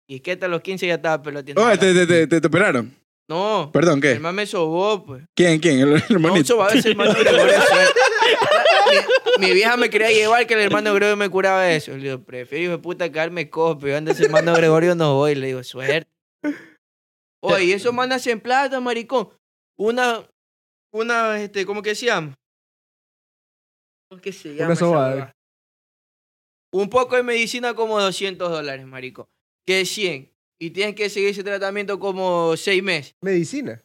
Y es que hasta los 15 ya estaba peloteando. Oh, te, te, te, te, te operaron. No, Perdón, el ¿qué? man me sobó, pues. ¿Quién? ¿Quién? El No, hermanito. sobaba ese hermano que le curó eso. Mi, mi vieja me quería llevar que el hermano Gregorio me curaba eso. Le digo, prefiero hijo de puta quedarme cojo, pero anda ese hermano Gregorio no voy. Le digo, suerte. Oye, y esos manas en plata, maricón. Una, una, este, ¿cómo que se llama? ¿Cómo que se llama? esa sobada. huevada? Un poco de medicina como 200 dólares, maricón. Que es 100. Y tienes que seguir ese tratamiento como 6 meses. Medicina.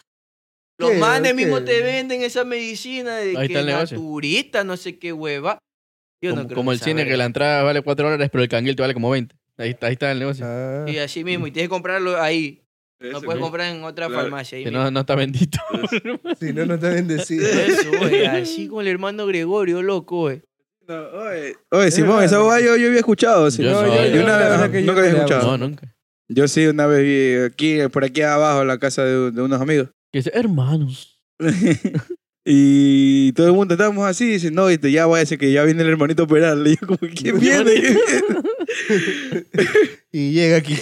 Los ¿Qué? manes ¿Qué? mismo te venden esa medicina de Ahí que está el negocio. naturista, no sé qué hueva. Yo no Como, creo como en el esa cine, que la verga. entrada vale 4 dólares, pero el canguil te vale como 20. Ahí está, ahí está el negocio. Ah. Y así mismo, y tienes que comprarlo ahí. No Ese, puedes ¿no? comprar en otra Claro. farmacia. Ahí Que mismo. no, no está bendito. Si no, no está bendecido. Eso, güey, así con el hermano Gregorio, loco, güey. Oye, oye, Simón, esa verdad. hueá yo, yo había escuchado. sí. Yo No, no, yo, yo yo no, una la vez- verdad que yo nunca no había le escuchado. No, nunca. Yo sí, una vez vi aquí, por aquí abajo, en la casa de, de unos amigos. Que dice, hermanos. y todo el mundo estábamos así, dice, no, este, ya voy a decir que ya viene el hermanito a operar. Le digo, como, ¿quién viene? ¿Quién viene? Y llega aquí.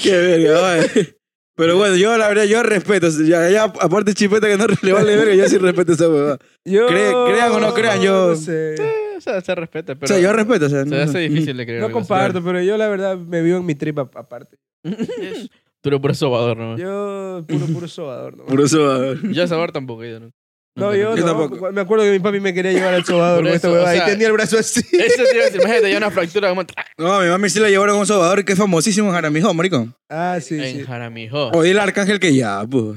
Qué verga, oye. Pero bueno, yo la verdad, yo respeto. Ya, ya, aparte chipeta que no le vale verga, yo sí respeto esa huevada. Yo- Cre- crean o no crean, yo- no sé. Eh, o sea, se respeta, O pero. sea, yo respeto. O sea, Se hace difícil de creer. No comparto, pero yo la verdad me vivo en mi trip a- aparte. Eso. Tú eres puro sobador, ¿no? Yo, Yo puro, puro sobador. No, Por eso, sabor tampoco he ido, ¿no? no yo, no. Yo tampoco. Me acuerdo que mi papi me quería llevar al sobador Por con esta eso, o huevada. sea- y tenía el brazo así. Eso te iba a decir. Imagínate, ya una fractura como. no, mi mami sí la llevaron a un sobador que es famosísimo en Jaramijo, marico. Ah, sí, en sí. Jaramijo. O dile al arcángel que ya, pues.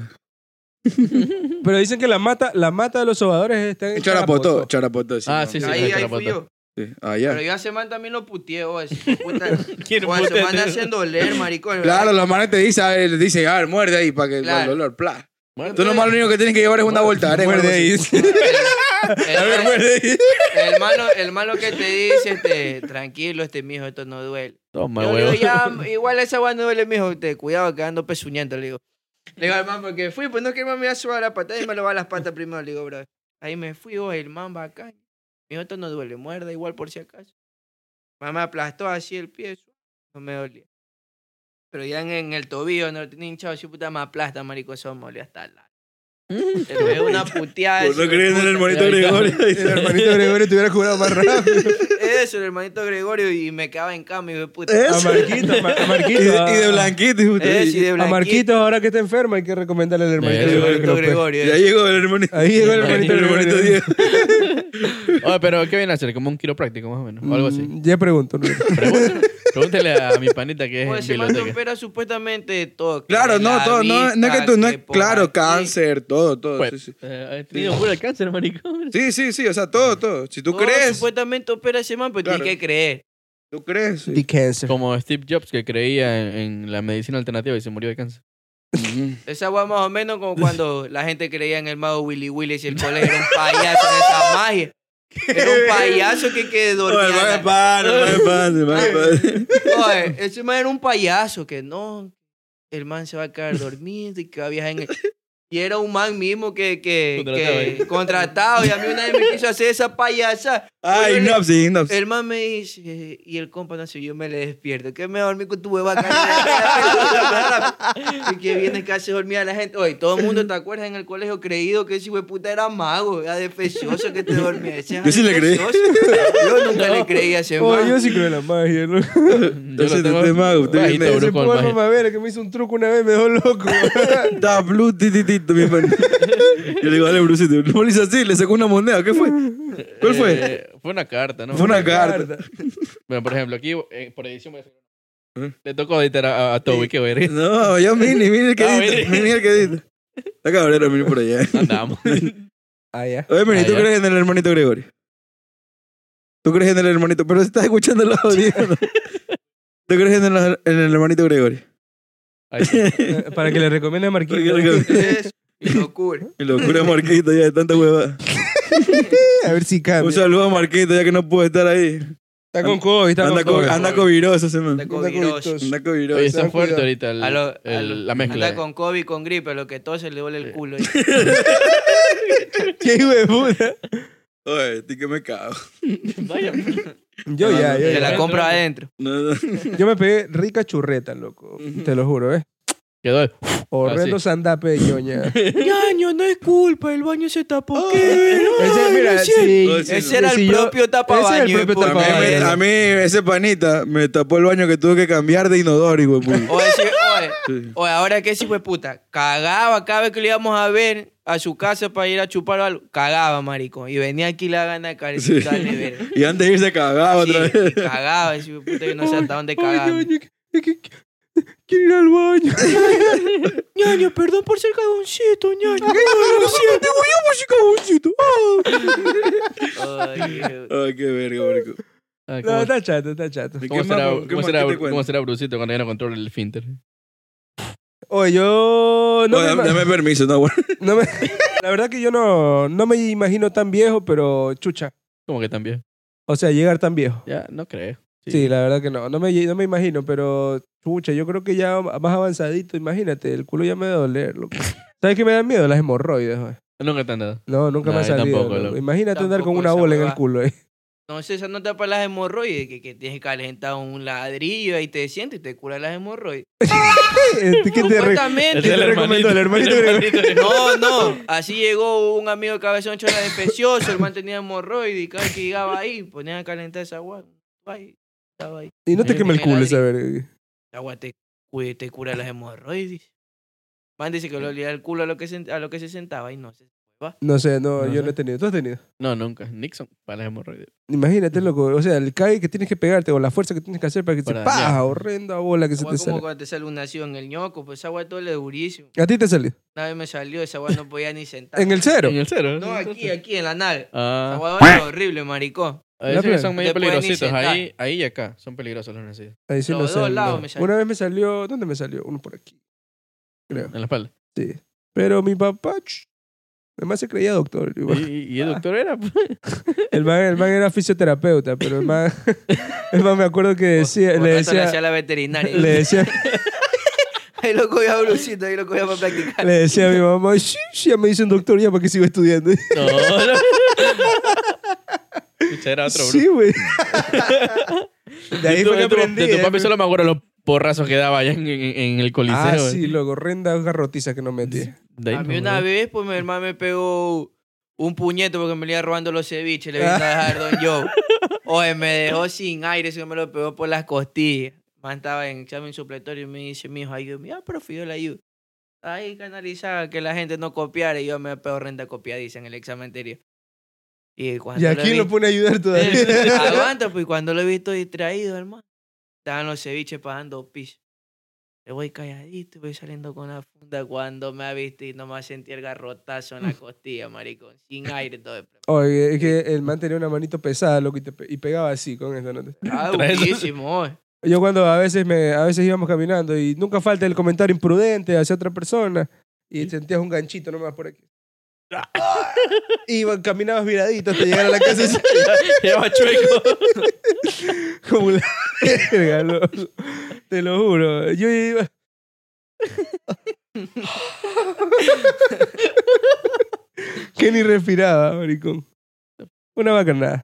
Pero dicen que la mata, la mata de los sobadores está en Charapotó, Charapotó, sí. Ah, ¿no? sí, sí. ahí se ahí la fui bota. yo. Sí, Allá. Pero yo hace man también lo puteé, güey. así, puta. ¿Quién Cuando se putea van te- hacen doler, maricón. Claro, los manes te dicen, a ver, dicen, a ver, muerde ahí para que Claro. el dolor, pla. Muerde. Tú nomás lo único que tienes que llevar es una vuelta, arena, Muerde algo ahí. así. A ver, El, muerde ahí. el, malo, el malo que te dice, este, tranquilo, este mijo, esto no duele. Toma, Yo le huevo. digo, ya, igual esa guay no duele, mijo. Te cuidado que ando pezuñando, le digo. Le digo al man, porque fui, pues no que el man me iba a subar la patada y me lo va a las patas primero, le digo, bro. Ahí me fui, oh, el man va acá. Mijo, esto no duele, muerda igual por si acaso. Mamá me aplastó así el pie, su- no me dolía. Pero ya en, en el tobillo, no lo tenía hinchado, así puta, me aplasta, marico, eso me dolió hasta la... Te pegó una puteada. Por hijo de no creer en el puta. hermanito Ahí está. Gregorio. El hermanito Gregorio te hubiera curado más rápido. Eso, el hermanito Gregorio, y me quedaba en cama, hijo de puta. A Marquito, a Mar- a Y Marquito. de, y de a- blanquito. hijo de- Eso, y Eh, de A Marquito, ahora que está enfermo, hay que recomendarle al hermanito Sí, El Gregorio Gregorio. que hermanito lo opere. Gregorio. Ya llegó el hermanito. Ahí llegó el El hermanito hermanito Gregorio. Diego. Oye, pero ¿qué viene a hacer? Como un quiropráctico, más o menos. O algo así. Mm, Ya pregunto. ¿no? Pregúntale, pregúntale a mi panita que Pues es ese man te biblioteca. opera supuestamente de todo. que Claro, de no, la todo, no, no es que vista, tú, no es, por claro, aquí. cáncer, todo, todo. sí, sí. Eh, ha tenido puro cáncer, maricón. sí, sí, sí, o sea, todo, todo. Si tú No, crees, Supuestamente opera ese man, pues, pero Claro. tienes que creer. tú crees. sí. The cancer. Como Steve Jobs que creía en, en la medicina alternativa y se murió de cáncer. Esa hueá más o menos como cuando la gente creía en el mago Willy Willy y el colegio era un payaso en esa magia. Era un payaso que, que Oye, dormía. vaya pana, vaya pana, vaya pana. Oye, ese man era un payaso que no, el man se va a quedar dormido y que va a viajar en el... Y era un man mismo que, que, Contratado que ahí. contratado. Y a mí una vez me quiso hacer esa payasa. Ay, Oye, no, sí, no. El man me dice, y el compa no sé, yo me le despierto. que me dormí con tu hueva acá? y que viene que hace dormir a la gente. Oye, todo el mundo, ¿te acuerdas en el colegio creído que ese hueputa era mago? Era defesioso que te dormía. Ese Yo sí le creí. defesioso. Yo nunca le creí a ese Oh, man. yo sí creo en la magia, ¿no? Entonces, este mago, usted bajito, viene- Ese brujo, pobre magia. mamavera que me hizo un truco una vez me dejó loco. Ah, Da blue tititito, mi hermano. Yo le digo, dale, Brucito. No le hice así, le sacó una moneda. ¿Qué fue? ¿Cuál fue? Eh, fue una carta, ¿no? Fue una carta. Bueno, por ejemplo, aquí eh, por edición voy a hacer- Mm. Le tocó editar a, a Toby, qué verga. No, yo mini, mini el que Eh. Ah, edita. mini. Mini el que edita. Está cabrero, mini por allá. Andamos. Ah, ya. Oye, mini, Ah, ¿tú ya. crees en el hermanito Gregorio? ¿Tú crees en el hermanito? Pero si estás escuchando la jodiendo. ¿Tú crees en el, en el hermanito Gregorio? Ahí está. Eh, Para que le recomiende a Marquito. Eso, y locura. Mi locura, Marquito, ya de tanta huevada. A ver si Un cambia. saludo a Marquito, ya que no pudo estar ahí. Está con COVID, está Anda, con co- COVID. anda coviroso ese man. Está coviroso. Anda coviroso. Oye, está fuerte cuidado. ahorita el- A lo- a el- lo- la mezcla. Anda eh. con COVID, con gripe, lo que todo se le duele el culo. Qué hijo de puta. Oye, estoy que me cago. Vaya, Yo ya, yo Te ya. la compra adentro. No, no. Yo me pegué rica churreta, loco. Te lo juro, ¿eh? Quedó el- Horrendo Ah, sandape de ñoña. Ñaño, no es culpa, el baño se tapó. Ese, mira, sí. Oye, Ese era si el yo- propio ese era el tapabaño. propio hijo de puta. A mí, me- a mí ese panita me tapó el baño que tuve que cambiar de inodoro, hijo de puta. Oye, sí, oye, Sí. oye, ahora que sí fue puta. Cagaba cada vez que lo íbamos a ver a su casa para ir a chupar o algo. Cagaba, marico. Y venía aquí la gana de Sí. carecer de ver. Y antes de irse Ah, cagaba otra Sí, vez. Cagaba, ese hijo de puta, yo no sé hasta dónde Ay, cagaba. ñoño, que- que- que- Quiero ir al baño. Ñaño, perdón por ser cagoncito, ñaño. Ah. Ay, Dios. Ay, qué verga, marico. No, ¿cómo- está chato, está chato. ¿Y ¿Cómo qué será, más- qué cómo más será, que te Bru- cuento? cómo será Brucito cuando ya no controla el finter? Oye, yo... No Oye, me dame, ima- dame permiso, no, bueno. no me- La verdad que yo no, no me imagino tan viejo, pero chucha. ¿Cómo que también? O sea, llegar tan viejo. Ya, no creo. Sí, la verdad que no. No me, no me imagino, pero chucha, yo creo que ya más avanzadito, imagínate, el culo ya me debe doler, loco. ¿Sabes qué me dan miedo? Las hemorroides, güey. Nunca te han dado. No, nunca me No, ha yo salido. tampoco, loco. loco. Imagínate andar con Tampoco una esa bola en el huevada. culo eh. ahí. Entonces, esa no te para las hemorroides, que, que tienes calentado un ladrillo ahí te sientes y te cura las hemorroides. ¿Qué te re- Supuestamente. Ese es el hermanito. El hermanito No, no. Así llegó un amigo de cabezón chola defesioso, el man tenía hemorroides y cada vez que llegaba ahí ponían a calentar esa agua. Ahí, estaba ahí. Y no te Eh, quema el me culo, ladrillo. ¿sabes? Esa agua te, cu- te cura las hemorroides. Man dice que le olía el culo a lo que se, a lo que se sentaba y no se. No sé, no, No yo sé. no he tenido. ¿Tú has tenido? No, nunca. Nixon para las hemorroides. Imagínate, loco. O sea, el cague que tienes que pegarte o la fuerza que tienes que hacer para que Para se... ¡Pah! dañar. Horrenda bola que se Agua te como sale. cuando te sale un nacido en el ñoco, pues esa agua todo le durísimo. ¿A ti te ha salido? Una vez me salió, esa agua no podía ni sentar. ¿En el cero? En el cero. No, aquí, aquí, en la nave. Esa Ah, agua es horrible, maricón. a veces La son medio Te pueden peligrositos. insertar. Ahí, ahí y acá. Son peligrosos los nacidos. Ahí sí Los no dos sale, lados no. me salió. Una vez me salió... ¿Dónde me salió? Uno por aquí. Creo. En la espalda. Sí. Pero mi papá... ch, El man se creía doctor. y bueno, Y, y- y el doctor era. pues. el, man, el man era fisioterapeuta, pero el man... El man me acuerdo que decía... Por le tanto, decía... hacía la veterinaria. Le decía... Ahí lo cogía a Brucito, ahí lo cogía para practicar. Le decía a mi mamá, "Sí, sí, ya me dicen doctor, ya para que sigo estudiando. No, no. Escucha, era otro sí, güey. De ahí Yo fue que creo que tu- aprendí. De tu ¿eh? papi solo me acuerdo los porrazos que daba allá en, en- en el coliseo. Ah, eh. sí, loco, horrenda garrotiza que nos metía. De ahí a no mí me una acuerdo. vez, pues mi hermano me pegó un puñeto porque me le iba robando los ceviches. Le vino a dejar Don Joe. Oye, me dejó sin aire, eso me lo pegó por las costillas. Man estaba en examen supletorio y me dice, mi hijo, ayúdame. Ah, profe, yo le ayudo. Ahí canalizaba que la gente no copiara y yo me pego renta copiadiza en el examen anterior. Y, cuando Y lo aquí vi- lo pone a ayudar Eh, todavía. Aguanta, pues cuando lo he visto distraído, hermano. Estaban los ceviches pagando piso. Le voy calladito, voy saliendo con la funda. Cuando me ha visto y nomás sentí el garrotazo en la costilla, maricón. Sin aire todo. Oye, es que el man tenía una manito pesada, loco, y, te pe- y pegaba así con esta nota. Ah, Traes- buenísimo. oye. Yo cuando a veces me, a veces íbamos caminando y nunca falta el comentario imprudente hacia otra persona y sentías un ganchito nomás por aquí. Y iba- caminabas miradito hasta llegar a la casa. así. Lleva chueco. Como la verga, lo- Te lo juro. Yo iba. que ni respiraba, maricón. Una bacanada.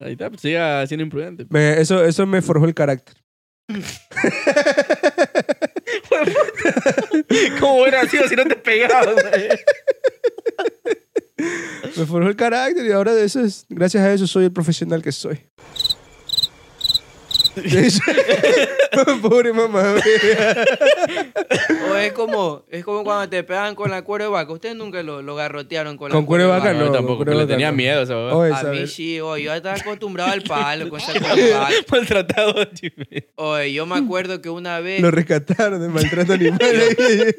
Ahí está, pues, siga siendo imprudente. Me- eso, eso me forjó el carácter. ¿Cómo hubiera sido si no te pegabas? Me forjó el carácter y ahora de eso es, gracias a eso soy el profesional que soy. De eso- Pobre mamá. O es como, es como cuando te pegan con la cuero de vaca. Ustedes nunca lo, lo garrotearon con la Con cuero de vaca Ah, no, no. tampoco, con pero cuero le de tenía vaca. miedo esa babá. Oye, A mí ¿sabes? sí, oye, yo estaba acostumbrado al palo con esa cuero de vaca. Maltratado, Jimmy. Oye, yo me acuerdo que una vez, Lo rescataron de maltrato animal.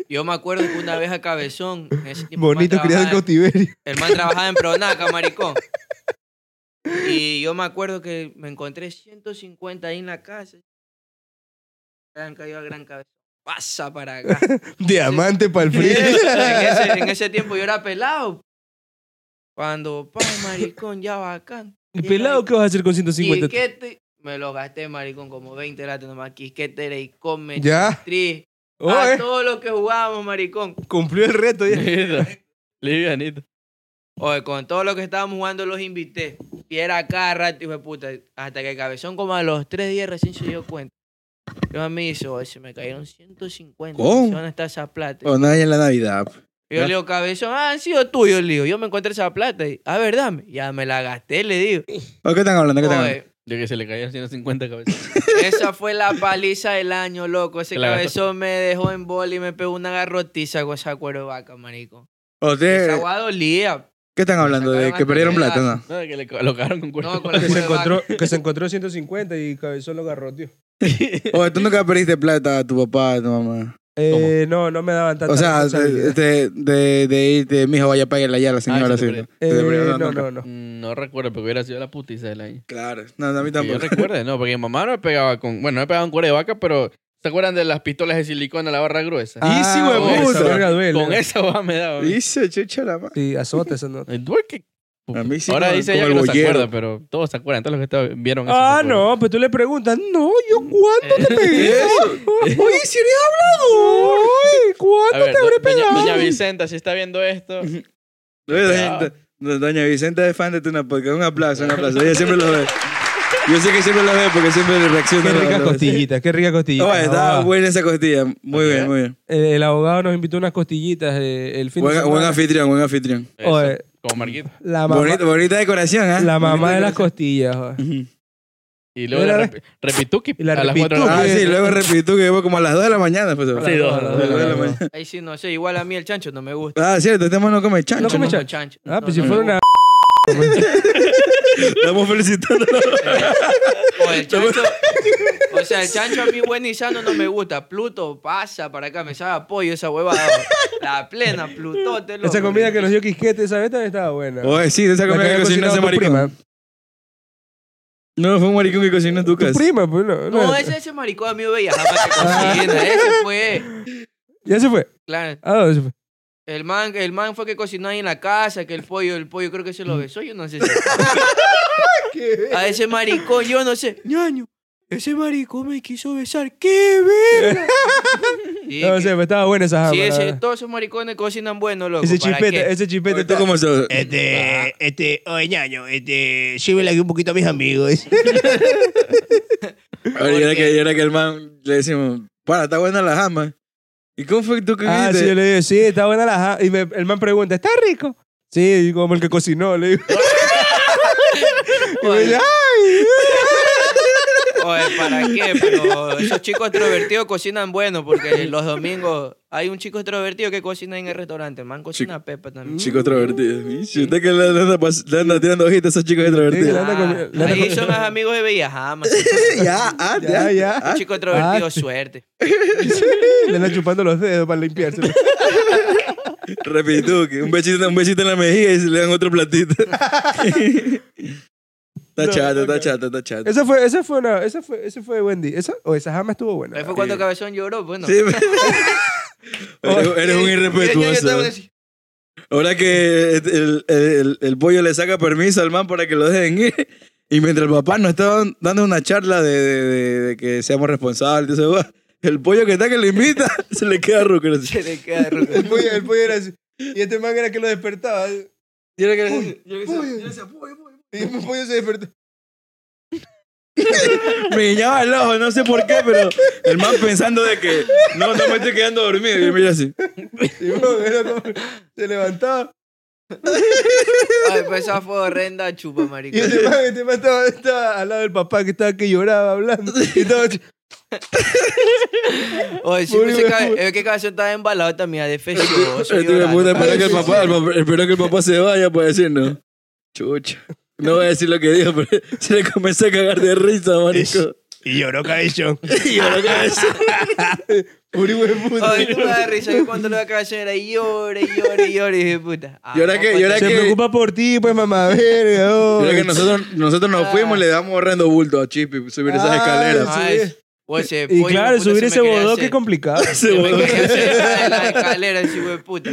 yo me acuerdo que una vez a Cabezón, en ese tiempo, el man Bonito, criado en trabajaba- cautiverio. El man trabajaba en Pronaca, maricón. Y yo me acuerdo que me encontré 150 ahí en la casa. Han caído al gran cabeza. Pasa para acá. Diamante para el en, frío. ese, en ese tiempo yo era pelado. Cuando, pa, maricón, ya bacán. ¿El pelado qué vas a hacer con ¿Y 150? qué te- Me lo gasté, maricón, como 20 latas nomás. Quisquetere y come. Ya. Tris. Oye. Ah, A todo lo que jugábamos, maricón. Oh, eh. Cumplió el reto ya. Livianito. Oye, con todo lo que estábamos jugando los invité. Y era cada rato, hijo de puta. Hasta que el cabezón, como a los tres días recién se dio cuenta. Yo me hizo, oye, se me cayeron 150. ¿Cómo? ¿Dónde está esa plata? O nadie en la Navidad. Y Yo le digo, cabezón, ah, han sido tuyos, le digo. Yo me encontré esa plata. Y, a ver, dame. Ya me la gasté, le digo. ¿O qué están hablando? ¿Qué están hablando? Oye, Yo que se le caían 150 cabezas. esa fue la paliza del año, loco. Ese Te la cabezón me dejó en bola y me pegó una garrotiza con esa cuero de vaca, marico. ¿O ustedes- Esa agua dolía. ¿Qué están hablando? ¿De sacaron que perdieron antes de plata? la- No. No, que le co- lo cagaron con cuerpo. No, con la Que se, cuero de vaca. encontró, que se encontró 150 y Cabezón lo agarró, tío. Oye, tú nunca perdiste plata a tu papá, a tu mamá. Eh, no, no me daban tanta O sea, de, responsabilidad. de, de, de irte, mijo, vaya, páguenla ya a la señora. Ah, sí, se te ¿no? perdió. Se te perdió, Eh, no, nunca. no, no. Mm, No recuerdo, porque hubiera sido la putiza del año. Claro, no, no, a mí Que yo tampoco. recuerde, no, porque mi mamá no me pegaba con. Bueno, no me pegaba con cuero de vaca, pero. ¿Se acuerdan de las pistolas de silicona, la barra gruesa? Ah, Easy, huevón. huevón. Esa verga duele. Con esa va me daba. Y se chucha la madre. Sí, azota esa nota. Ay, duele que- A mí sí, Ahora como- dice como ella el que no se bollero. acuerda, pero todos se acuerdan, todos los que estaban- vieron eso. Ah, se acuerdan. no, pero tú le preguntas, no, yo cuánto te pegué. Oye, si eres hablador, oye, A ¿cuánto ver, te habré do- doña, pegado? doña Vicenta, si está viendo esto. Doña, do- doña Vicenta es fan de Tuna Podcast. Un aplauso, un aplauso. Ella siempre lo ve. Yo sé que siempre lo ve porque siempre reacciona. Qué a los- ricas los- costillitas, qué ricas costillitas. Oye, estaba abogado. buena esa costilla. Muy bien, muy bien. el, el abogado nos invitó unas costillitas eh, el fin de Buen, buen semana. anfitrión, buen anfitrión. Eso, Oye, Como Marquito. la mamá, Bonita, bonita decoración, ¿eh? la mamá Bonita de las decoración. costillas. oye. Ujú. Y luego Mira, ve. la repi- repituki Y la a las cuatro de la Ah, tarde. sí, luego repito que llevo como a las 2 de la mañana. Pues, Sí, dos, A dos, las dos de la mañana. Ahí sí, no sé. Igual a mí el chancho no me gusta. Ah, cierto, este man no come chancho. No come ¿no? chancho. Ah, No, pues si no me fuera una. Estamos felicitándolo. O el chancho. O sea, el chancho a mí bueno y sano no me gusta. Pluto pasa para acá, me sabe a pollo esa huevada. La plena, Plutote, loco. Esa comida que nos dio Quisquete esa vez también estaba buena. Oye, sí, de esa La comida había que cocinó cocinado ese tu maricón. prima. No, fue un maricón que cocinó en tu Tu casa. prima, pues no. no No, era- ese, ese maricón amigo bella jamás se Ah. cocina. Ese fue. Ya se fue. Claro. Ah, dónde se fue? El man, el man fue que cocinó ahí en la casa, que el pollo, el pollo creo que se lo besó, yo no sé. Si... a ese maricón, yo no sé. Ñaño, ese maricón me quiso besar. ¡Qué verga! Sí, No que- sé, pero estaba buena esa jamba. sí, la ese- verdad. todos esos maricones cocinan bueno, loco. Ese ¿para qué? chipete, ese chipete. ¿Tú está- cómo sos? Este, este, oye, ñaño, este, llévele aquí un poquito a mis amigos. A ver, y era que, y era que el man le decimos, para, está buena la jama. ¿Y cómo fue que tú Ah, sí, yo comiste? le digo, sí, está buena la jamba. Y me- el man pregunta, ¿está rico? Sí, y como el que cocinó, le digo. Y me dice, ¡ay! Oye, ¿para qué? Pero esos chicos extrovertidos cocinan bueno, porque los domingos hay un chico extrovertido que cocina en el restaurante. El man cocina pepa también. Chico extrovertido. Si usted que le anda, pas- le anda tirando hojitas a esos chicos extrovertidos. la anda Ah, comi- la anda ahí comi- son los amigos de Bellajama. ya, ah, Ya, ya. Un chico extrovertido, suerte. Le anda chupando los dedos para limpiarse. Repito, que un besito, un besito en la mejilla y se le dan otro platito. está chato, está chato, está chato. Esa fue, esa fue una, esa fue, ese fue buen día. Esa, o esa jama estuvo buena. Ahí fue cuando Cabezón lloró, bueno. Sí, eres, eres un irrespetuoso. eh. Ahora que el, el- el pollo le saca permiso al man para que lo dejen ir. Y mientras el papá nos estaba dando una charla de, de- de- de que seamos responsables, y eso, va, el pollo que está que le invita se le queda rucro. así. Se le queda rojo. El pollo, el pollo era así. Y este man era que lo despertaba. ¿eh? Y Y era que le decía, el pollo se despertó. me guiñaba el ojo, no sé por qué, pero el man pensando de que no, no me estoy quedando dormido. Y mira así. Y bueno, era como, se levantaba. Ay, pues esa fue horrenda chupa, marico. Y este man, este man estaba, estaba al lado del papá que estaba que lloraba hablando. Y estaba así. Oye, si Muy no se bien, cae, muy- es que Cabezón estaba embalado también, defectuoso. Este hijo de puta, llorando. espera que el papá, el papá- espera que el papá se vaya para decir no. Chucha. No voy a decir lo que dijo, pero se le comenzó a cagar de risa, marico. Y lloró cabezón. Y yo lo que decía. Puro hijo de puta. Ay, tú me das risa. Yo cuando lo veo a Cabezón era llore, llore, llore. Y dije, puta. ah, ¿Y ahora no, qué? pues, ¿Y ahora Se que- preocupa por ti, pues mamá verga. oh. Mira que nosotros, nosotros nos fuimos y le damos horrendo bulto a Chippy subir esas Ah, escaleras. ay, Sí. es- o ese Y pollo, puta, claro, se subir me ese quería bodoque hacer- es complicado. Se se me voló. quería hacer caer de las escaleras, ese hijo de puta.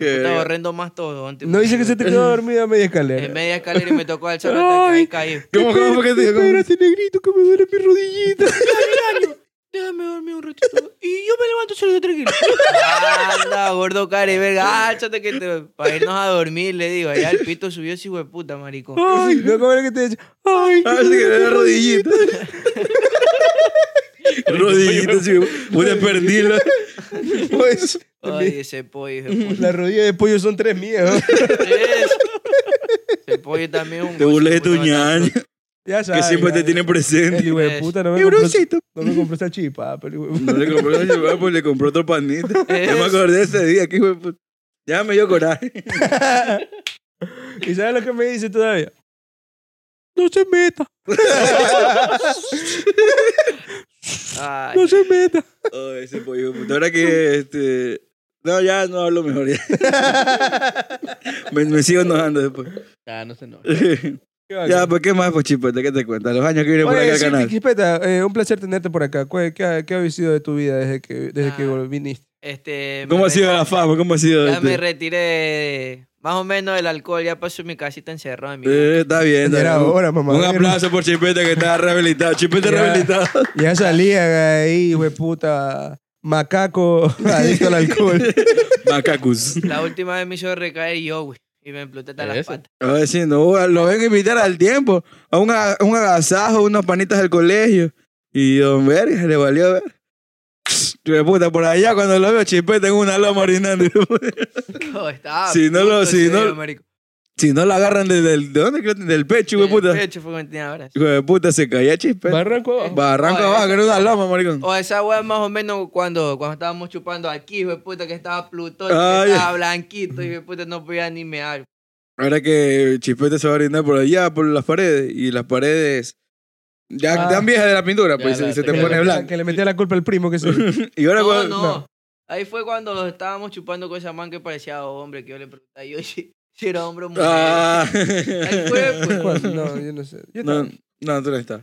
Estaba horrendo más todo. antes- No dice que se te quedó dormido a media En escalera. media escalera y me tocó alzar la taca y caí. Eh, ¿Cómo, cómo fue que te dijo? Espérate, negrito, que me duele mi rodillita. Déjame dormir un ratito. Y yo me levanto solo tranquilo. Anda, gordo cari, verga. Álchate que te. Para irnos a dormir, le digo. Allá el pito subió ese hijo de puta, maricón. Ay, no, ¿cómo era que te decía? Ay, Ah, sí, que era la rodillita. rodillita, sí. Una perdila. pues, Ay, ese pollo, hijo de puta. las rodillas de pollo son tres mías. ¿no? Es- Ese pollo también es un. Te burlas de tu gozo, ñaño, Ya que sabes. siempre ya, te ya. tiene presente. El hijo de puta no me Mi compró, brocito. no me compró esa chipa, pero hijo de No puta. le compró ese celular, pues le compró otro panita. Yo me acordé de ese día, que hijo de puta. Ya me dio coraje. ¿Y sabes lo que me dice todavía? No se meta, Ay, no se meta. Oh, ese pollo, puta. Ahora que este. No, ya no hablo mejor. ya. me, me sigo enojando después. Ah, no sé, no. Qué bacán. ya, pues qué más, pues chipete, ¿qué te cuentas? Los años que vienen por Oye, acá al sí, canal. Chispeta, eh, un placer tenerte por acá. ¿Cuál- ¿Qué, ha- qué ha sido de tu vida desde que, desde que Ah. viniste? Este, me ¿Cómo ha sido retiro- la fama? ¿Cómo ha sido? Ya me Este? retiré más o menos del alcohol. Ya pasó mi casita encerrado en mi. Eh, está bien, está Era bien. hora, mamá. Un aplauso por Chipete que está rehabilitado. Ya. Chipete rehabilitado. Ya salía ahí, hijo de puta. Macaco adicto al alcohol. Macacus. La última vez me hizo recaer yo, güey. Y me exploté hasta las Eso. patas. A ver si no, lo ven invitar al tiempo. A un, a- un agasajo, unos panitas del colegio. Y don Verga, le valió ver. De puta, por allá cuando lo veo Chipete en una loma orinando. No, Oh, estaba. Si no lo- puto si no- serio, marico. si no lo agarran desde el, ¿de dónde? creo? Del pecho, güey, El puta. pecho fue cuando tenía horas. Hijo de puta, se caía Chispete. Barranco abajo. Barranco Oye, abajo, esa- que era una loma, maricón. O esa wea más o menos cuando, cuando estábamos chupando aquí, hijo de puta, que estaba Plutón, Ay. que estaba blanquito, hijo de puta, no podía ni mear. Ahora que Chispete se va a orinar por allá, por las paredes, y las paredes ya Ah. están viejas de la pintura, Ya, pues y se, la- se te ya, pone la- blanco. Que le metía la culpa al primo que se... Y ahora No, cuando- no. Ahí fue cuando estábamos chupando con esa man que parecía hombre, que yo le preguntaba yo si, si era hombre o mujer. Ah. Ahí fue, pues. ¿Cuál? No, yo no sé. Yo No, tampoco. no, tú no estás.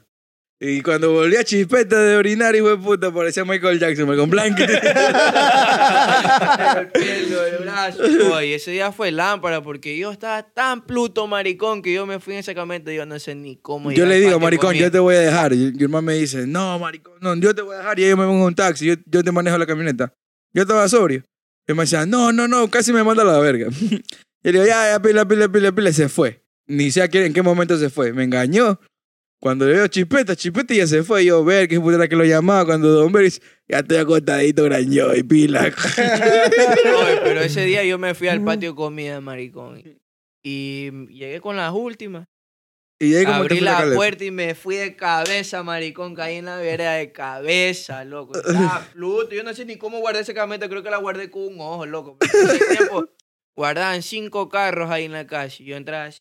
Y cuando volví a Chispete de orinar, hijo de puta, parecía Michael Jackson, Michael Blanco. el pelo, el brazo. Oye, ese día fue lámpara porque yo estaba tan pluto, maricón, que yo me fui en sacamento y yo no sé ni cómo yo llegué le al digo, patio maricón, conmigo. yo te voy a dejar. Y mi hermano me dice, no, maricón, no, yo te voy a dejar. Y yo me pongo en un taxi, yo, yo te manejo la camioneta. Yo estaba sobrio. Y me decía, no, no, no, casi me manda a la verga. y le digo, ya, ya, pila, pila, pila, pila, y se fue. Ni sé a qué- en qué momento se fue. Me engañó. Cuando le veo chipeta, chipeta y ya se fue. Y yo, ver, que puta era que lo llamaba. Cuando Don Beris, ya estoy acostadito, grañó y pila. Oye, pero ese día yo me fui al patio de comida, maricón. Y llegué con las últimas. y ahí como Abrí te la caleta. puerta y me fui de cabeza, maricón. Caí en la vereda de cabeza, loco. Estaba pluto. Yo no sé ni cómo guardé esa cameta. Creo que la guardé con un ojo, loco. Pero en ese tiempo guardaban cinco carros ahí en la calle. Yo entraba así.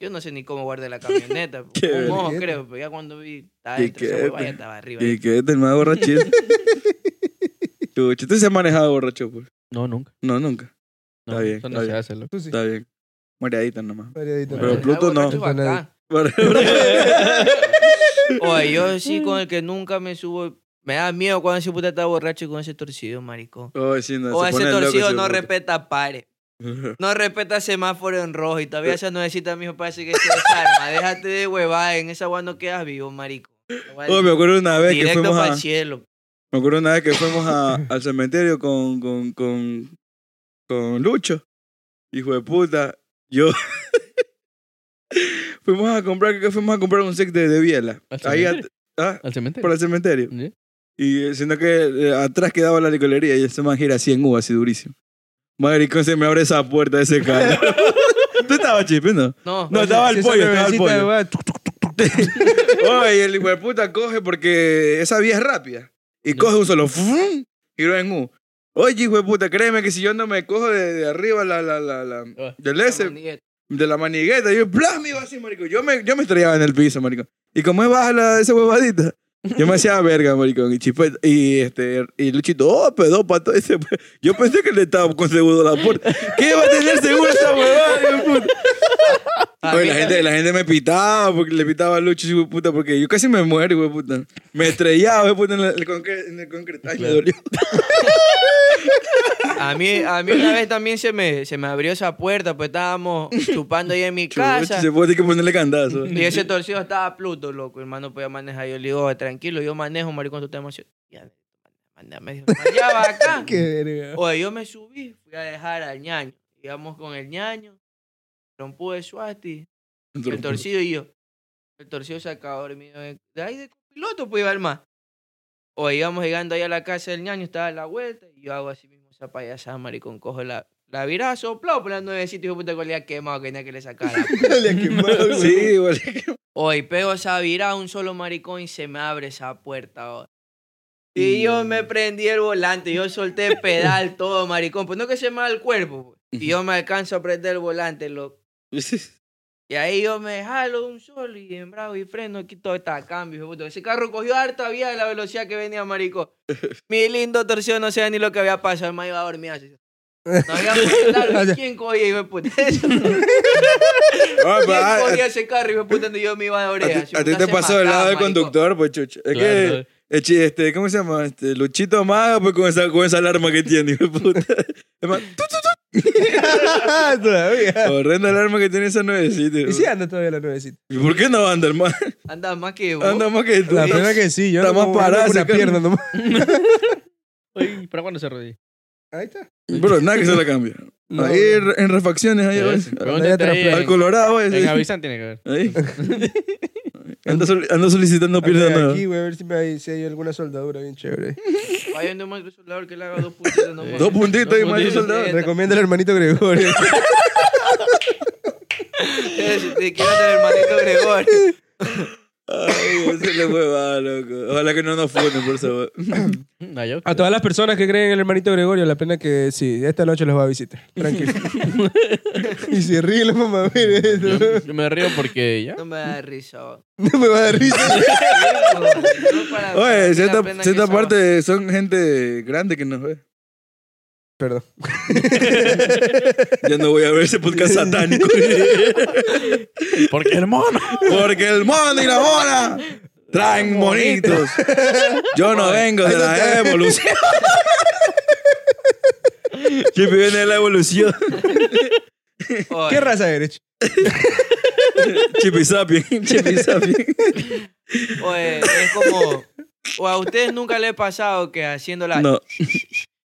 Yo no sé ni cómo guardé la camioneta. Qué con un ojo, vergüenza. creo. Pero ya cuando vi, estaba Qué dentro de esa qué- huevada, ya estaba arriba. Y que este más borrachito. Chucho, ¿tú se has manejado borracho? Pues? No, nunca. No, nunca. No, Está bien, Eso está no se bien. hace, loco. Tú sí. Está bien. Mareadita nomás. Variadito. Pero Pluto no. Borracho bacán. Oye, yo sí con el que nunca me subo. Me da miedo cuando ese puta está borracho y con ese torcido, maricón. Oh, sí, no, o se ese pone loco torcido ese no puto. respeta pares. No respeta semáforo en rojo y todavía esa nuevecita, mijo, parece que se desarma. Déjate de huevada, en esa guay no quedas vivo, marico. Oh, me acuerdo una vez que Directo fuimos para a, el cielo. me acuerdo una vez que fuimos a- al cementerio con, con, con, con Lucho. Hijo de puta. Yo fuimos a comprar, creo que fuimos a comprar un sec de, de biela. ¿Al Ahí cementerio? at- ah, ¿Al para cementerio? el cementerio. ¿Sí? Y eh, sino que eh, atrás quedaba la licolería y ese man gira así en U, así durísimo. Maricón, se me abre esa puerta de ese carro. Tú estabas chipe, ¿no? No, No, estaba el Esa pollo, estaba el bebecita de pollo. va, tuc, tuc, tuc, tuc. Oye, el hijo de puta coge porque esa vía es rápida. Y coge un solo ¡fum! giro en U. Oye, hijo de puta, créeme que si yo no me cojo de, de arriba la, la, la, la- Ah. del ese, de la manigueta, yo plas, me iba así, marico. Yo me, yo me estrellaba en el piso, marico. Y como es baja la, esa huevadita, yo me hacía verga, marico. Y, chipeta, y, este, y Luchito, oh, pedo, pato. Ese, pe-". yo pensé que le estaba con seguro la puerta. ¿Qué va a tener seguro esa huevada, hijo de puta? Ah, Oye, la, gente, la gente me pitaba, porque le pitaba a Lucho, hijo de puta, porque yo casi me muero, hijo de puta. Me estrellaba, hijo de puta, en, la- el concre- en el concreto. Ay, me dolió. A mí, a mí una vez también se me, se me abrió esa puerta, pues estábamos chupando ahí en mi casa. Se puede tener que ponerle candazo. Y ese torcido estaba Pluto, loco. El man no podía manejar. Yo le digo, "Oye, tranquilo, yo manejo, maricón, tú estás demasiado. Ya, manda- me dijo, "Ya va acá. Qué verga. Oye, yo me subí, fui a dejar al ñaño. Íbamos con el ñaño, trompú de suasti, el torcido y yo. El torcido se acabó dormido. en- De ahí de copiloto, pues iba el más. O íbamos llegando ahí a la casa del ñaño, estaba a la vuelta, y yo hago así mismo esa payasada, maricón, cojo la, la virazo, soplado, por la nuevecita, y yo puta que olía quemado, que tenía que le sacara. Le ha quemado, güey. Sí, igual. Hoy pego esa vira a un solo maricón y se me abre esa puerta ahora. Y yo me prendí el volante, yo solté el pedal todo, maricón. Pues no que se me da el cuerpo. pues. Y yo me alcanzo a prender el volante, loco. Y ahí yo me jalo un solo y en bravo y freno, aquí todo está a cambio. hijo de puta. Ese carro cogió harta vía de la velocidad que venía, maricón. Mi lindo torsión, no sé ni lo que había pasado, el man iba a dormir así. No había claro, ¿quién cogía, hijo de puta? Ah, ¿Quién pa- cogía ese carro, hijo de puta, donde yo me iba de A ti- oreja? a ti te pasó del lado del conductor, pues, chucho. Es Claro. que, eh, chi- este, ¿cómo se llama? Este, Luchito Maga, pues, con esa, con esa alarma que tiene, hijo de puta. Es más, tut, Ah, Todavía. horrenda alarma que tiene esa nuevecita. Y sí anda todavía la nuevecita. ¿Y por qué no anda, hermano? Anda más que vos. Anda más que tú. La pena que sí, yo Está más no como- parada ando con esa una pierna nomás. Oye, ¿Para cuándo se rodilla? Ahí está. Bro, nada que se la cambia. No. Ahí re- en refacciones, ahí, güey. Pregúntate ya ahí Al en, Colorado, güey. en sí. Avisán tiene que ver. Ahí. Anda, soli- anda solicitando pierna Anda nueva. Aquí, güey, a ver si, me hay, si hay alguna soldadura bien chévere. Vaya un maestro soldador que le haga dos puntitas nomás. Dos puntitos y Dos más puntitos. soldado. Recomienda al hermanito Gregorio. Eh, Si te quieres el hermanito Gregorio. Ay, güey, se le hueva, loco. Ojalá que no nos funen, por favor. No, yo. A todas las personas que creen en el hermanito Gregorio, la pena que sí, esta noche los va a visitar. Tranquilo. y se ríe la mamá, mire yo- esto. yo me río porque ya. No me da risa. vos. No me va a dar risa. No para- Oye, la cierta, pena que cierta esa- parte son gente grande que nos ve. Perdón. Ya no voy a ver ese podcast satánico. Porque hermano. Porque el mono y la mona traen monitos. Yo no vengo de la evolución. Chipi viene de la evolución. Oye, ¿Qué raza eres? Chipi sapien. Chipi sapien. Oye, es como. O a ustedes nunca les ha pasado que haciendo la. No.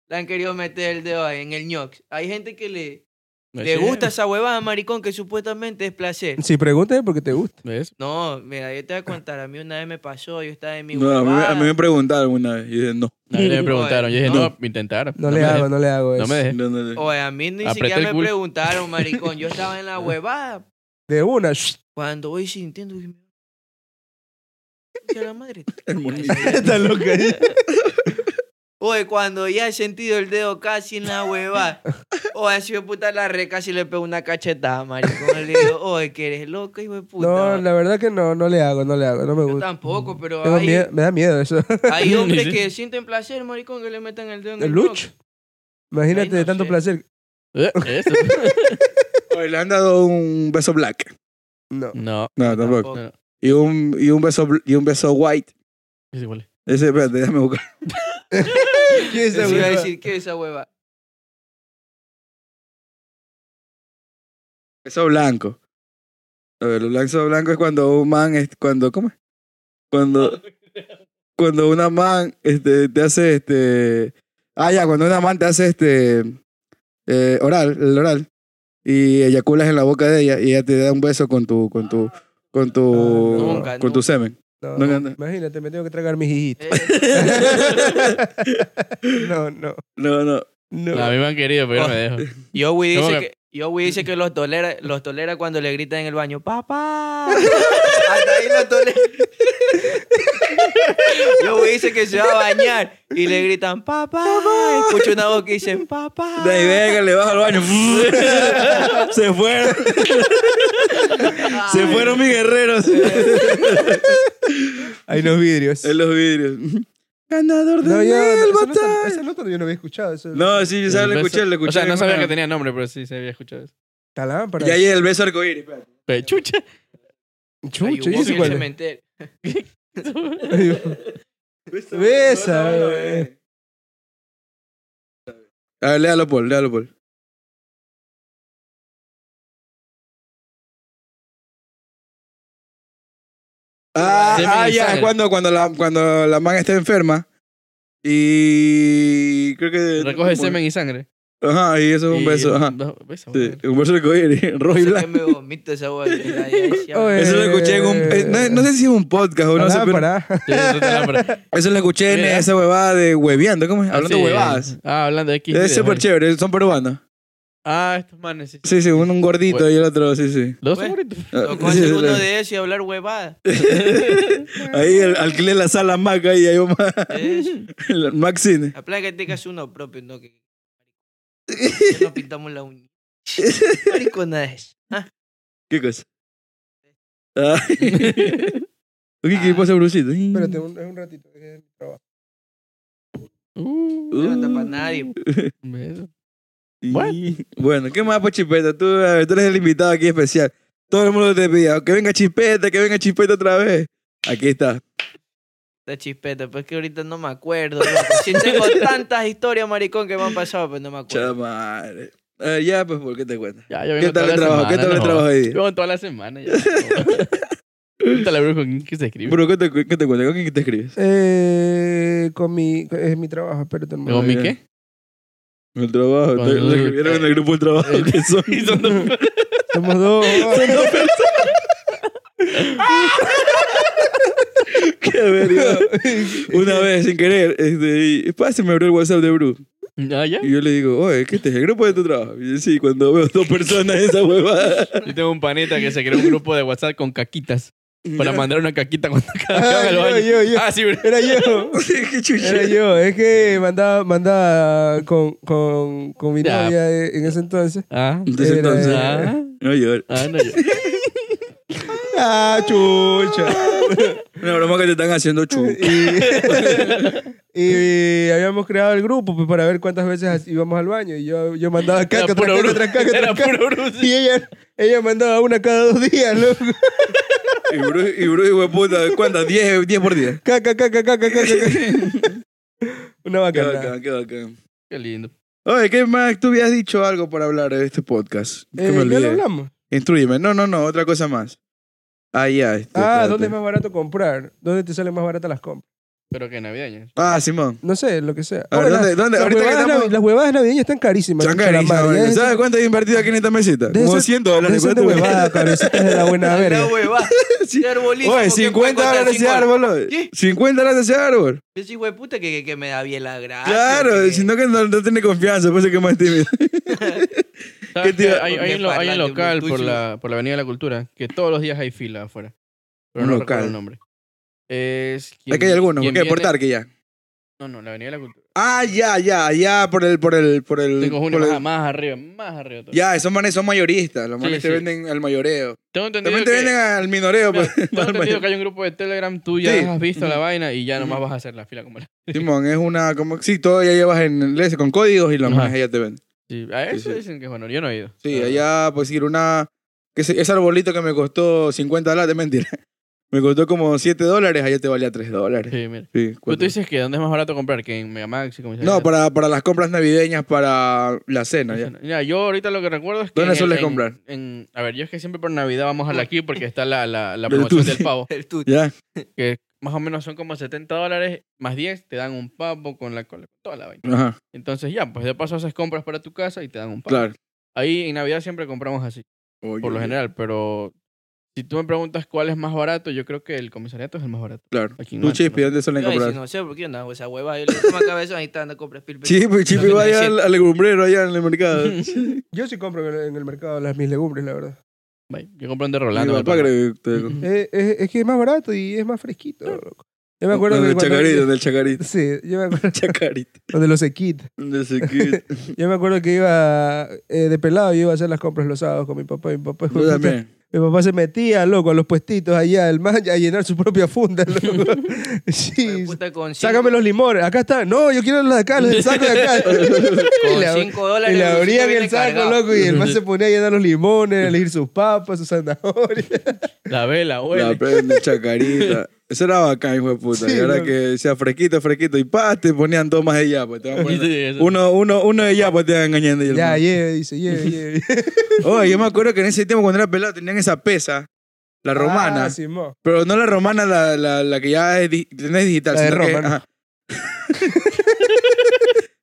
Le han querido meter el dedo ahí en el ñox. Hay gente que le, Pues le gusta esa huevada, maricón, que supuestamente es placer. Si preguntas porque te gusta. ¿Ves? No, mira, yo te voy a contar. A mí una vez me pasó, yo estaba en mi No, a mí, huevada. a mí me preguntaron una vez. Y dije, no. A mí me preguntaron. Yo dije, No. no, me intentaron. No, le me hago, dejé. no le hago eso. No me dejé. no, pues. no, no. Oye, a mí ni Apreté siquiera el me culo. preguntaron, maricón. Yo estaba en la huevada. De una. shh. Cuando voy sintiendo que me... Que la madre. El monito. Está loca. Oye, cuando ya he sentido el dedo casi en la hueva. Oye, si me puta la re casi le pego una cachetada, maricón. Le digo, oye, que eres loca, hijo de puta. No, la verdad que no, no le hago, no le hago, no me Yo gusta. tampoco, pero Tengo hay, miedo- me da miedo eso. hay hombres Sí. que sienten placer, maricón, que le metan el dedo en el El luch. Imagínate Ay, no tanto sé. placer. Eh, eso. Oye, le han dado un beso black. No. No. No, tampoco. cock. No, no. Y un, y un, beso, bl- y un beso white. Es igual. Ese, espérate, déjame buscar. ¿Qué es Yo esa sí iba a hueva? decir, ¿qué es esa hueva? Beso blanco. A ver, el beso blanco es cuando un man es cuando ¿cómo? es? Cuando cuando una man este te hace este ah ya, cuando una man te hace este eh, oral, el oral y eyaculas en la boca de ella y ella te da un beso con tu con tu con tu Ah, nunca, con tu semen. No, No, no. Imagínate, me tengo que tragar mis hijitos. Eh, no, no, No, no. no. No, a mí me han querido, pero yo me dejo. Yowi ¿Cómo dice que- que, Yowi dice que los tolera, los tolera cuando le gritan en el baño, ¡Papá! Hasta ahí los tolera. Yowi dice que se va a bañar y le gritan, ¡Papá! Escucha una voz que dice, ¡Papá! De ahí venga, le vas al baño. Se fueron. Se fueron mis guerreros. Eh. Hay los vidrios. en los vidrios. Ganador de No, yo, el esa, nota, batalla. esa nota yo no había escuchado. Eso. No, sí, yo sabía, lo El beso- escuché, lo escuché. O sea, no sabía que tenía. tenía nombre, pero sí se había escuchado eso. La lámpara. Y ahí el beso arcoíris. espérate. Pero, Chucha. Chucho, Hay ¿y un en ese el cuál es? cementerio. Besa, No, no, no, bebé. eh. A ver, léalo, Paul, léalo, Paul. Ah, Semen ah, en ya, sangre. cuando, cuando, la, cuando la man está enferma y creo que... Recoge semen y sangre. Ajá, y eso es un Y- beso, ajá. Beso, Sí, güey. un beso de coger, rojo y Eso blanco. que me vomito esa hueá. Ya, ya, ya. Oye. Eso lo escuché en un... eh, no, no sé si es un podcast o no sé, Pará, pero pará. Sí, eso te la- eso lo escuché en Mira. esa huevada de hueveando, ¿cómo es? Hablando Sí, huevadas. Ah, hablando de X. Es súper chévere, son peruanos. Ah, estos manes. sí, sí. Sí, sí, uno un gordito Bueno. y el otro, sí, sí. Ah, Dos Bueno. seguritos. Tocó hacer uno de eso y hablar huevada. Ahí al- alquilé la sala Mac ahí, ahí vamos a... Eso. el Mac Cine. La plaga que tengas uno propio, no que. que nos pintamos la uña. Maricona es. Ah, ¿Qué cosa? Ah. Uy, ¿qué pasa, Brucito? Espérate, un, un ratito. que- Uh, no está para nadie. beso. Bueno. bueno, ¿qué más, pues, Chipeta? Tú, a ver, tú eres el invitado aquí especial. Todo el mundo te pide, "Ah, que venga Chipeta, que venga Chipeta otra vez. Aquí está. La chispeta, pues que ahorita no me acuerdo. loco. Si tengo tantas historias, maricón, que me han pasado, pero no me acuerdo. Chamadre. Eh, ya, pues, ¿por qué te cuento? Ya, yo vengo ¿Qué tal toda el la trabajo? ¿Qué semana, tal el no. trabajo ahí? Yo vengo toda la semana ya. Ahorita le abro con qué se escribe. Bro, ¿qué te, cu- qué te cuento? ¿Con quién te escribes? Eh, con mi, es mi trabajo, espérate, hermano. ¿Con mi qué? El trabajo. Cuando- Te- Lo escribieron en el grupo del trabajo. que son? Y son dos- Somos dos. Qué verga. Una vez, sin querer, este, y, pa, se me abrió el WhatsApp de Bru. Ah, ya. Y yo le digo, oye, ¿qué este es el grupo de tu trabajo? Y yo, sí, cuando veo dos personas en esa huevada. Yo tengo un panita que se creó un grupo de WhatsApp con caquitas. Para mandar una caquita cuando cada vez que haga el yo, baño. yo, yo. Ah, sí, bro. Era yo. Qué chucha. Era yo. Es que mandaba, mandaba con, con, con mi Ya. novia eh, en ese entonces. Ah, Era- Entonces, entonces, ah, no llores. ah, no, yo. Ah, chucha. Una broma que te están haciendo chucha. Y habíamos creado el grupo pues, para ver cuántas veces íbamos al baño. Y yo, yo mandaba Era caca, tras puro caca, Bruce. tras caca, Era tras caca. puro Bruce. Y ella, ella mandaba una cada dos días, loco. Y Bru, y Bru, hijo de puta, ¿cuántas? ¿Diez, diez por día? Caca, caca, caca, caca, caca. Una Qué bacana. Eh, bacán, qué bacán. Qué lindo. Oye, ¿qué más? Tú habías dicho algo para hablar de este podcast. Que Eh, me ¿Ya lo olvidé. hablamos? Instruyeme. No, no, no, otra cosa más. Ah, ya. este, Ah, espérate. ¿dónde es más barato comprar? ¿Dónde te salen más baratas las compras? Pero que navideña. Ah, Simón. No sé, lo que sea. Ah, A ver, Ahora, ¿dónde- las- dónde? Las Ahorita que huevadas, estamos- navi- las huevadas navideñas están carísimas. Son chucha, la carísimas, madre. Ya güey. es- ¿Sabes cuánto he invertido aquí en esta mesita? de Como esas- 100 dólares. de esas de güey. huevada, cabrecitas de la buena La verga. huevada. Sí. Ese arbolito. ¿por Oye, qué 50 puede dólares ese costar cinco árbol. oye. ¿Sí? 50 dólares ese árbol. Ese hijo de puta que, que, que me da bien la Ah, gracia. Claro, que- si no que no, no tiene confianza, por eso que es más tímido. ¿Sabes ¿Qué te iba- qué? Hay, hay un, lo- hay un Parlante, local Bluetooth. por la, por la Avenida de la Cultura que todos los días hay fila afuera. Pero Un no local. recuerdo el nombre. Es. Aquí hay algunos, quien porque viene- portar que ya. No, no, la Avenida de la Cultura. Ah, ya, ya, ya, por el, por el, por el. 5 de junio, por el- más, más arriba, más arriba. todavía. Ya, esos manes son mayoristas, los Sí, manes te sí. venden al mayoreo. Tengo entendido También te que- venden al minoreo, Mira, pues. Tengo al entendido mayor- que hay un grupo de Telegram, tú ya Sí. has visto la vaina y ya nomás vas a hacer la fila como la. Simón, es una, como, sí, todo ya llevas en el ese con códigos y los Ajá. manes allá te venden. Sí, a Sí, eso sí. dicen que es bueno, yo no he ido. Sí, allá, pues ir una. Que ese, ese arbolito que me costó 50 dólares, mentira. Me costó como 7 dólares, allá te valía 3 dólares. Sí, mira. Sí, Pero cuatro. tú dices que dónde es más barato comprar que en Megamax y como No, para, para las compras navideñas, para la cena, ya. Mira, yo ahorita lo que recuerdo es que. ¿Dónde en- sueles en- comprar? Ah. en- a ver, yo es que siempre por Navidad vamos a la aquí porque está la, la, la Del promoción Tusi. del pavo. El tut. Ya. Que más o menos son como 70 dólares más 10, te dan un pavo con la cola, toda la vaina. Ajá, Entonces ya, pues de paso haces compras para tu casa y te dan un pavo. claro. Ahí en Navidad siempre compramos así. por lo general, pero si tú me preguntas cuál es más barato, yo creo que el comisariato es el más barato. Claro. Aquí en Tú, Manta, Chispi, ¿no? ¿dónde suelen Yo, comprar? si no sé por qué yo no hago esa huevada. Yo le tomo cabeza y está andando a comprar pil- pil- Chispi, Chispi va 2017. allá pues, al, al legumbrero, allá en el mercado. Yo sí compro en el- en el mercado las mis legumbres, la verdad. Bye. Yo compré un de Mi Rolando. me papá parece. creo que te- Eh, es, es que es más barato y es más fresquito, loco. Yo me acuerdo Del que cuando- chacarito, del chacarito. Sí, yo me acuerdo Chacarito. de los Equid. No sé qué. Yo me acuerdo que iba eh, de pelado, yo iba a hacer las compras los sábados con mi papá. y Mi papá, Yo también. mi papá se metía, loco, a los puestitos allá, el man, a llenar su propia funda, loco. Hijo de Sí. puta, con cinco- Sácame los limones, acá están. No, yo quiero los de acá, los del saco de acá. y, Con le, ab- 5 dólares. y le el bolsito abrían viene el saco, cargado. loco, y el man se ponía a llenar los limones, a elegir sus papas, sus zanahorias. La vela, La huele. prende, chacarita. Eso era bacán, hijo de puta. y ahora loco. que decía fresquito, fresquito. Y pa, te ponían dos más de yapa. Te van poniendo- Sí, eso. uno, uno, uno de yapa te van engañando. Y el Ya, man- lleve, dice, lleve, lleve. Oh, yo me acuerdo que en ese tiempo cuando era pelado tenían esa pesa, la romana. Ah, Simón. Pero no la romana, la, la, la que ya es, di- no es digital. La de sino que- Roma, ¿no? ajá.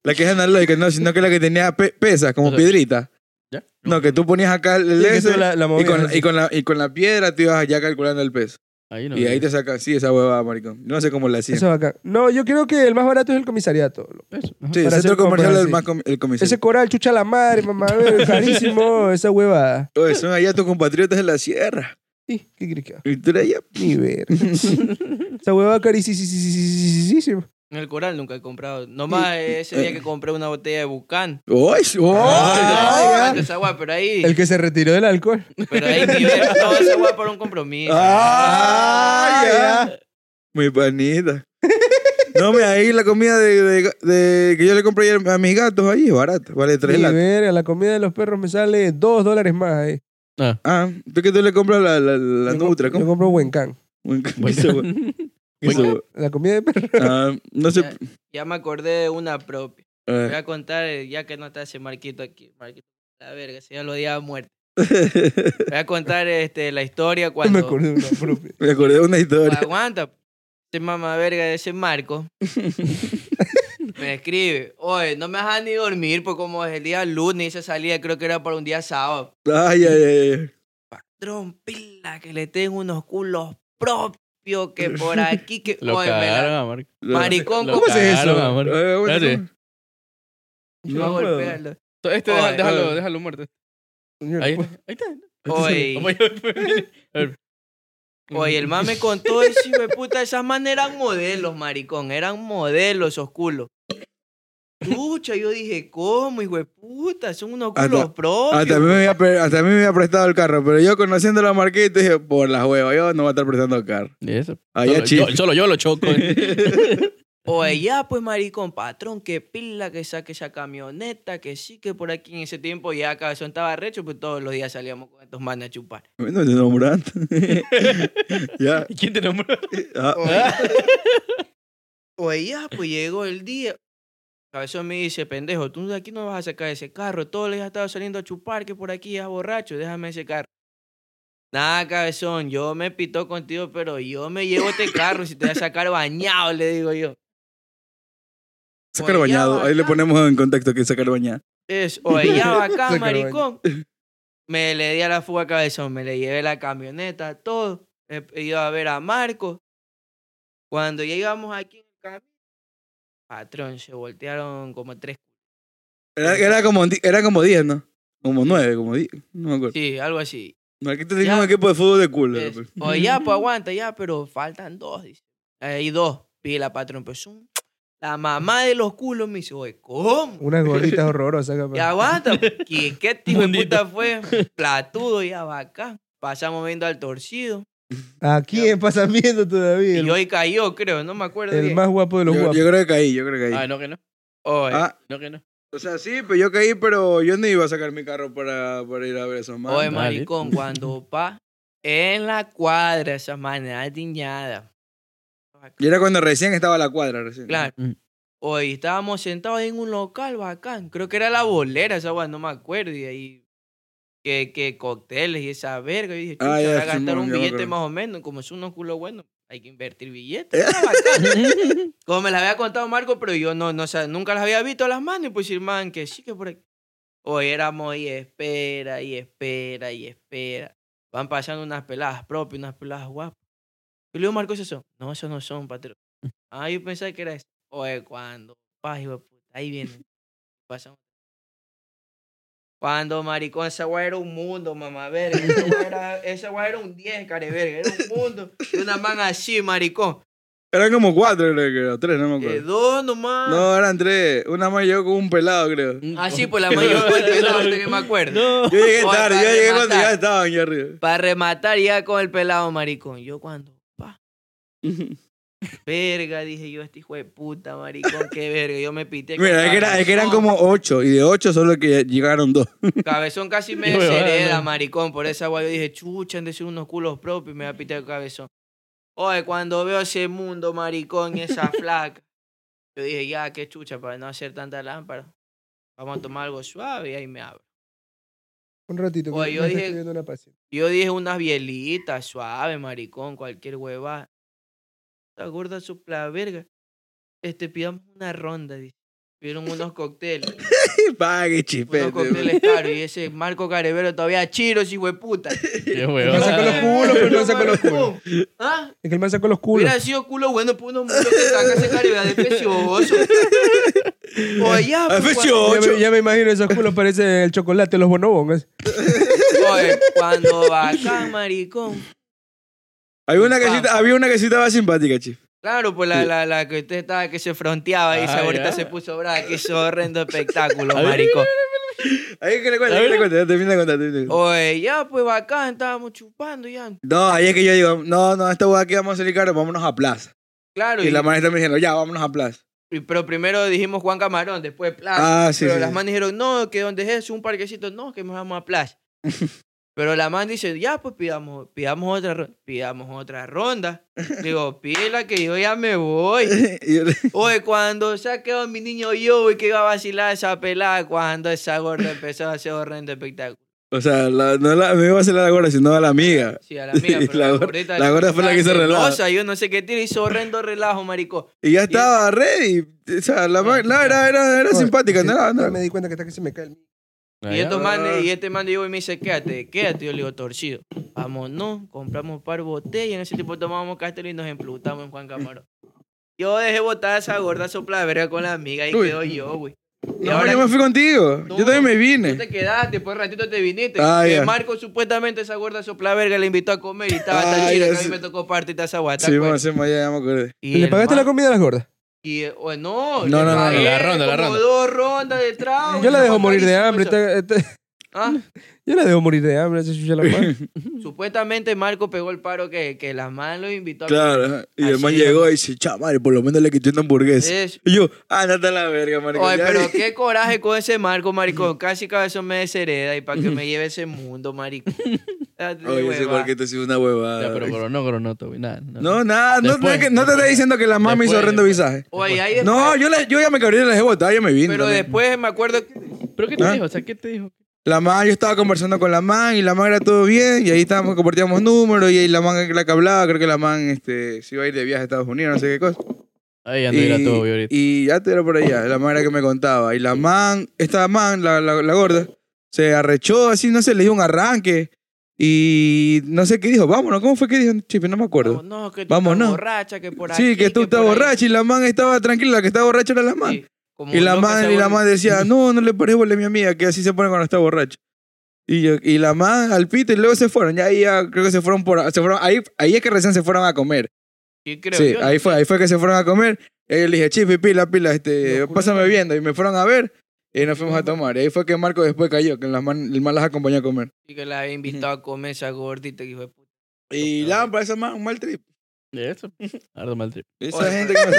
la que es analógica, no, sino que la que tenía pe- pesas, como O sea, piedrita. ¿Ya? No, que tú ponías acá el Sí, que ese tú la- la y, movías con, así. y, con la, y con la piedra te ibas ya calculando el peso. Ahí no. y ahí te sacas, sí, esa huevada, maricón. No sé cómo la hacían. Eso es bacán. No, yo creo que el más barato es el comisariato. Eso, ajá. sí, el para centro hacer compras comercial es así. el, más com- el Ese comisario. coral, chucha la madre, mamá, es carísimo, esa huevada. Oye, son allá tus compatriotas de la sierra. Sí, qué crica. Y tú eres allá. Ni ver. esa huevada carísima. En el coral nunca he comprado. Nomás ese día que compré una botella de Bucán. ¡Oy! ¡Oy! Ah, esa agua, pero ahí. El que se retiró del alcohol. Pero ahí que yo era todo esa agua por un compromiso. Ah. ¡Ay, ya! Mi panita. No, me ahí la comida de, de- de- que yo le compré ayer a mis gatos ahí es barata. Vale tres Ni latas. ver, a la comida de los perros me sale dos dólares más ahí. Ah, ¿tú que tú le compras la, la, la Yo Nutra? com- Yo ¿Cómo? compro Huencán. Eso, güey. Eso, La comida de perros. güey. Ah, no sé. Ya, ya me acordé de una propia. Ah. Voy a contar, eh, ya que no está ese Marquito aquí. Marquito, la verga, si ya lo odiaba muerto. Voy a contar este, la historia No me cuando. acordé de una propia. Me acordé de una historia. Aguanta. Ese mamá verga de ese Marco me escribe: Oye, no me dejas ni dormir, pues como es el día lunes, esa salida creo que era para un día sábado. Ay, ay, ay. ay. trompila que le tengo unos culos propios que por aquí que Lo Oye, me la- cagaron, amor. maricón Lo ¿cómo se cagaron, eso? amor. Eh, bueno, Espérate. ¿cómo? Yo voy No, a weón. golpearlo. Este, deja- Oye. déjalo, déjalo muerto. Ahí está. Ahí está. Oye, Oye, oye, oye. oye, el man me contó eso hijo de puta, esas manes eran modelos, maricón, eran modelos esos culos. Pucha, yo dije, ¿cómo, hijo de puta? Son unos Hasta- culos propios. Hasta a, mí me había, pre- hasta a mí me había prestado el carro, pero yo conociendo a la marquita dije, por las huevas, yo no voy a estar prestando el carro. Y eso. Allá Solo chico. yo- Solo yo lo choco. Oye, ya, pues, maricón, patrón, que pila que saque esa camioneta, que sí, que por aquí en ese tiempo ya cabezón estaba recho, pues todos los días salíamos con estos manes a chupar. No te nombran. ya. ¿Y quién te nombró? Ah. Oh, Oye, ya, pues llegó el día. Cabezón me dice, pendejo, tú de aquí no vas a sacar ese carro. Todos los días has estado saliendo a chupar, que por aquí ya borracho, déjame ese carro. Nada, cabezón, yo me pito contigo, pero yo me llevo este carro. Si te voy a sacar bañado, le digo yo. Sacar bañado. Ahí le ponemos en contacto que es sacar bañado. Es, oye, ya, acá, Sacar maricón. Me le di a la fuga, cabezón, me le llevé la camioneta, todo. He ido a ver a Marco. Cuando ya íbamos aquí en el camino, patrón, se voltearon como tres Era, era como di- era como 10, ¿no? Como 9, como 10. No me acuerdo. Sí, algo así. Marquita tenía un Ya. equipo de fútbol de culo. Es, Oye, ya, pues aguanta, ya, pero faltan dos, dice. Hay dos. Pila, patrón, pues un- La mamá de los culos me dice, oye, ¿cómo? Unas gorditas horrorosas, capaz. Ya aguanta. pues, ¿Qué, qué tipo de Mundito. puta fue? Platudo, ya va acá. Pasamos viendo al torcido. Aquí en pasamiento todavía. Y El, hoy cayó, creo, no me acuerdo el bien. más guapo de Yo, los yo guapos. creo que caí, yo creo que caí. Ah, no que no. Oye, Ah, No que no. o sea, sí, pero yo caí, pero yo no iba a sacar mi carro para, para ir a ver a esos oye, manos. dale. maricón, cuando pa... En la cuadra, esa manera tiñada. Y era cuando recién estaba la cuadra, recién. Claro. Mm. Hoy estábamos sentados en un local bacán. Creo que era la bolera, esa guay, no me acuerdo. Y ahí, que, que cócteles y esa verga. Y dije, Ah, chucha, voy ya, a gastar Simón, un ya me billete acuerdo. más o menos. Como es unos culos buenos, hay que invertir billetes. Era bacán. Como me las había contado Marco, pero yo no, no, o sea, nunca las había visto a las manos. Y pues, hermano, que sí, que por aquí. Hoy éramos y espera, y espera, y espera. Van pasando unas peladas propias, unas peladas guapas. Y luego Marco, ¿esos son? No, esos no son, patrón. Ah, yo pensaba que era eso. Oye, cuando, pa, hijo de puta, ahí vienen. Pasamos. Cuando, maricón, esa guay era un mundo, mamá, verga. Esa guay era, esa guay era un 10, careverga. Era un mundo. Y una man así, maricón. Eran como 4, creo que era, 3, no me acuerdo. Quedó nomás. No, eran 3. Una más llegó con un pelado, creo. Así, pues la mayor parte de la gente que me acuerdo. No. Yo llegué Oh, tarde, para yo llegué cuando rematar. ya estaban allá arriba. Para rematar ya con el pelado maricón. Yo cuando, pa. verga, dije yo, este hijo de puta, maricón, qué verga. Yo me pité. con Mira, es que, era- es que eran cabezón. como 8, y de 8 solo que llegaron 2. Cabezón casi me Qué huevada, deshereda, ¿no? maricón. Por esa guay yo dije, chucha, han de ser unos culos propios. Me va a pitar el cabezón. Oye, cuando veo ese mundo maricón y esa flaca, yo dije, ya, qué chucha, para no hacer tanta lámpara. Vamos a tomar algo suave y ahí me abro. Un ratito. que Oye, me yo está dije- escribiendo una paciente. Yo dije unas bielitas suave, maricón, cualquier hueva. La gorda supla verga. Este, pidamos una ronda, dice. Pidieron unos cócteles. Pague, unos chipete. cócteles caros. Y ese Marco Carevero todavía chiros, hijo de puta. Qué Ah, Me huevón. sacó los culos, pero me sacó los culos. ¿Ah? Es que el man sacó los culos. Hubiera sido culo bueno por unos muros que saca ese caribea de precioso. Oye, ya, pues, Afecio. Ya me, ya me imagino esos culos parecen el chocolate de los bonobos. cuando- Oye, cuando va acá, maricón. Había una casita, había una casita más simpática, chip. Claro, pues la, la, la que usted estaba que se fronteaba y Ah, esa ahorita ya. se puso brava, que hizo horrendo espectáculo, maricón. Ahí que le cuento, ahí que le cuento, ya termina de contar, termina de contar. Oye, ya, pues acá estábamos chupando ya. No, ahí es que yo digo, no, no, esta hueá aquí vamos a salir caro, vámonos a plaza. Claro, Y y, la maestra me dijeron, ya, vámonos a plaza. y- pero primero dijimos Juan Camarón, después Plaza. Ah, sí, pero sí, las sí. manes dijeron, no, que donde es eso, un parquecito, no, que nos vamos a Plaza. pero la man dice, ya, pues pidamos, pidamos, otra, ro- pidamos otra ronda. Digo, pila, que yo ya me voy. Y yo le- Oye, cuando se ha quedado mi niño yo y que iba a vacilar esa pelada, cuando esa gorda empezó a hacer horrendo espectáculo. o sea, la- no la, me iba a hacer la gorda, sino a la amiga. Sí, a la mía, Y pero la la, gor- gordita la gorda fue la que hizo relajo. chismosa, Yo no sé qué tiene, hizo horrendo relajo, maricó. Y ya estaba ready. O sea, la, ma- no, era, era, era simpática, no, era- no. me di cuenta que está que se me cae el... Y, estos ah, manes- y este man llegó y me dice, quédate, quédate. Yo le digo, torcido. Vámonos, compramos un par de botellas. En ese tiempo tomábamos castelo y nos emplutamos en Juan Camarón. Yo dejé botada esa gorda sopla de verga con la amiga y Uy. quedó yo, güey. Y No, ahora yo me fui contigo. No, yo también me tú vine. te quedaste, por ratito te viniste. Ah, que ya. Marco supuestamente esa gorda sopla de verga le invitó a comer y estaba tan Ah, chida ya, que a mí sí. me tocó parte y esa guata. pues. Sí, bueno, sí, ya, ya me acordé. ¿Le pagaste la comida a las gordas? Y, eh, o no, No, le no, no, pagué la ronda, la como ronda. dos rondas de trago. Yo la y dejo fue morir de carísimo hambre. eso. esta- esta- Ah, Yo la dejo morir de hambre. esa chucha la madre. Mm. Supuestamente Marco pegó el paro que, que las manos lo invitó a Claro. ajá. Y el Así man es. llegó y dice, chaval, por lo menos le quité una hamburguesa. Eso. Y yo, ándate a la verga, maricón. Oye, Ya, pero ya. qué coraje con ese Marco, maricón. Casi cabezón me deshereda y para que me lleve ese mundo, maricón. Date de Oye, ese hueva. marquito sí es una huevada. Ya, pero pero no, pero no, Toby, nada. No, No, nada, no, Después. no, que- no te estoy diciendo que la mami hizo Después, horrendo después. visaje. Oye, ahí después, No, yo, la- yo ya me cabreé y la dejé botada, yo me vine. Pero también. después me acuerdo ¿Pero qué te ¿Ah? dijo? O sea, ¿qué te dijo? La man, yo estaba conversando con la man y la man era todo bien y ahí estábamos, compartíamos números y ahí la man la que hablaba, creo que la man este, se iba a ir de viaje a Estados Unidos, no sé qué cosa. Ahí ando a ir a Toby ahorita. y ya te era por allá, la man era que me contaba. Y la man, esta man, la, la, la gorda, se arrechó así, no sé, le dio un arranque y no sé qué dijo, vámonos, ¿cómo fue que dijo? Chipe, no me No, acuerdo. no, que tú estás Vámonos. borracha, que por sí, aquí, que tú por estás ahí. borracha y la man estaba tranquila, la que estaba borracha era la man. Sí, como Y la, loca man, se y la volvió. man decía, no, no le pones bola a mi amiga, que así se pone cuando está borracho. Y, yo, y la man al pito y luego se fueron. Ya ahí ya creo que se fueron por... Se fueron, ahí, ahí es que recién se fueron a comer. Sí, creo sí, yo, ¿no? ahí fue, ahí fue que se fueron a comer. Y ahí yo le dije, chipi, pila, pila, este, pásame viendo. Y me fueron a ver y nos fuimos a tomar. Y ahí fue que Marco después cayó, que las man- el man las acompañó a comer. Y que la había invitado a comer esa gordita, que hijo de puta. Y ya, para esa man, un mal trip. ¿Y eso? Ardo mal trip. Esa Oye. gente que no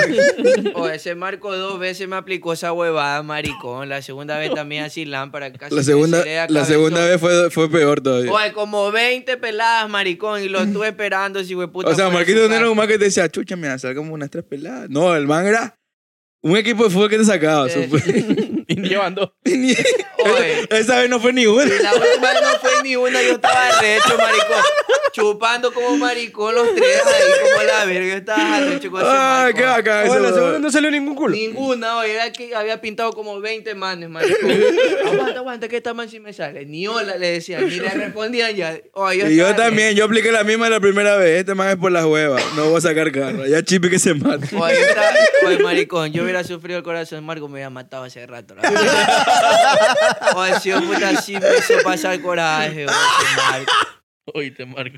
sabe- O ese Marco dos veces me aplicó esa huevada, maricón. La segunda vez también así lámpara. Casi La me segunda, ceré a la cabezón. segunda vez fue, fue peor todavía. Oye, como 20 peladas, maricón, y lo estuve esperando, si hueputa. O sea, Marquito no era un man que te decía, chucha, me salgamos unas tres peladas. No, el man era un equipo de fútbol que te sacaba. Eh. supe. Y llevando. Ni- Oye. Esa vez no fue ni una. Y la última no fue ni una, yo estaba recho, maricón. Chupando como maricón los tres ahí, como la verga. Yo estaba recho con ese Ay, qué maricón. bacán. Oye, eso, la segunda weón. no salió ningún culo. Ninguna, oye, era que había pintado como 20 manes, maricón. aguanta, aguanta, que esta man sí me sale. Ni hola le decían, ni le respondían ya. Oye, Y yo estaba también, yo apliqué la misma la primera vez. Este man es por las huevas. No voy a sacar carro. Ya chipi que se mata. O ahí está, oye, maricón, yo hubiera sufrido el corazón, Marco me hubiera matado hace rato. la verdad. Oye, si yo puta así me hizo pasar coraje, oye, ese Marco. Oye, te marco.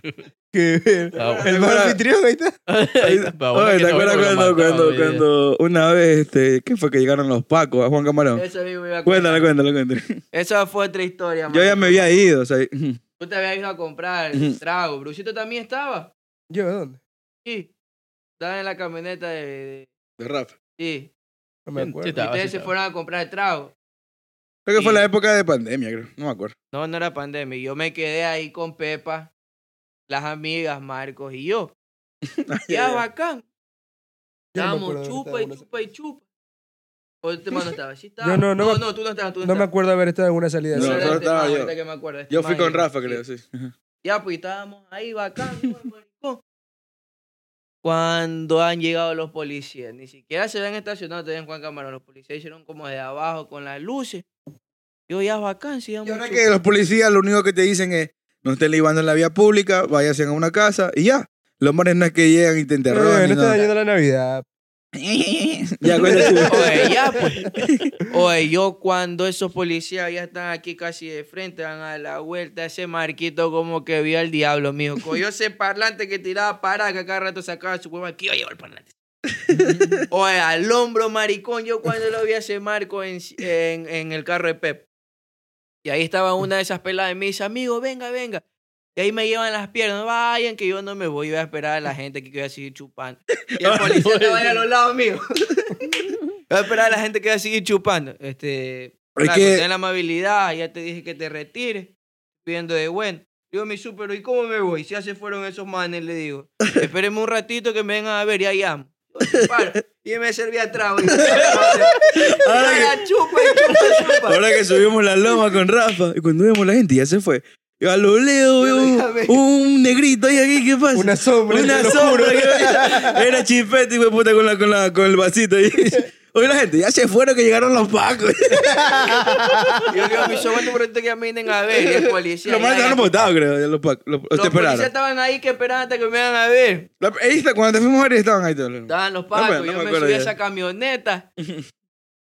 Qué bien. Ah, bueno. El mal anfitrión ahí está. Ahí está, pa' bueno, Oye, que ¿te no, acuerdas bueno, lo cuando, mataron, cuando, oye. cuando una vez, este, ¿qué fue que llegaron los pacos a Juan Camarón? Eso mismo iba a Cuéntale, cuéntale, cuéntale. Esa fue otra historia, Yo Marco. ya me había ido, o sea, Tú te habías ido a comprar Ujú. trago. Brucito también estaba. ¿Yo dónde? Sí. Estaba en la camioneta de. de- de rap. sí. No me acuerdo. Sí, Y estaba, sí ustedes se estaba. fueron a comprar trago. Creo que fue Sí. la época de pandemia, creo. No me acuerdo. No, no era pandemia. Yo me quedé ahí con Pepa, las amigas, Marcos y yo. Ya, bacán. Yo no me Estábamos acuerdo dónde chupa y estábamos. chupa y chupa. O este mano estaba, sí estaba. Yo no- no no, me- tú no estabas, tú no, No me estabas. acuerdo haber estado en una salida No, así. Ahora solo este estaba man, yo. ahorita que me acuerdo, este Yo fui man, con y- Rafa, creo, sí. Ya, pues y estábamos ahí bacán, pues, maricón. Cuando han llegado los policías, ni siquiera se habían estacionado todavía en Juan Camarón. Los policías hicieron como de abajo con las luces. Yo ya bacán, sí, Y ahora que los policías lo único que te dicen es, no estén libando en la vía pública, váyanse a una casa y ya. Los manes no es que llegan y te Eh, interrogan. ni no está nada. dañando la Navidad. ya, cuenta tú. Oye, ya, pues. Oye, yo cuando esos policías ya están aquí casi de frente, dan a la vuelta, ese marquito como que vio al diablo, mijo. Cogió ese parlante que tiraba para que cada rato sacaba su huevo aquí, oye, el parlante. Oye, al hombro, maricón, yo cuando lo vi a ese marco en, en, en el carro de Pep. Y ahí estaba Mm. una de esas peladas de mis amigos, venga, venga. Y ahí me llevan las piernas, vayan que yo no me voy, voy a esperar a la gente aquí que voy a seguir chupando. Y Ah, el policía que vaya a los lados míos. Voy a esperar a la gente que va a seguir chupando. Este, Es flaco, que- ten la amabilidad, ya te dije que te retires, pidiendo de bueno. Digo, mi súper, ¿y cómo me voy? Si ya se fueron esos manes, le digo. Espérenme un ratito que me vengan a ver, y ahí amo. Yo, paro, Y me serví atrás. güey. Ahora que- Ahora chupa, y chupa, chupa. Ahora que subimos la loma con Rafa, y cuando vemos la gente ya se fue. Yo a lo leo veo un, un negrito ahí aquí, ¿qué pasa? Una sombra. Una te lo sombra juro. que- era chipete y puta con, la, con, la, con el vasito ahí. Oye, la gente, ya se fueron que llegaron los pacos. Y Yo digo, mi sobrino, por esto que me vienen a ver. Y el policía. los ya, manes ya. estaban votados, creo. ya Los pacos. Los, los Los te policías esperaron. estaban ahí que esperaban hasta que me vengan a ver. La- ahí está, cuando te fuimos a ver, estaban ahí todos. Estaban los me- pacos, no me yo me, acuerdo subí a ya. esa camioneta.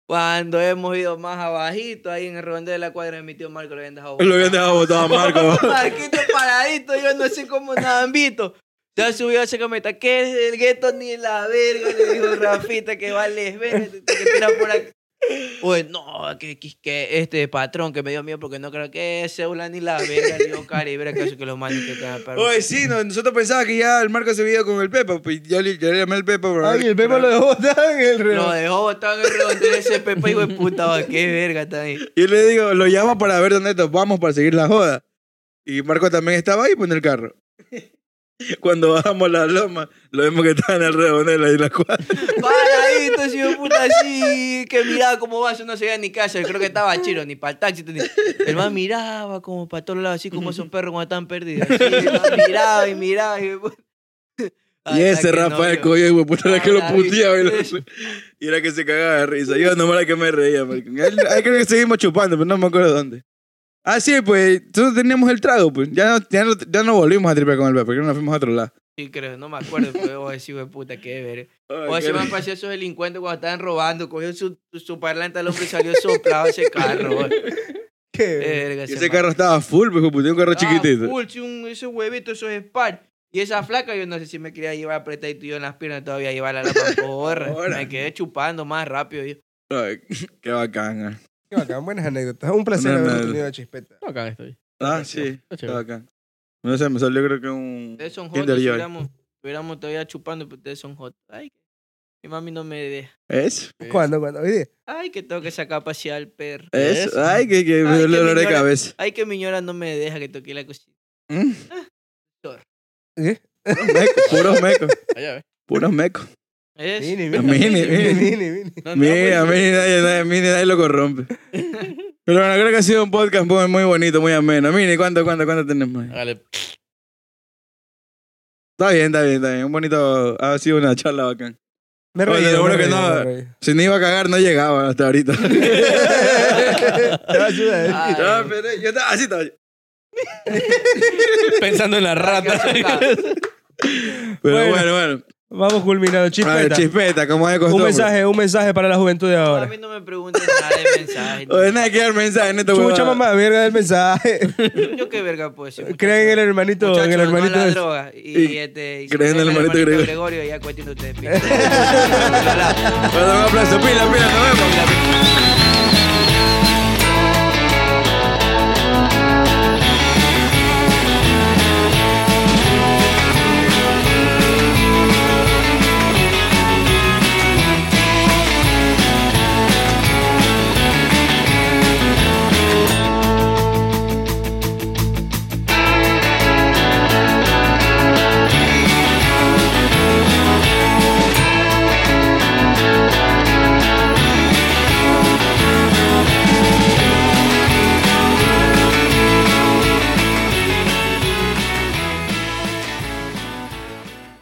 Cuando hemos ido más abajito, ahí en el redondeo de la cuadra de mi tío Marco, lo habían dejado. Lo habían dejado votado a Marco. Marquito paradito, yo no sé cómo nada han visto. Ya subió a esa camioneta, que es el gueto ni la verga, le dijo Rafita que vale, verga, que tira por aquí. Oye, no, que, que, que este patrón que me dio miedo porque no creo que ese Ula ni la verga, le digo, cari, verga, que eso que los manes que están perro. Oye, sí, no, nosotros pensábamos que ya el Marco se había ido con el Pepa. Pues yo, le- yo le llamé al Pepa. para Ay, ver- el Pepa lo dejó botar en el reloj. Lo dejó botado en el redondeo de ese pepa, hijo de puta, va, qué verga también. Yo le digo, lo llamo para ver dónde topamos para seguir la joda. Y Marco también estaba ahí pues, en el carro. Cuando bajamos la loma, lo vemos que estaban alrededor de la isla cuadra. Paradito, ese hijo de puta así, que miraba cómo va, yo no sabía ni casa, creo que estaba chiro, ni para el taxi. Ni... El man miraba como para todos lados, así como esos perros cuando están perdidos. Así, el man miraba y miraba. Y, Y ese Rafael cogió y puta era que lo Ah, puteaba y, lo- sí. y era que se cagaba de risa. Yo nomás era que me reía, marico. Ahí ahí creo que seguimos chupando, pero no me acuerdo dónde. Ah, sí, pues nosotros teníamos el trago, pues. Ya no, ya no, ya no volvimos a tripear con el Pepe, creo que nos fuimos a otro lado. Sí, creo, no me acuerdo, pero ese hijo de puta, qué ver. Ay, O ese qué man pasó a esos delincuentes cuando estaban robando, cogió su, su parlante al hombre y salió soplado ese carro. güey. Qué verga, Y ese ese man. carro estaba full, pues, puto, un carro Ah, chiquitito. pues, full, sí, un- esos huevitos, esos spar. Y esa flaca, yo no sé si me quería llevar apretadito yo en las piernas, todavía llevarla a la porra. Ahora. Me quedé chupando más rápido. Yo. Ay, qué bacán. ah. Qué bacán, buenas anécdotas. Un placer Buenas haber anécdotas. tenido a Chispeta. No, acá estoy. Ah, sí. Está Está chévere. bacán. No sé, me salió creo que un Ustedes son jotos, Kinder si Joy. hubiéramos, hubiéramos todavía chupando, pero ustedes son jotos. Ay, que- mi mami no me deja. ¿Es? ¿Cuándo? ¿Cuándo? Hoy día. Ay, que tengo que sacar a pasear al perro. ¿Es? Eso. Ay, que, que me Ay, duele qué el dolor de miñora. cabeza. Ay, que mi ñora no me deja que toque la cocina. Mm. ¿Eh? ¿Qué? Puros mecos, puros mecos. Allá, Ah, ¿ves? Puros mecos. Es- Mini, Mini, mini, mini. mini, mini. No, no, Mira, pues, mira, nadie, nadie, mira, nadie lo corrompe. Pero bueno, creo que ha sido un podcast muy, muy bonito, muy ameno. Mire, ¿cuánto, cuánto, cuánto tenemos? ahí? Hágale. Está bien, está bien, está bien. Un bonito, ha sido una charla bacán. Me he Oye, reído, seguro me he que reído, no. me he reído. Si no iba a cagar, no llegaba hasta ahorita. Te va a ayudar. Ay, Ah, pero yo estaba así estaba yo. Pensando en la rata. que va a sacar. Pero Bueno. bueno, bueno. Vamos culminando, A ver, Chispeta. chispeta, como es de un costumbre. mensaje, un mensaje para la juventud de A ahora. mí no me pregunten nada de mensaje. Oye, nada que dar mensaje en esta Chucha huevada. mamá, verga del mensaje. Yo qué verga puedo decir. Creen en el muchachos. hermanito, Muchachos, en el hermanito. no a la del- droga. Y, Y este, y creen en el hermanito Gregorio. Gregorio. ya cuenten ustedes. pinches. Ojalá. Bueno, un aplauso, pila, pila, nos vemos.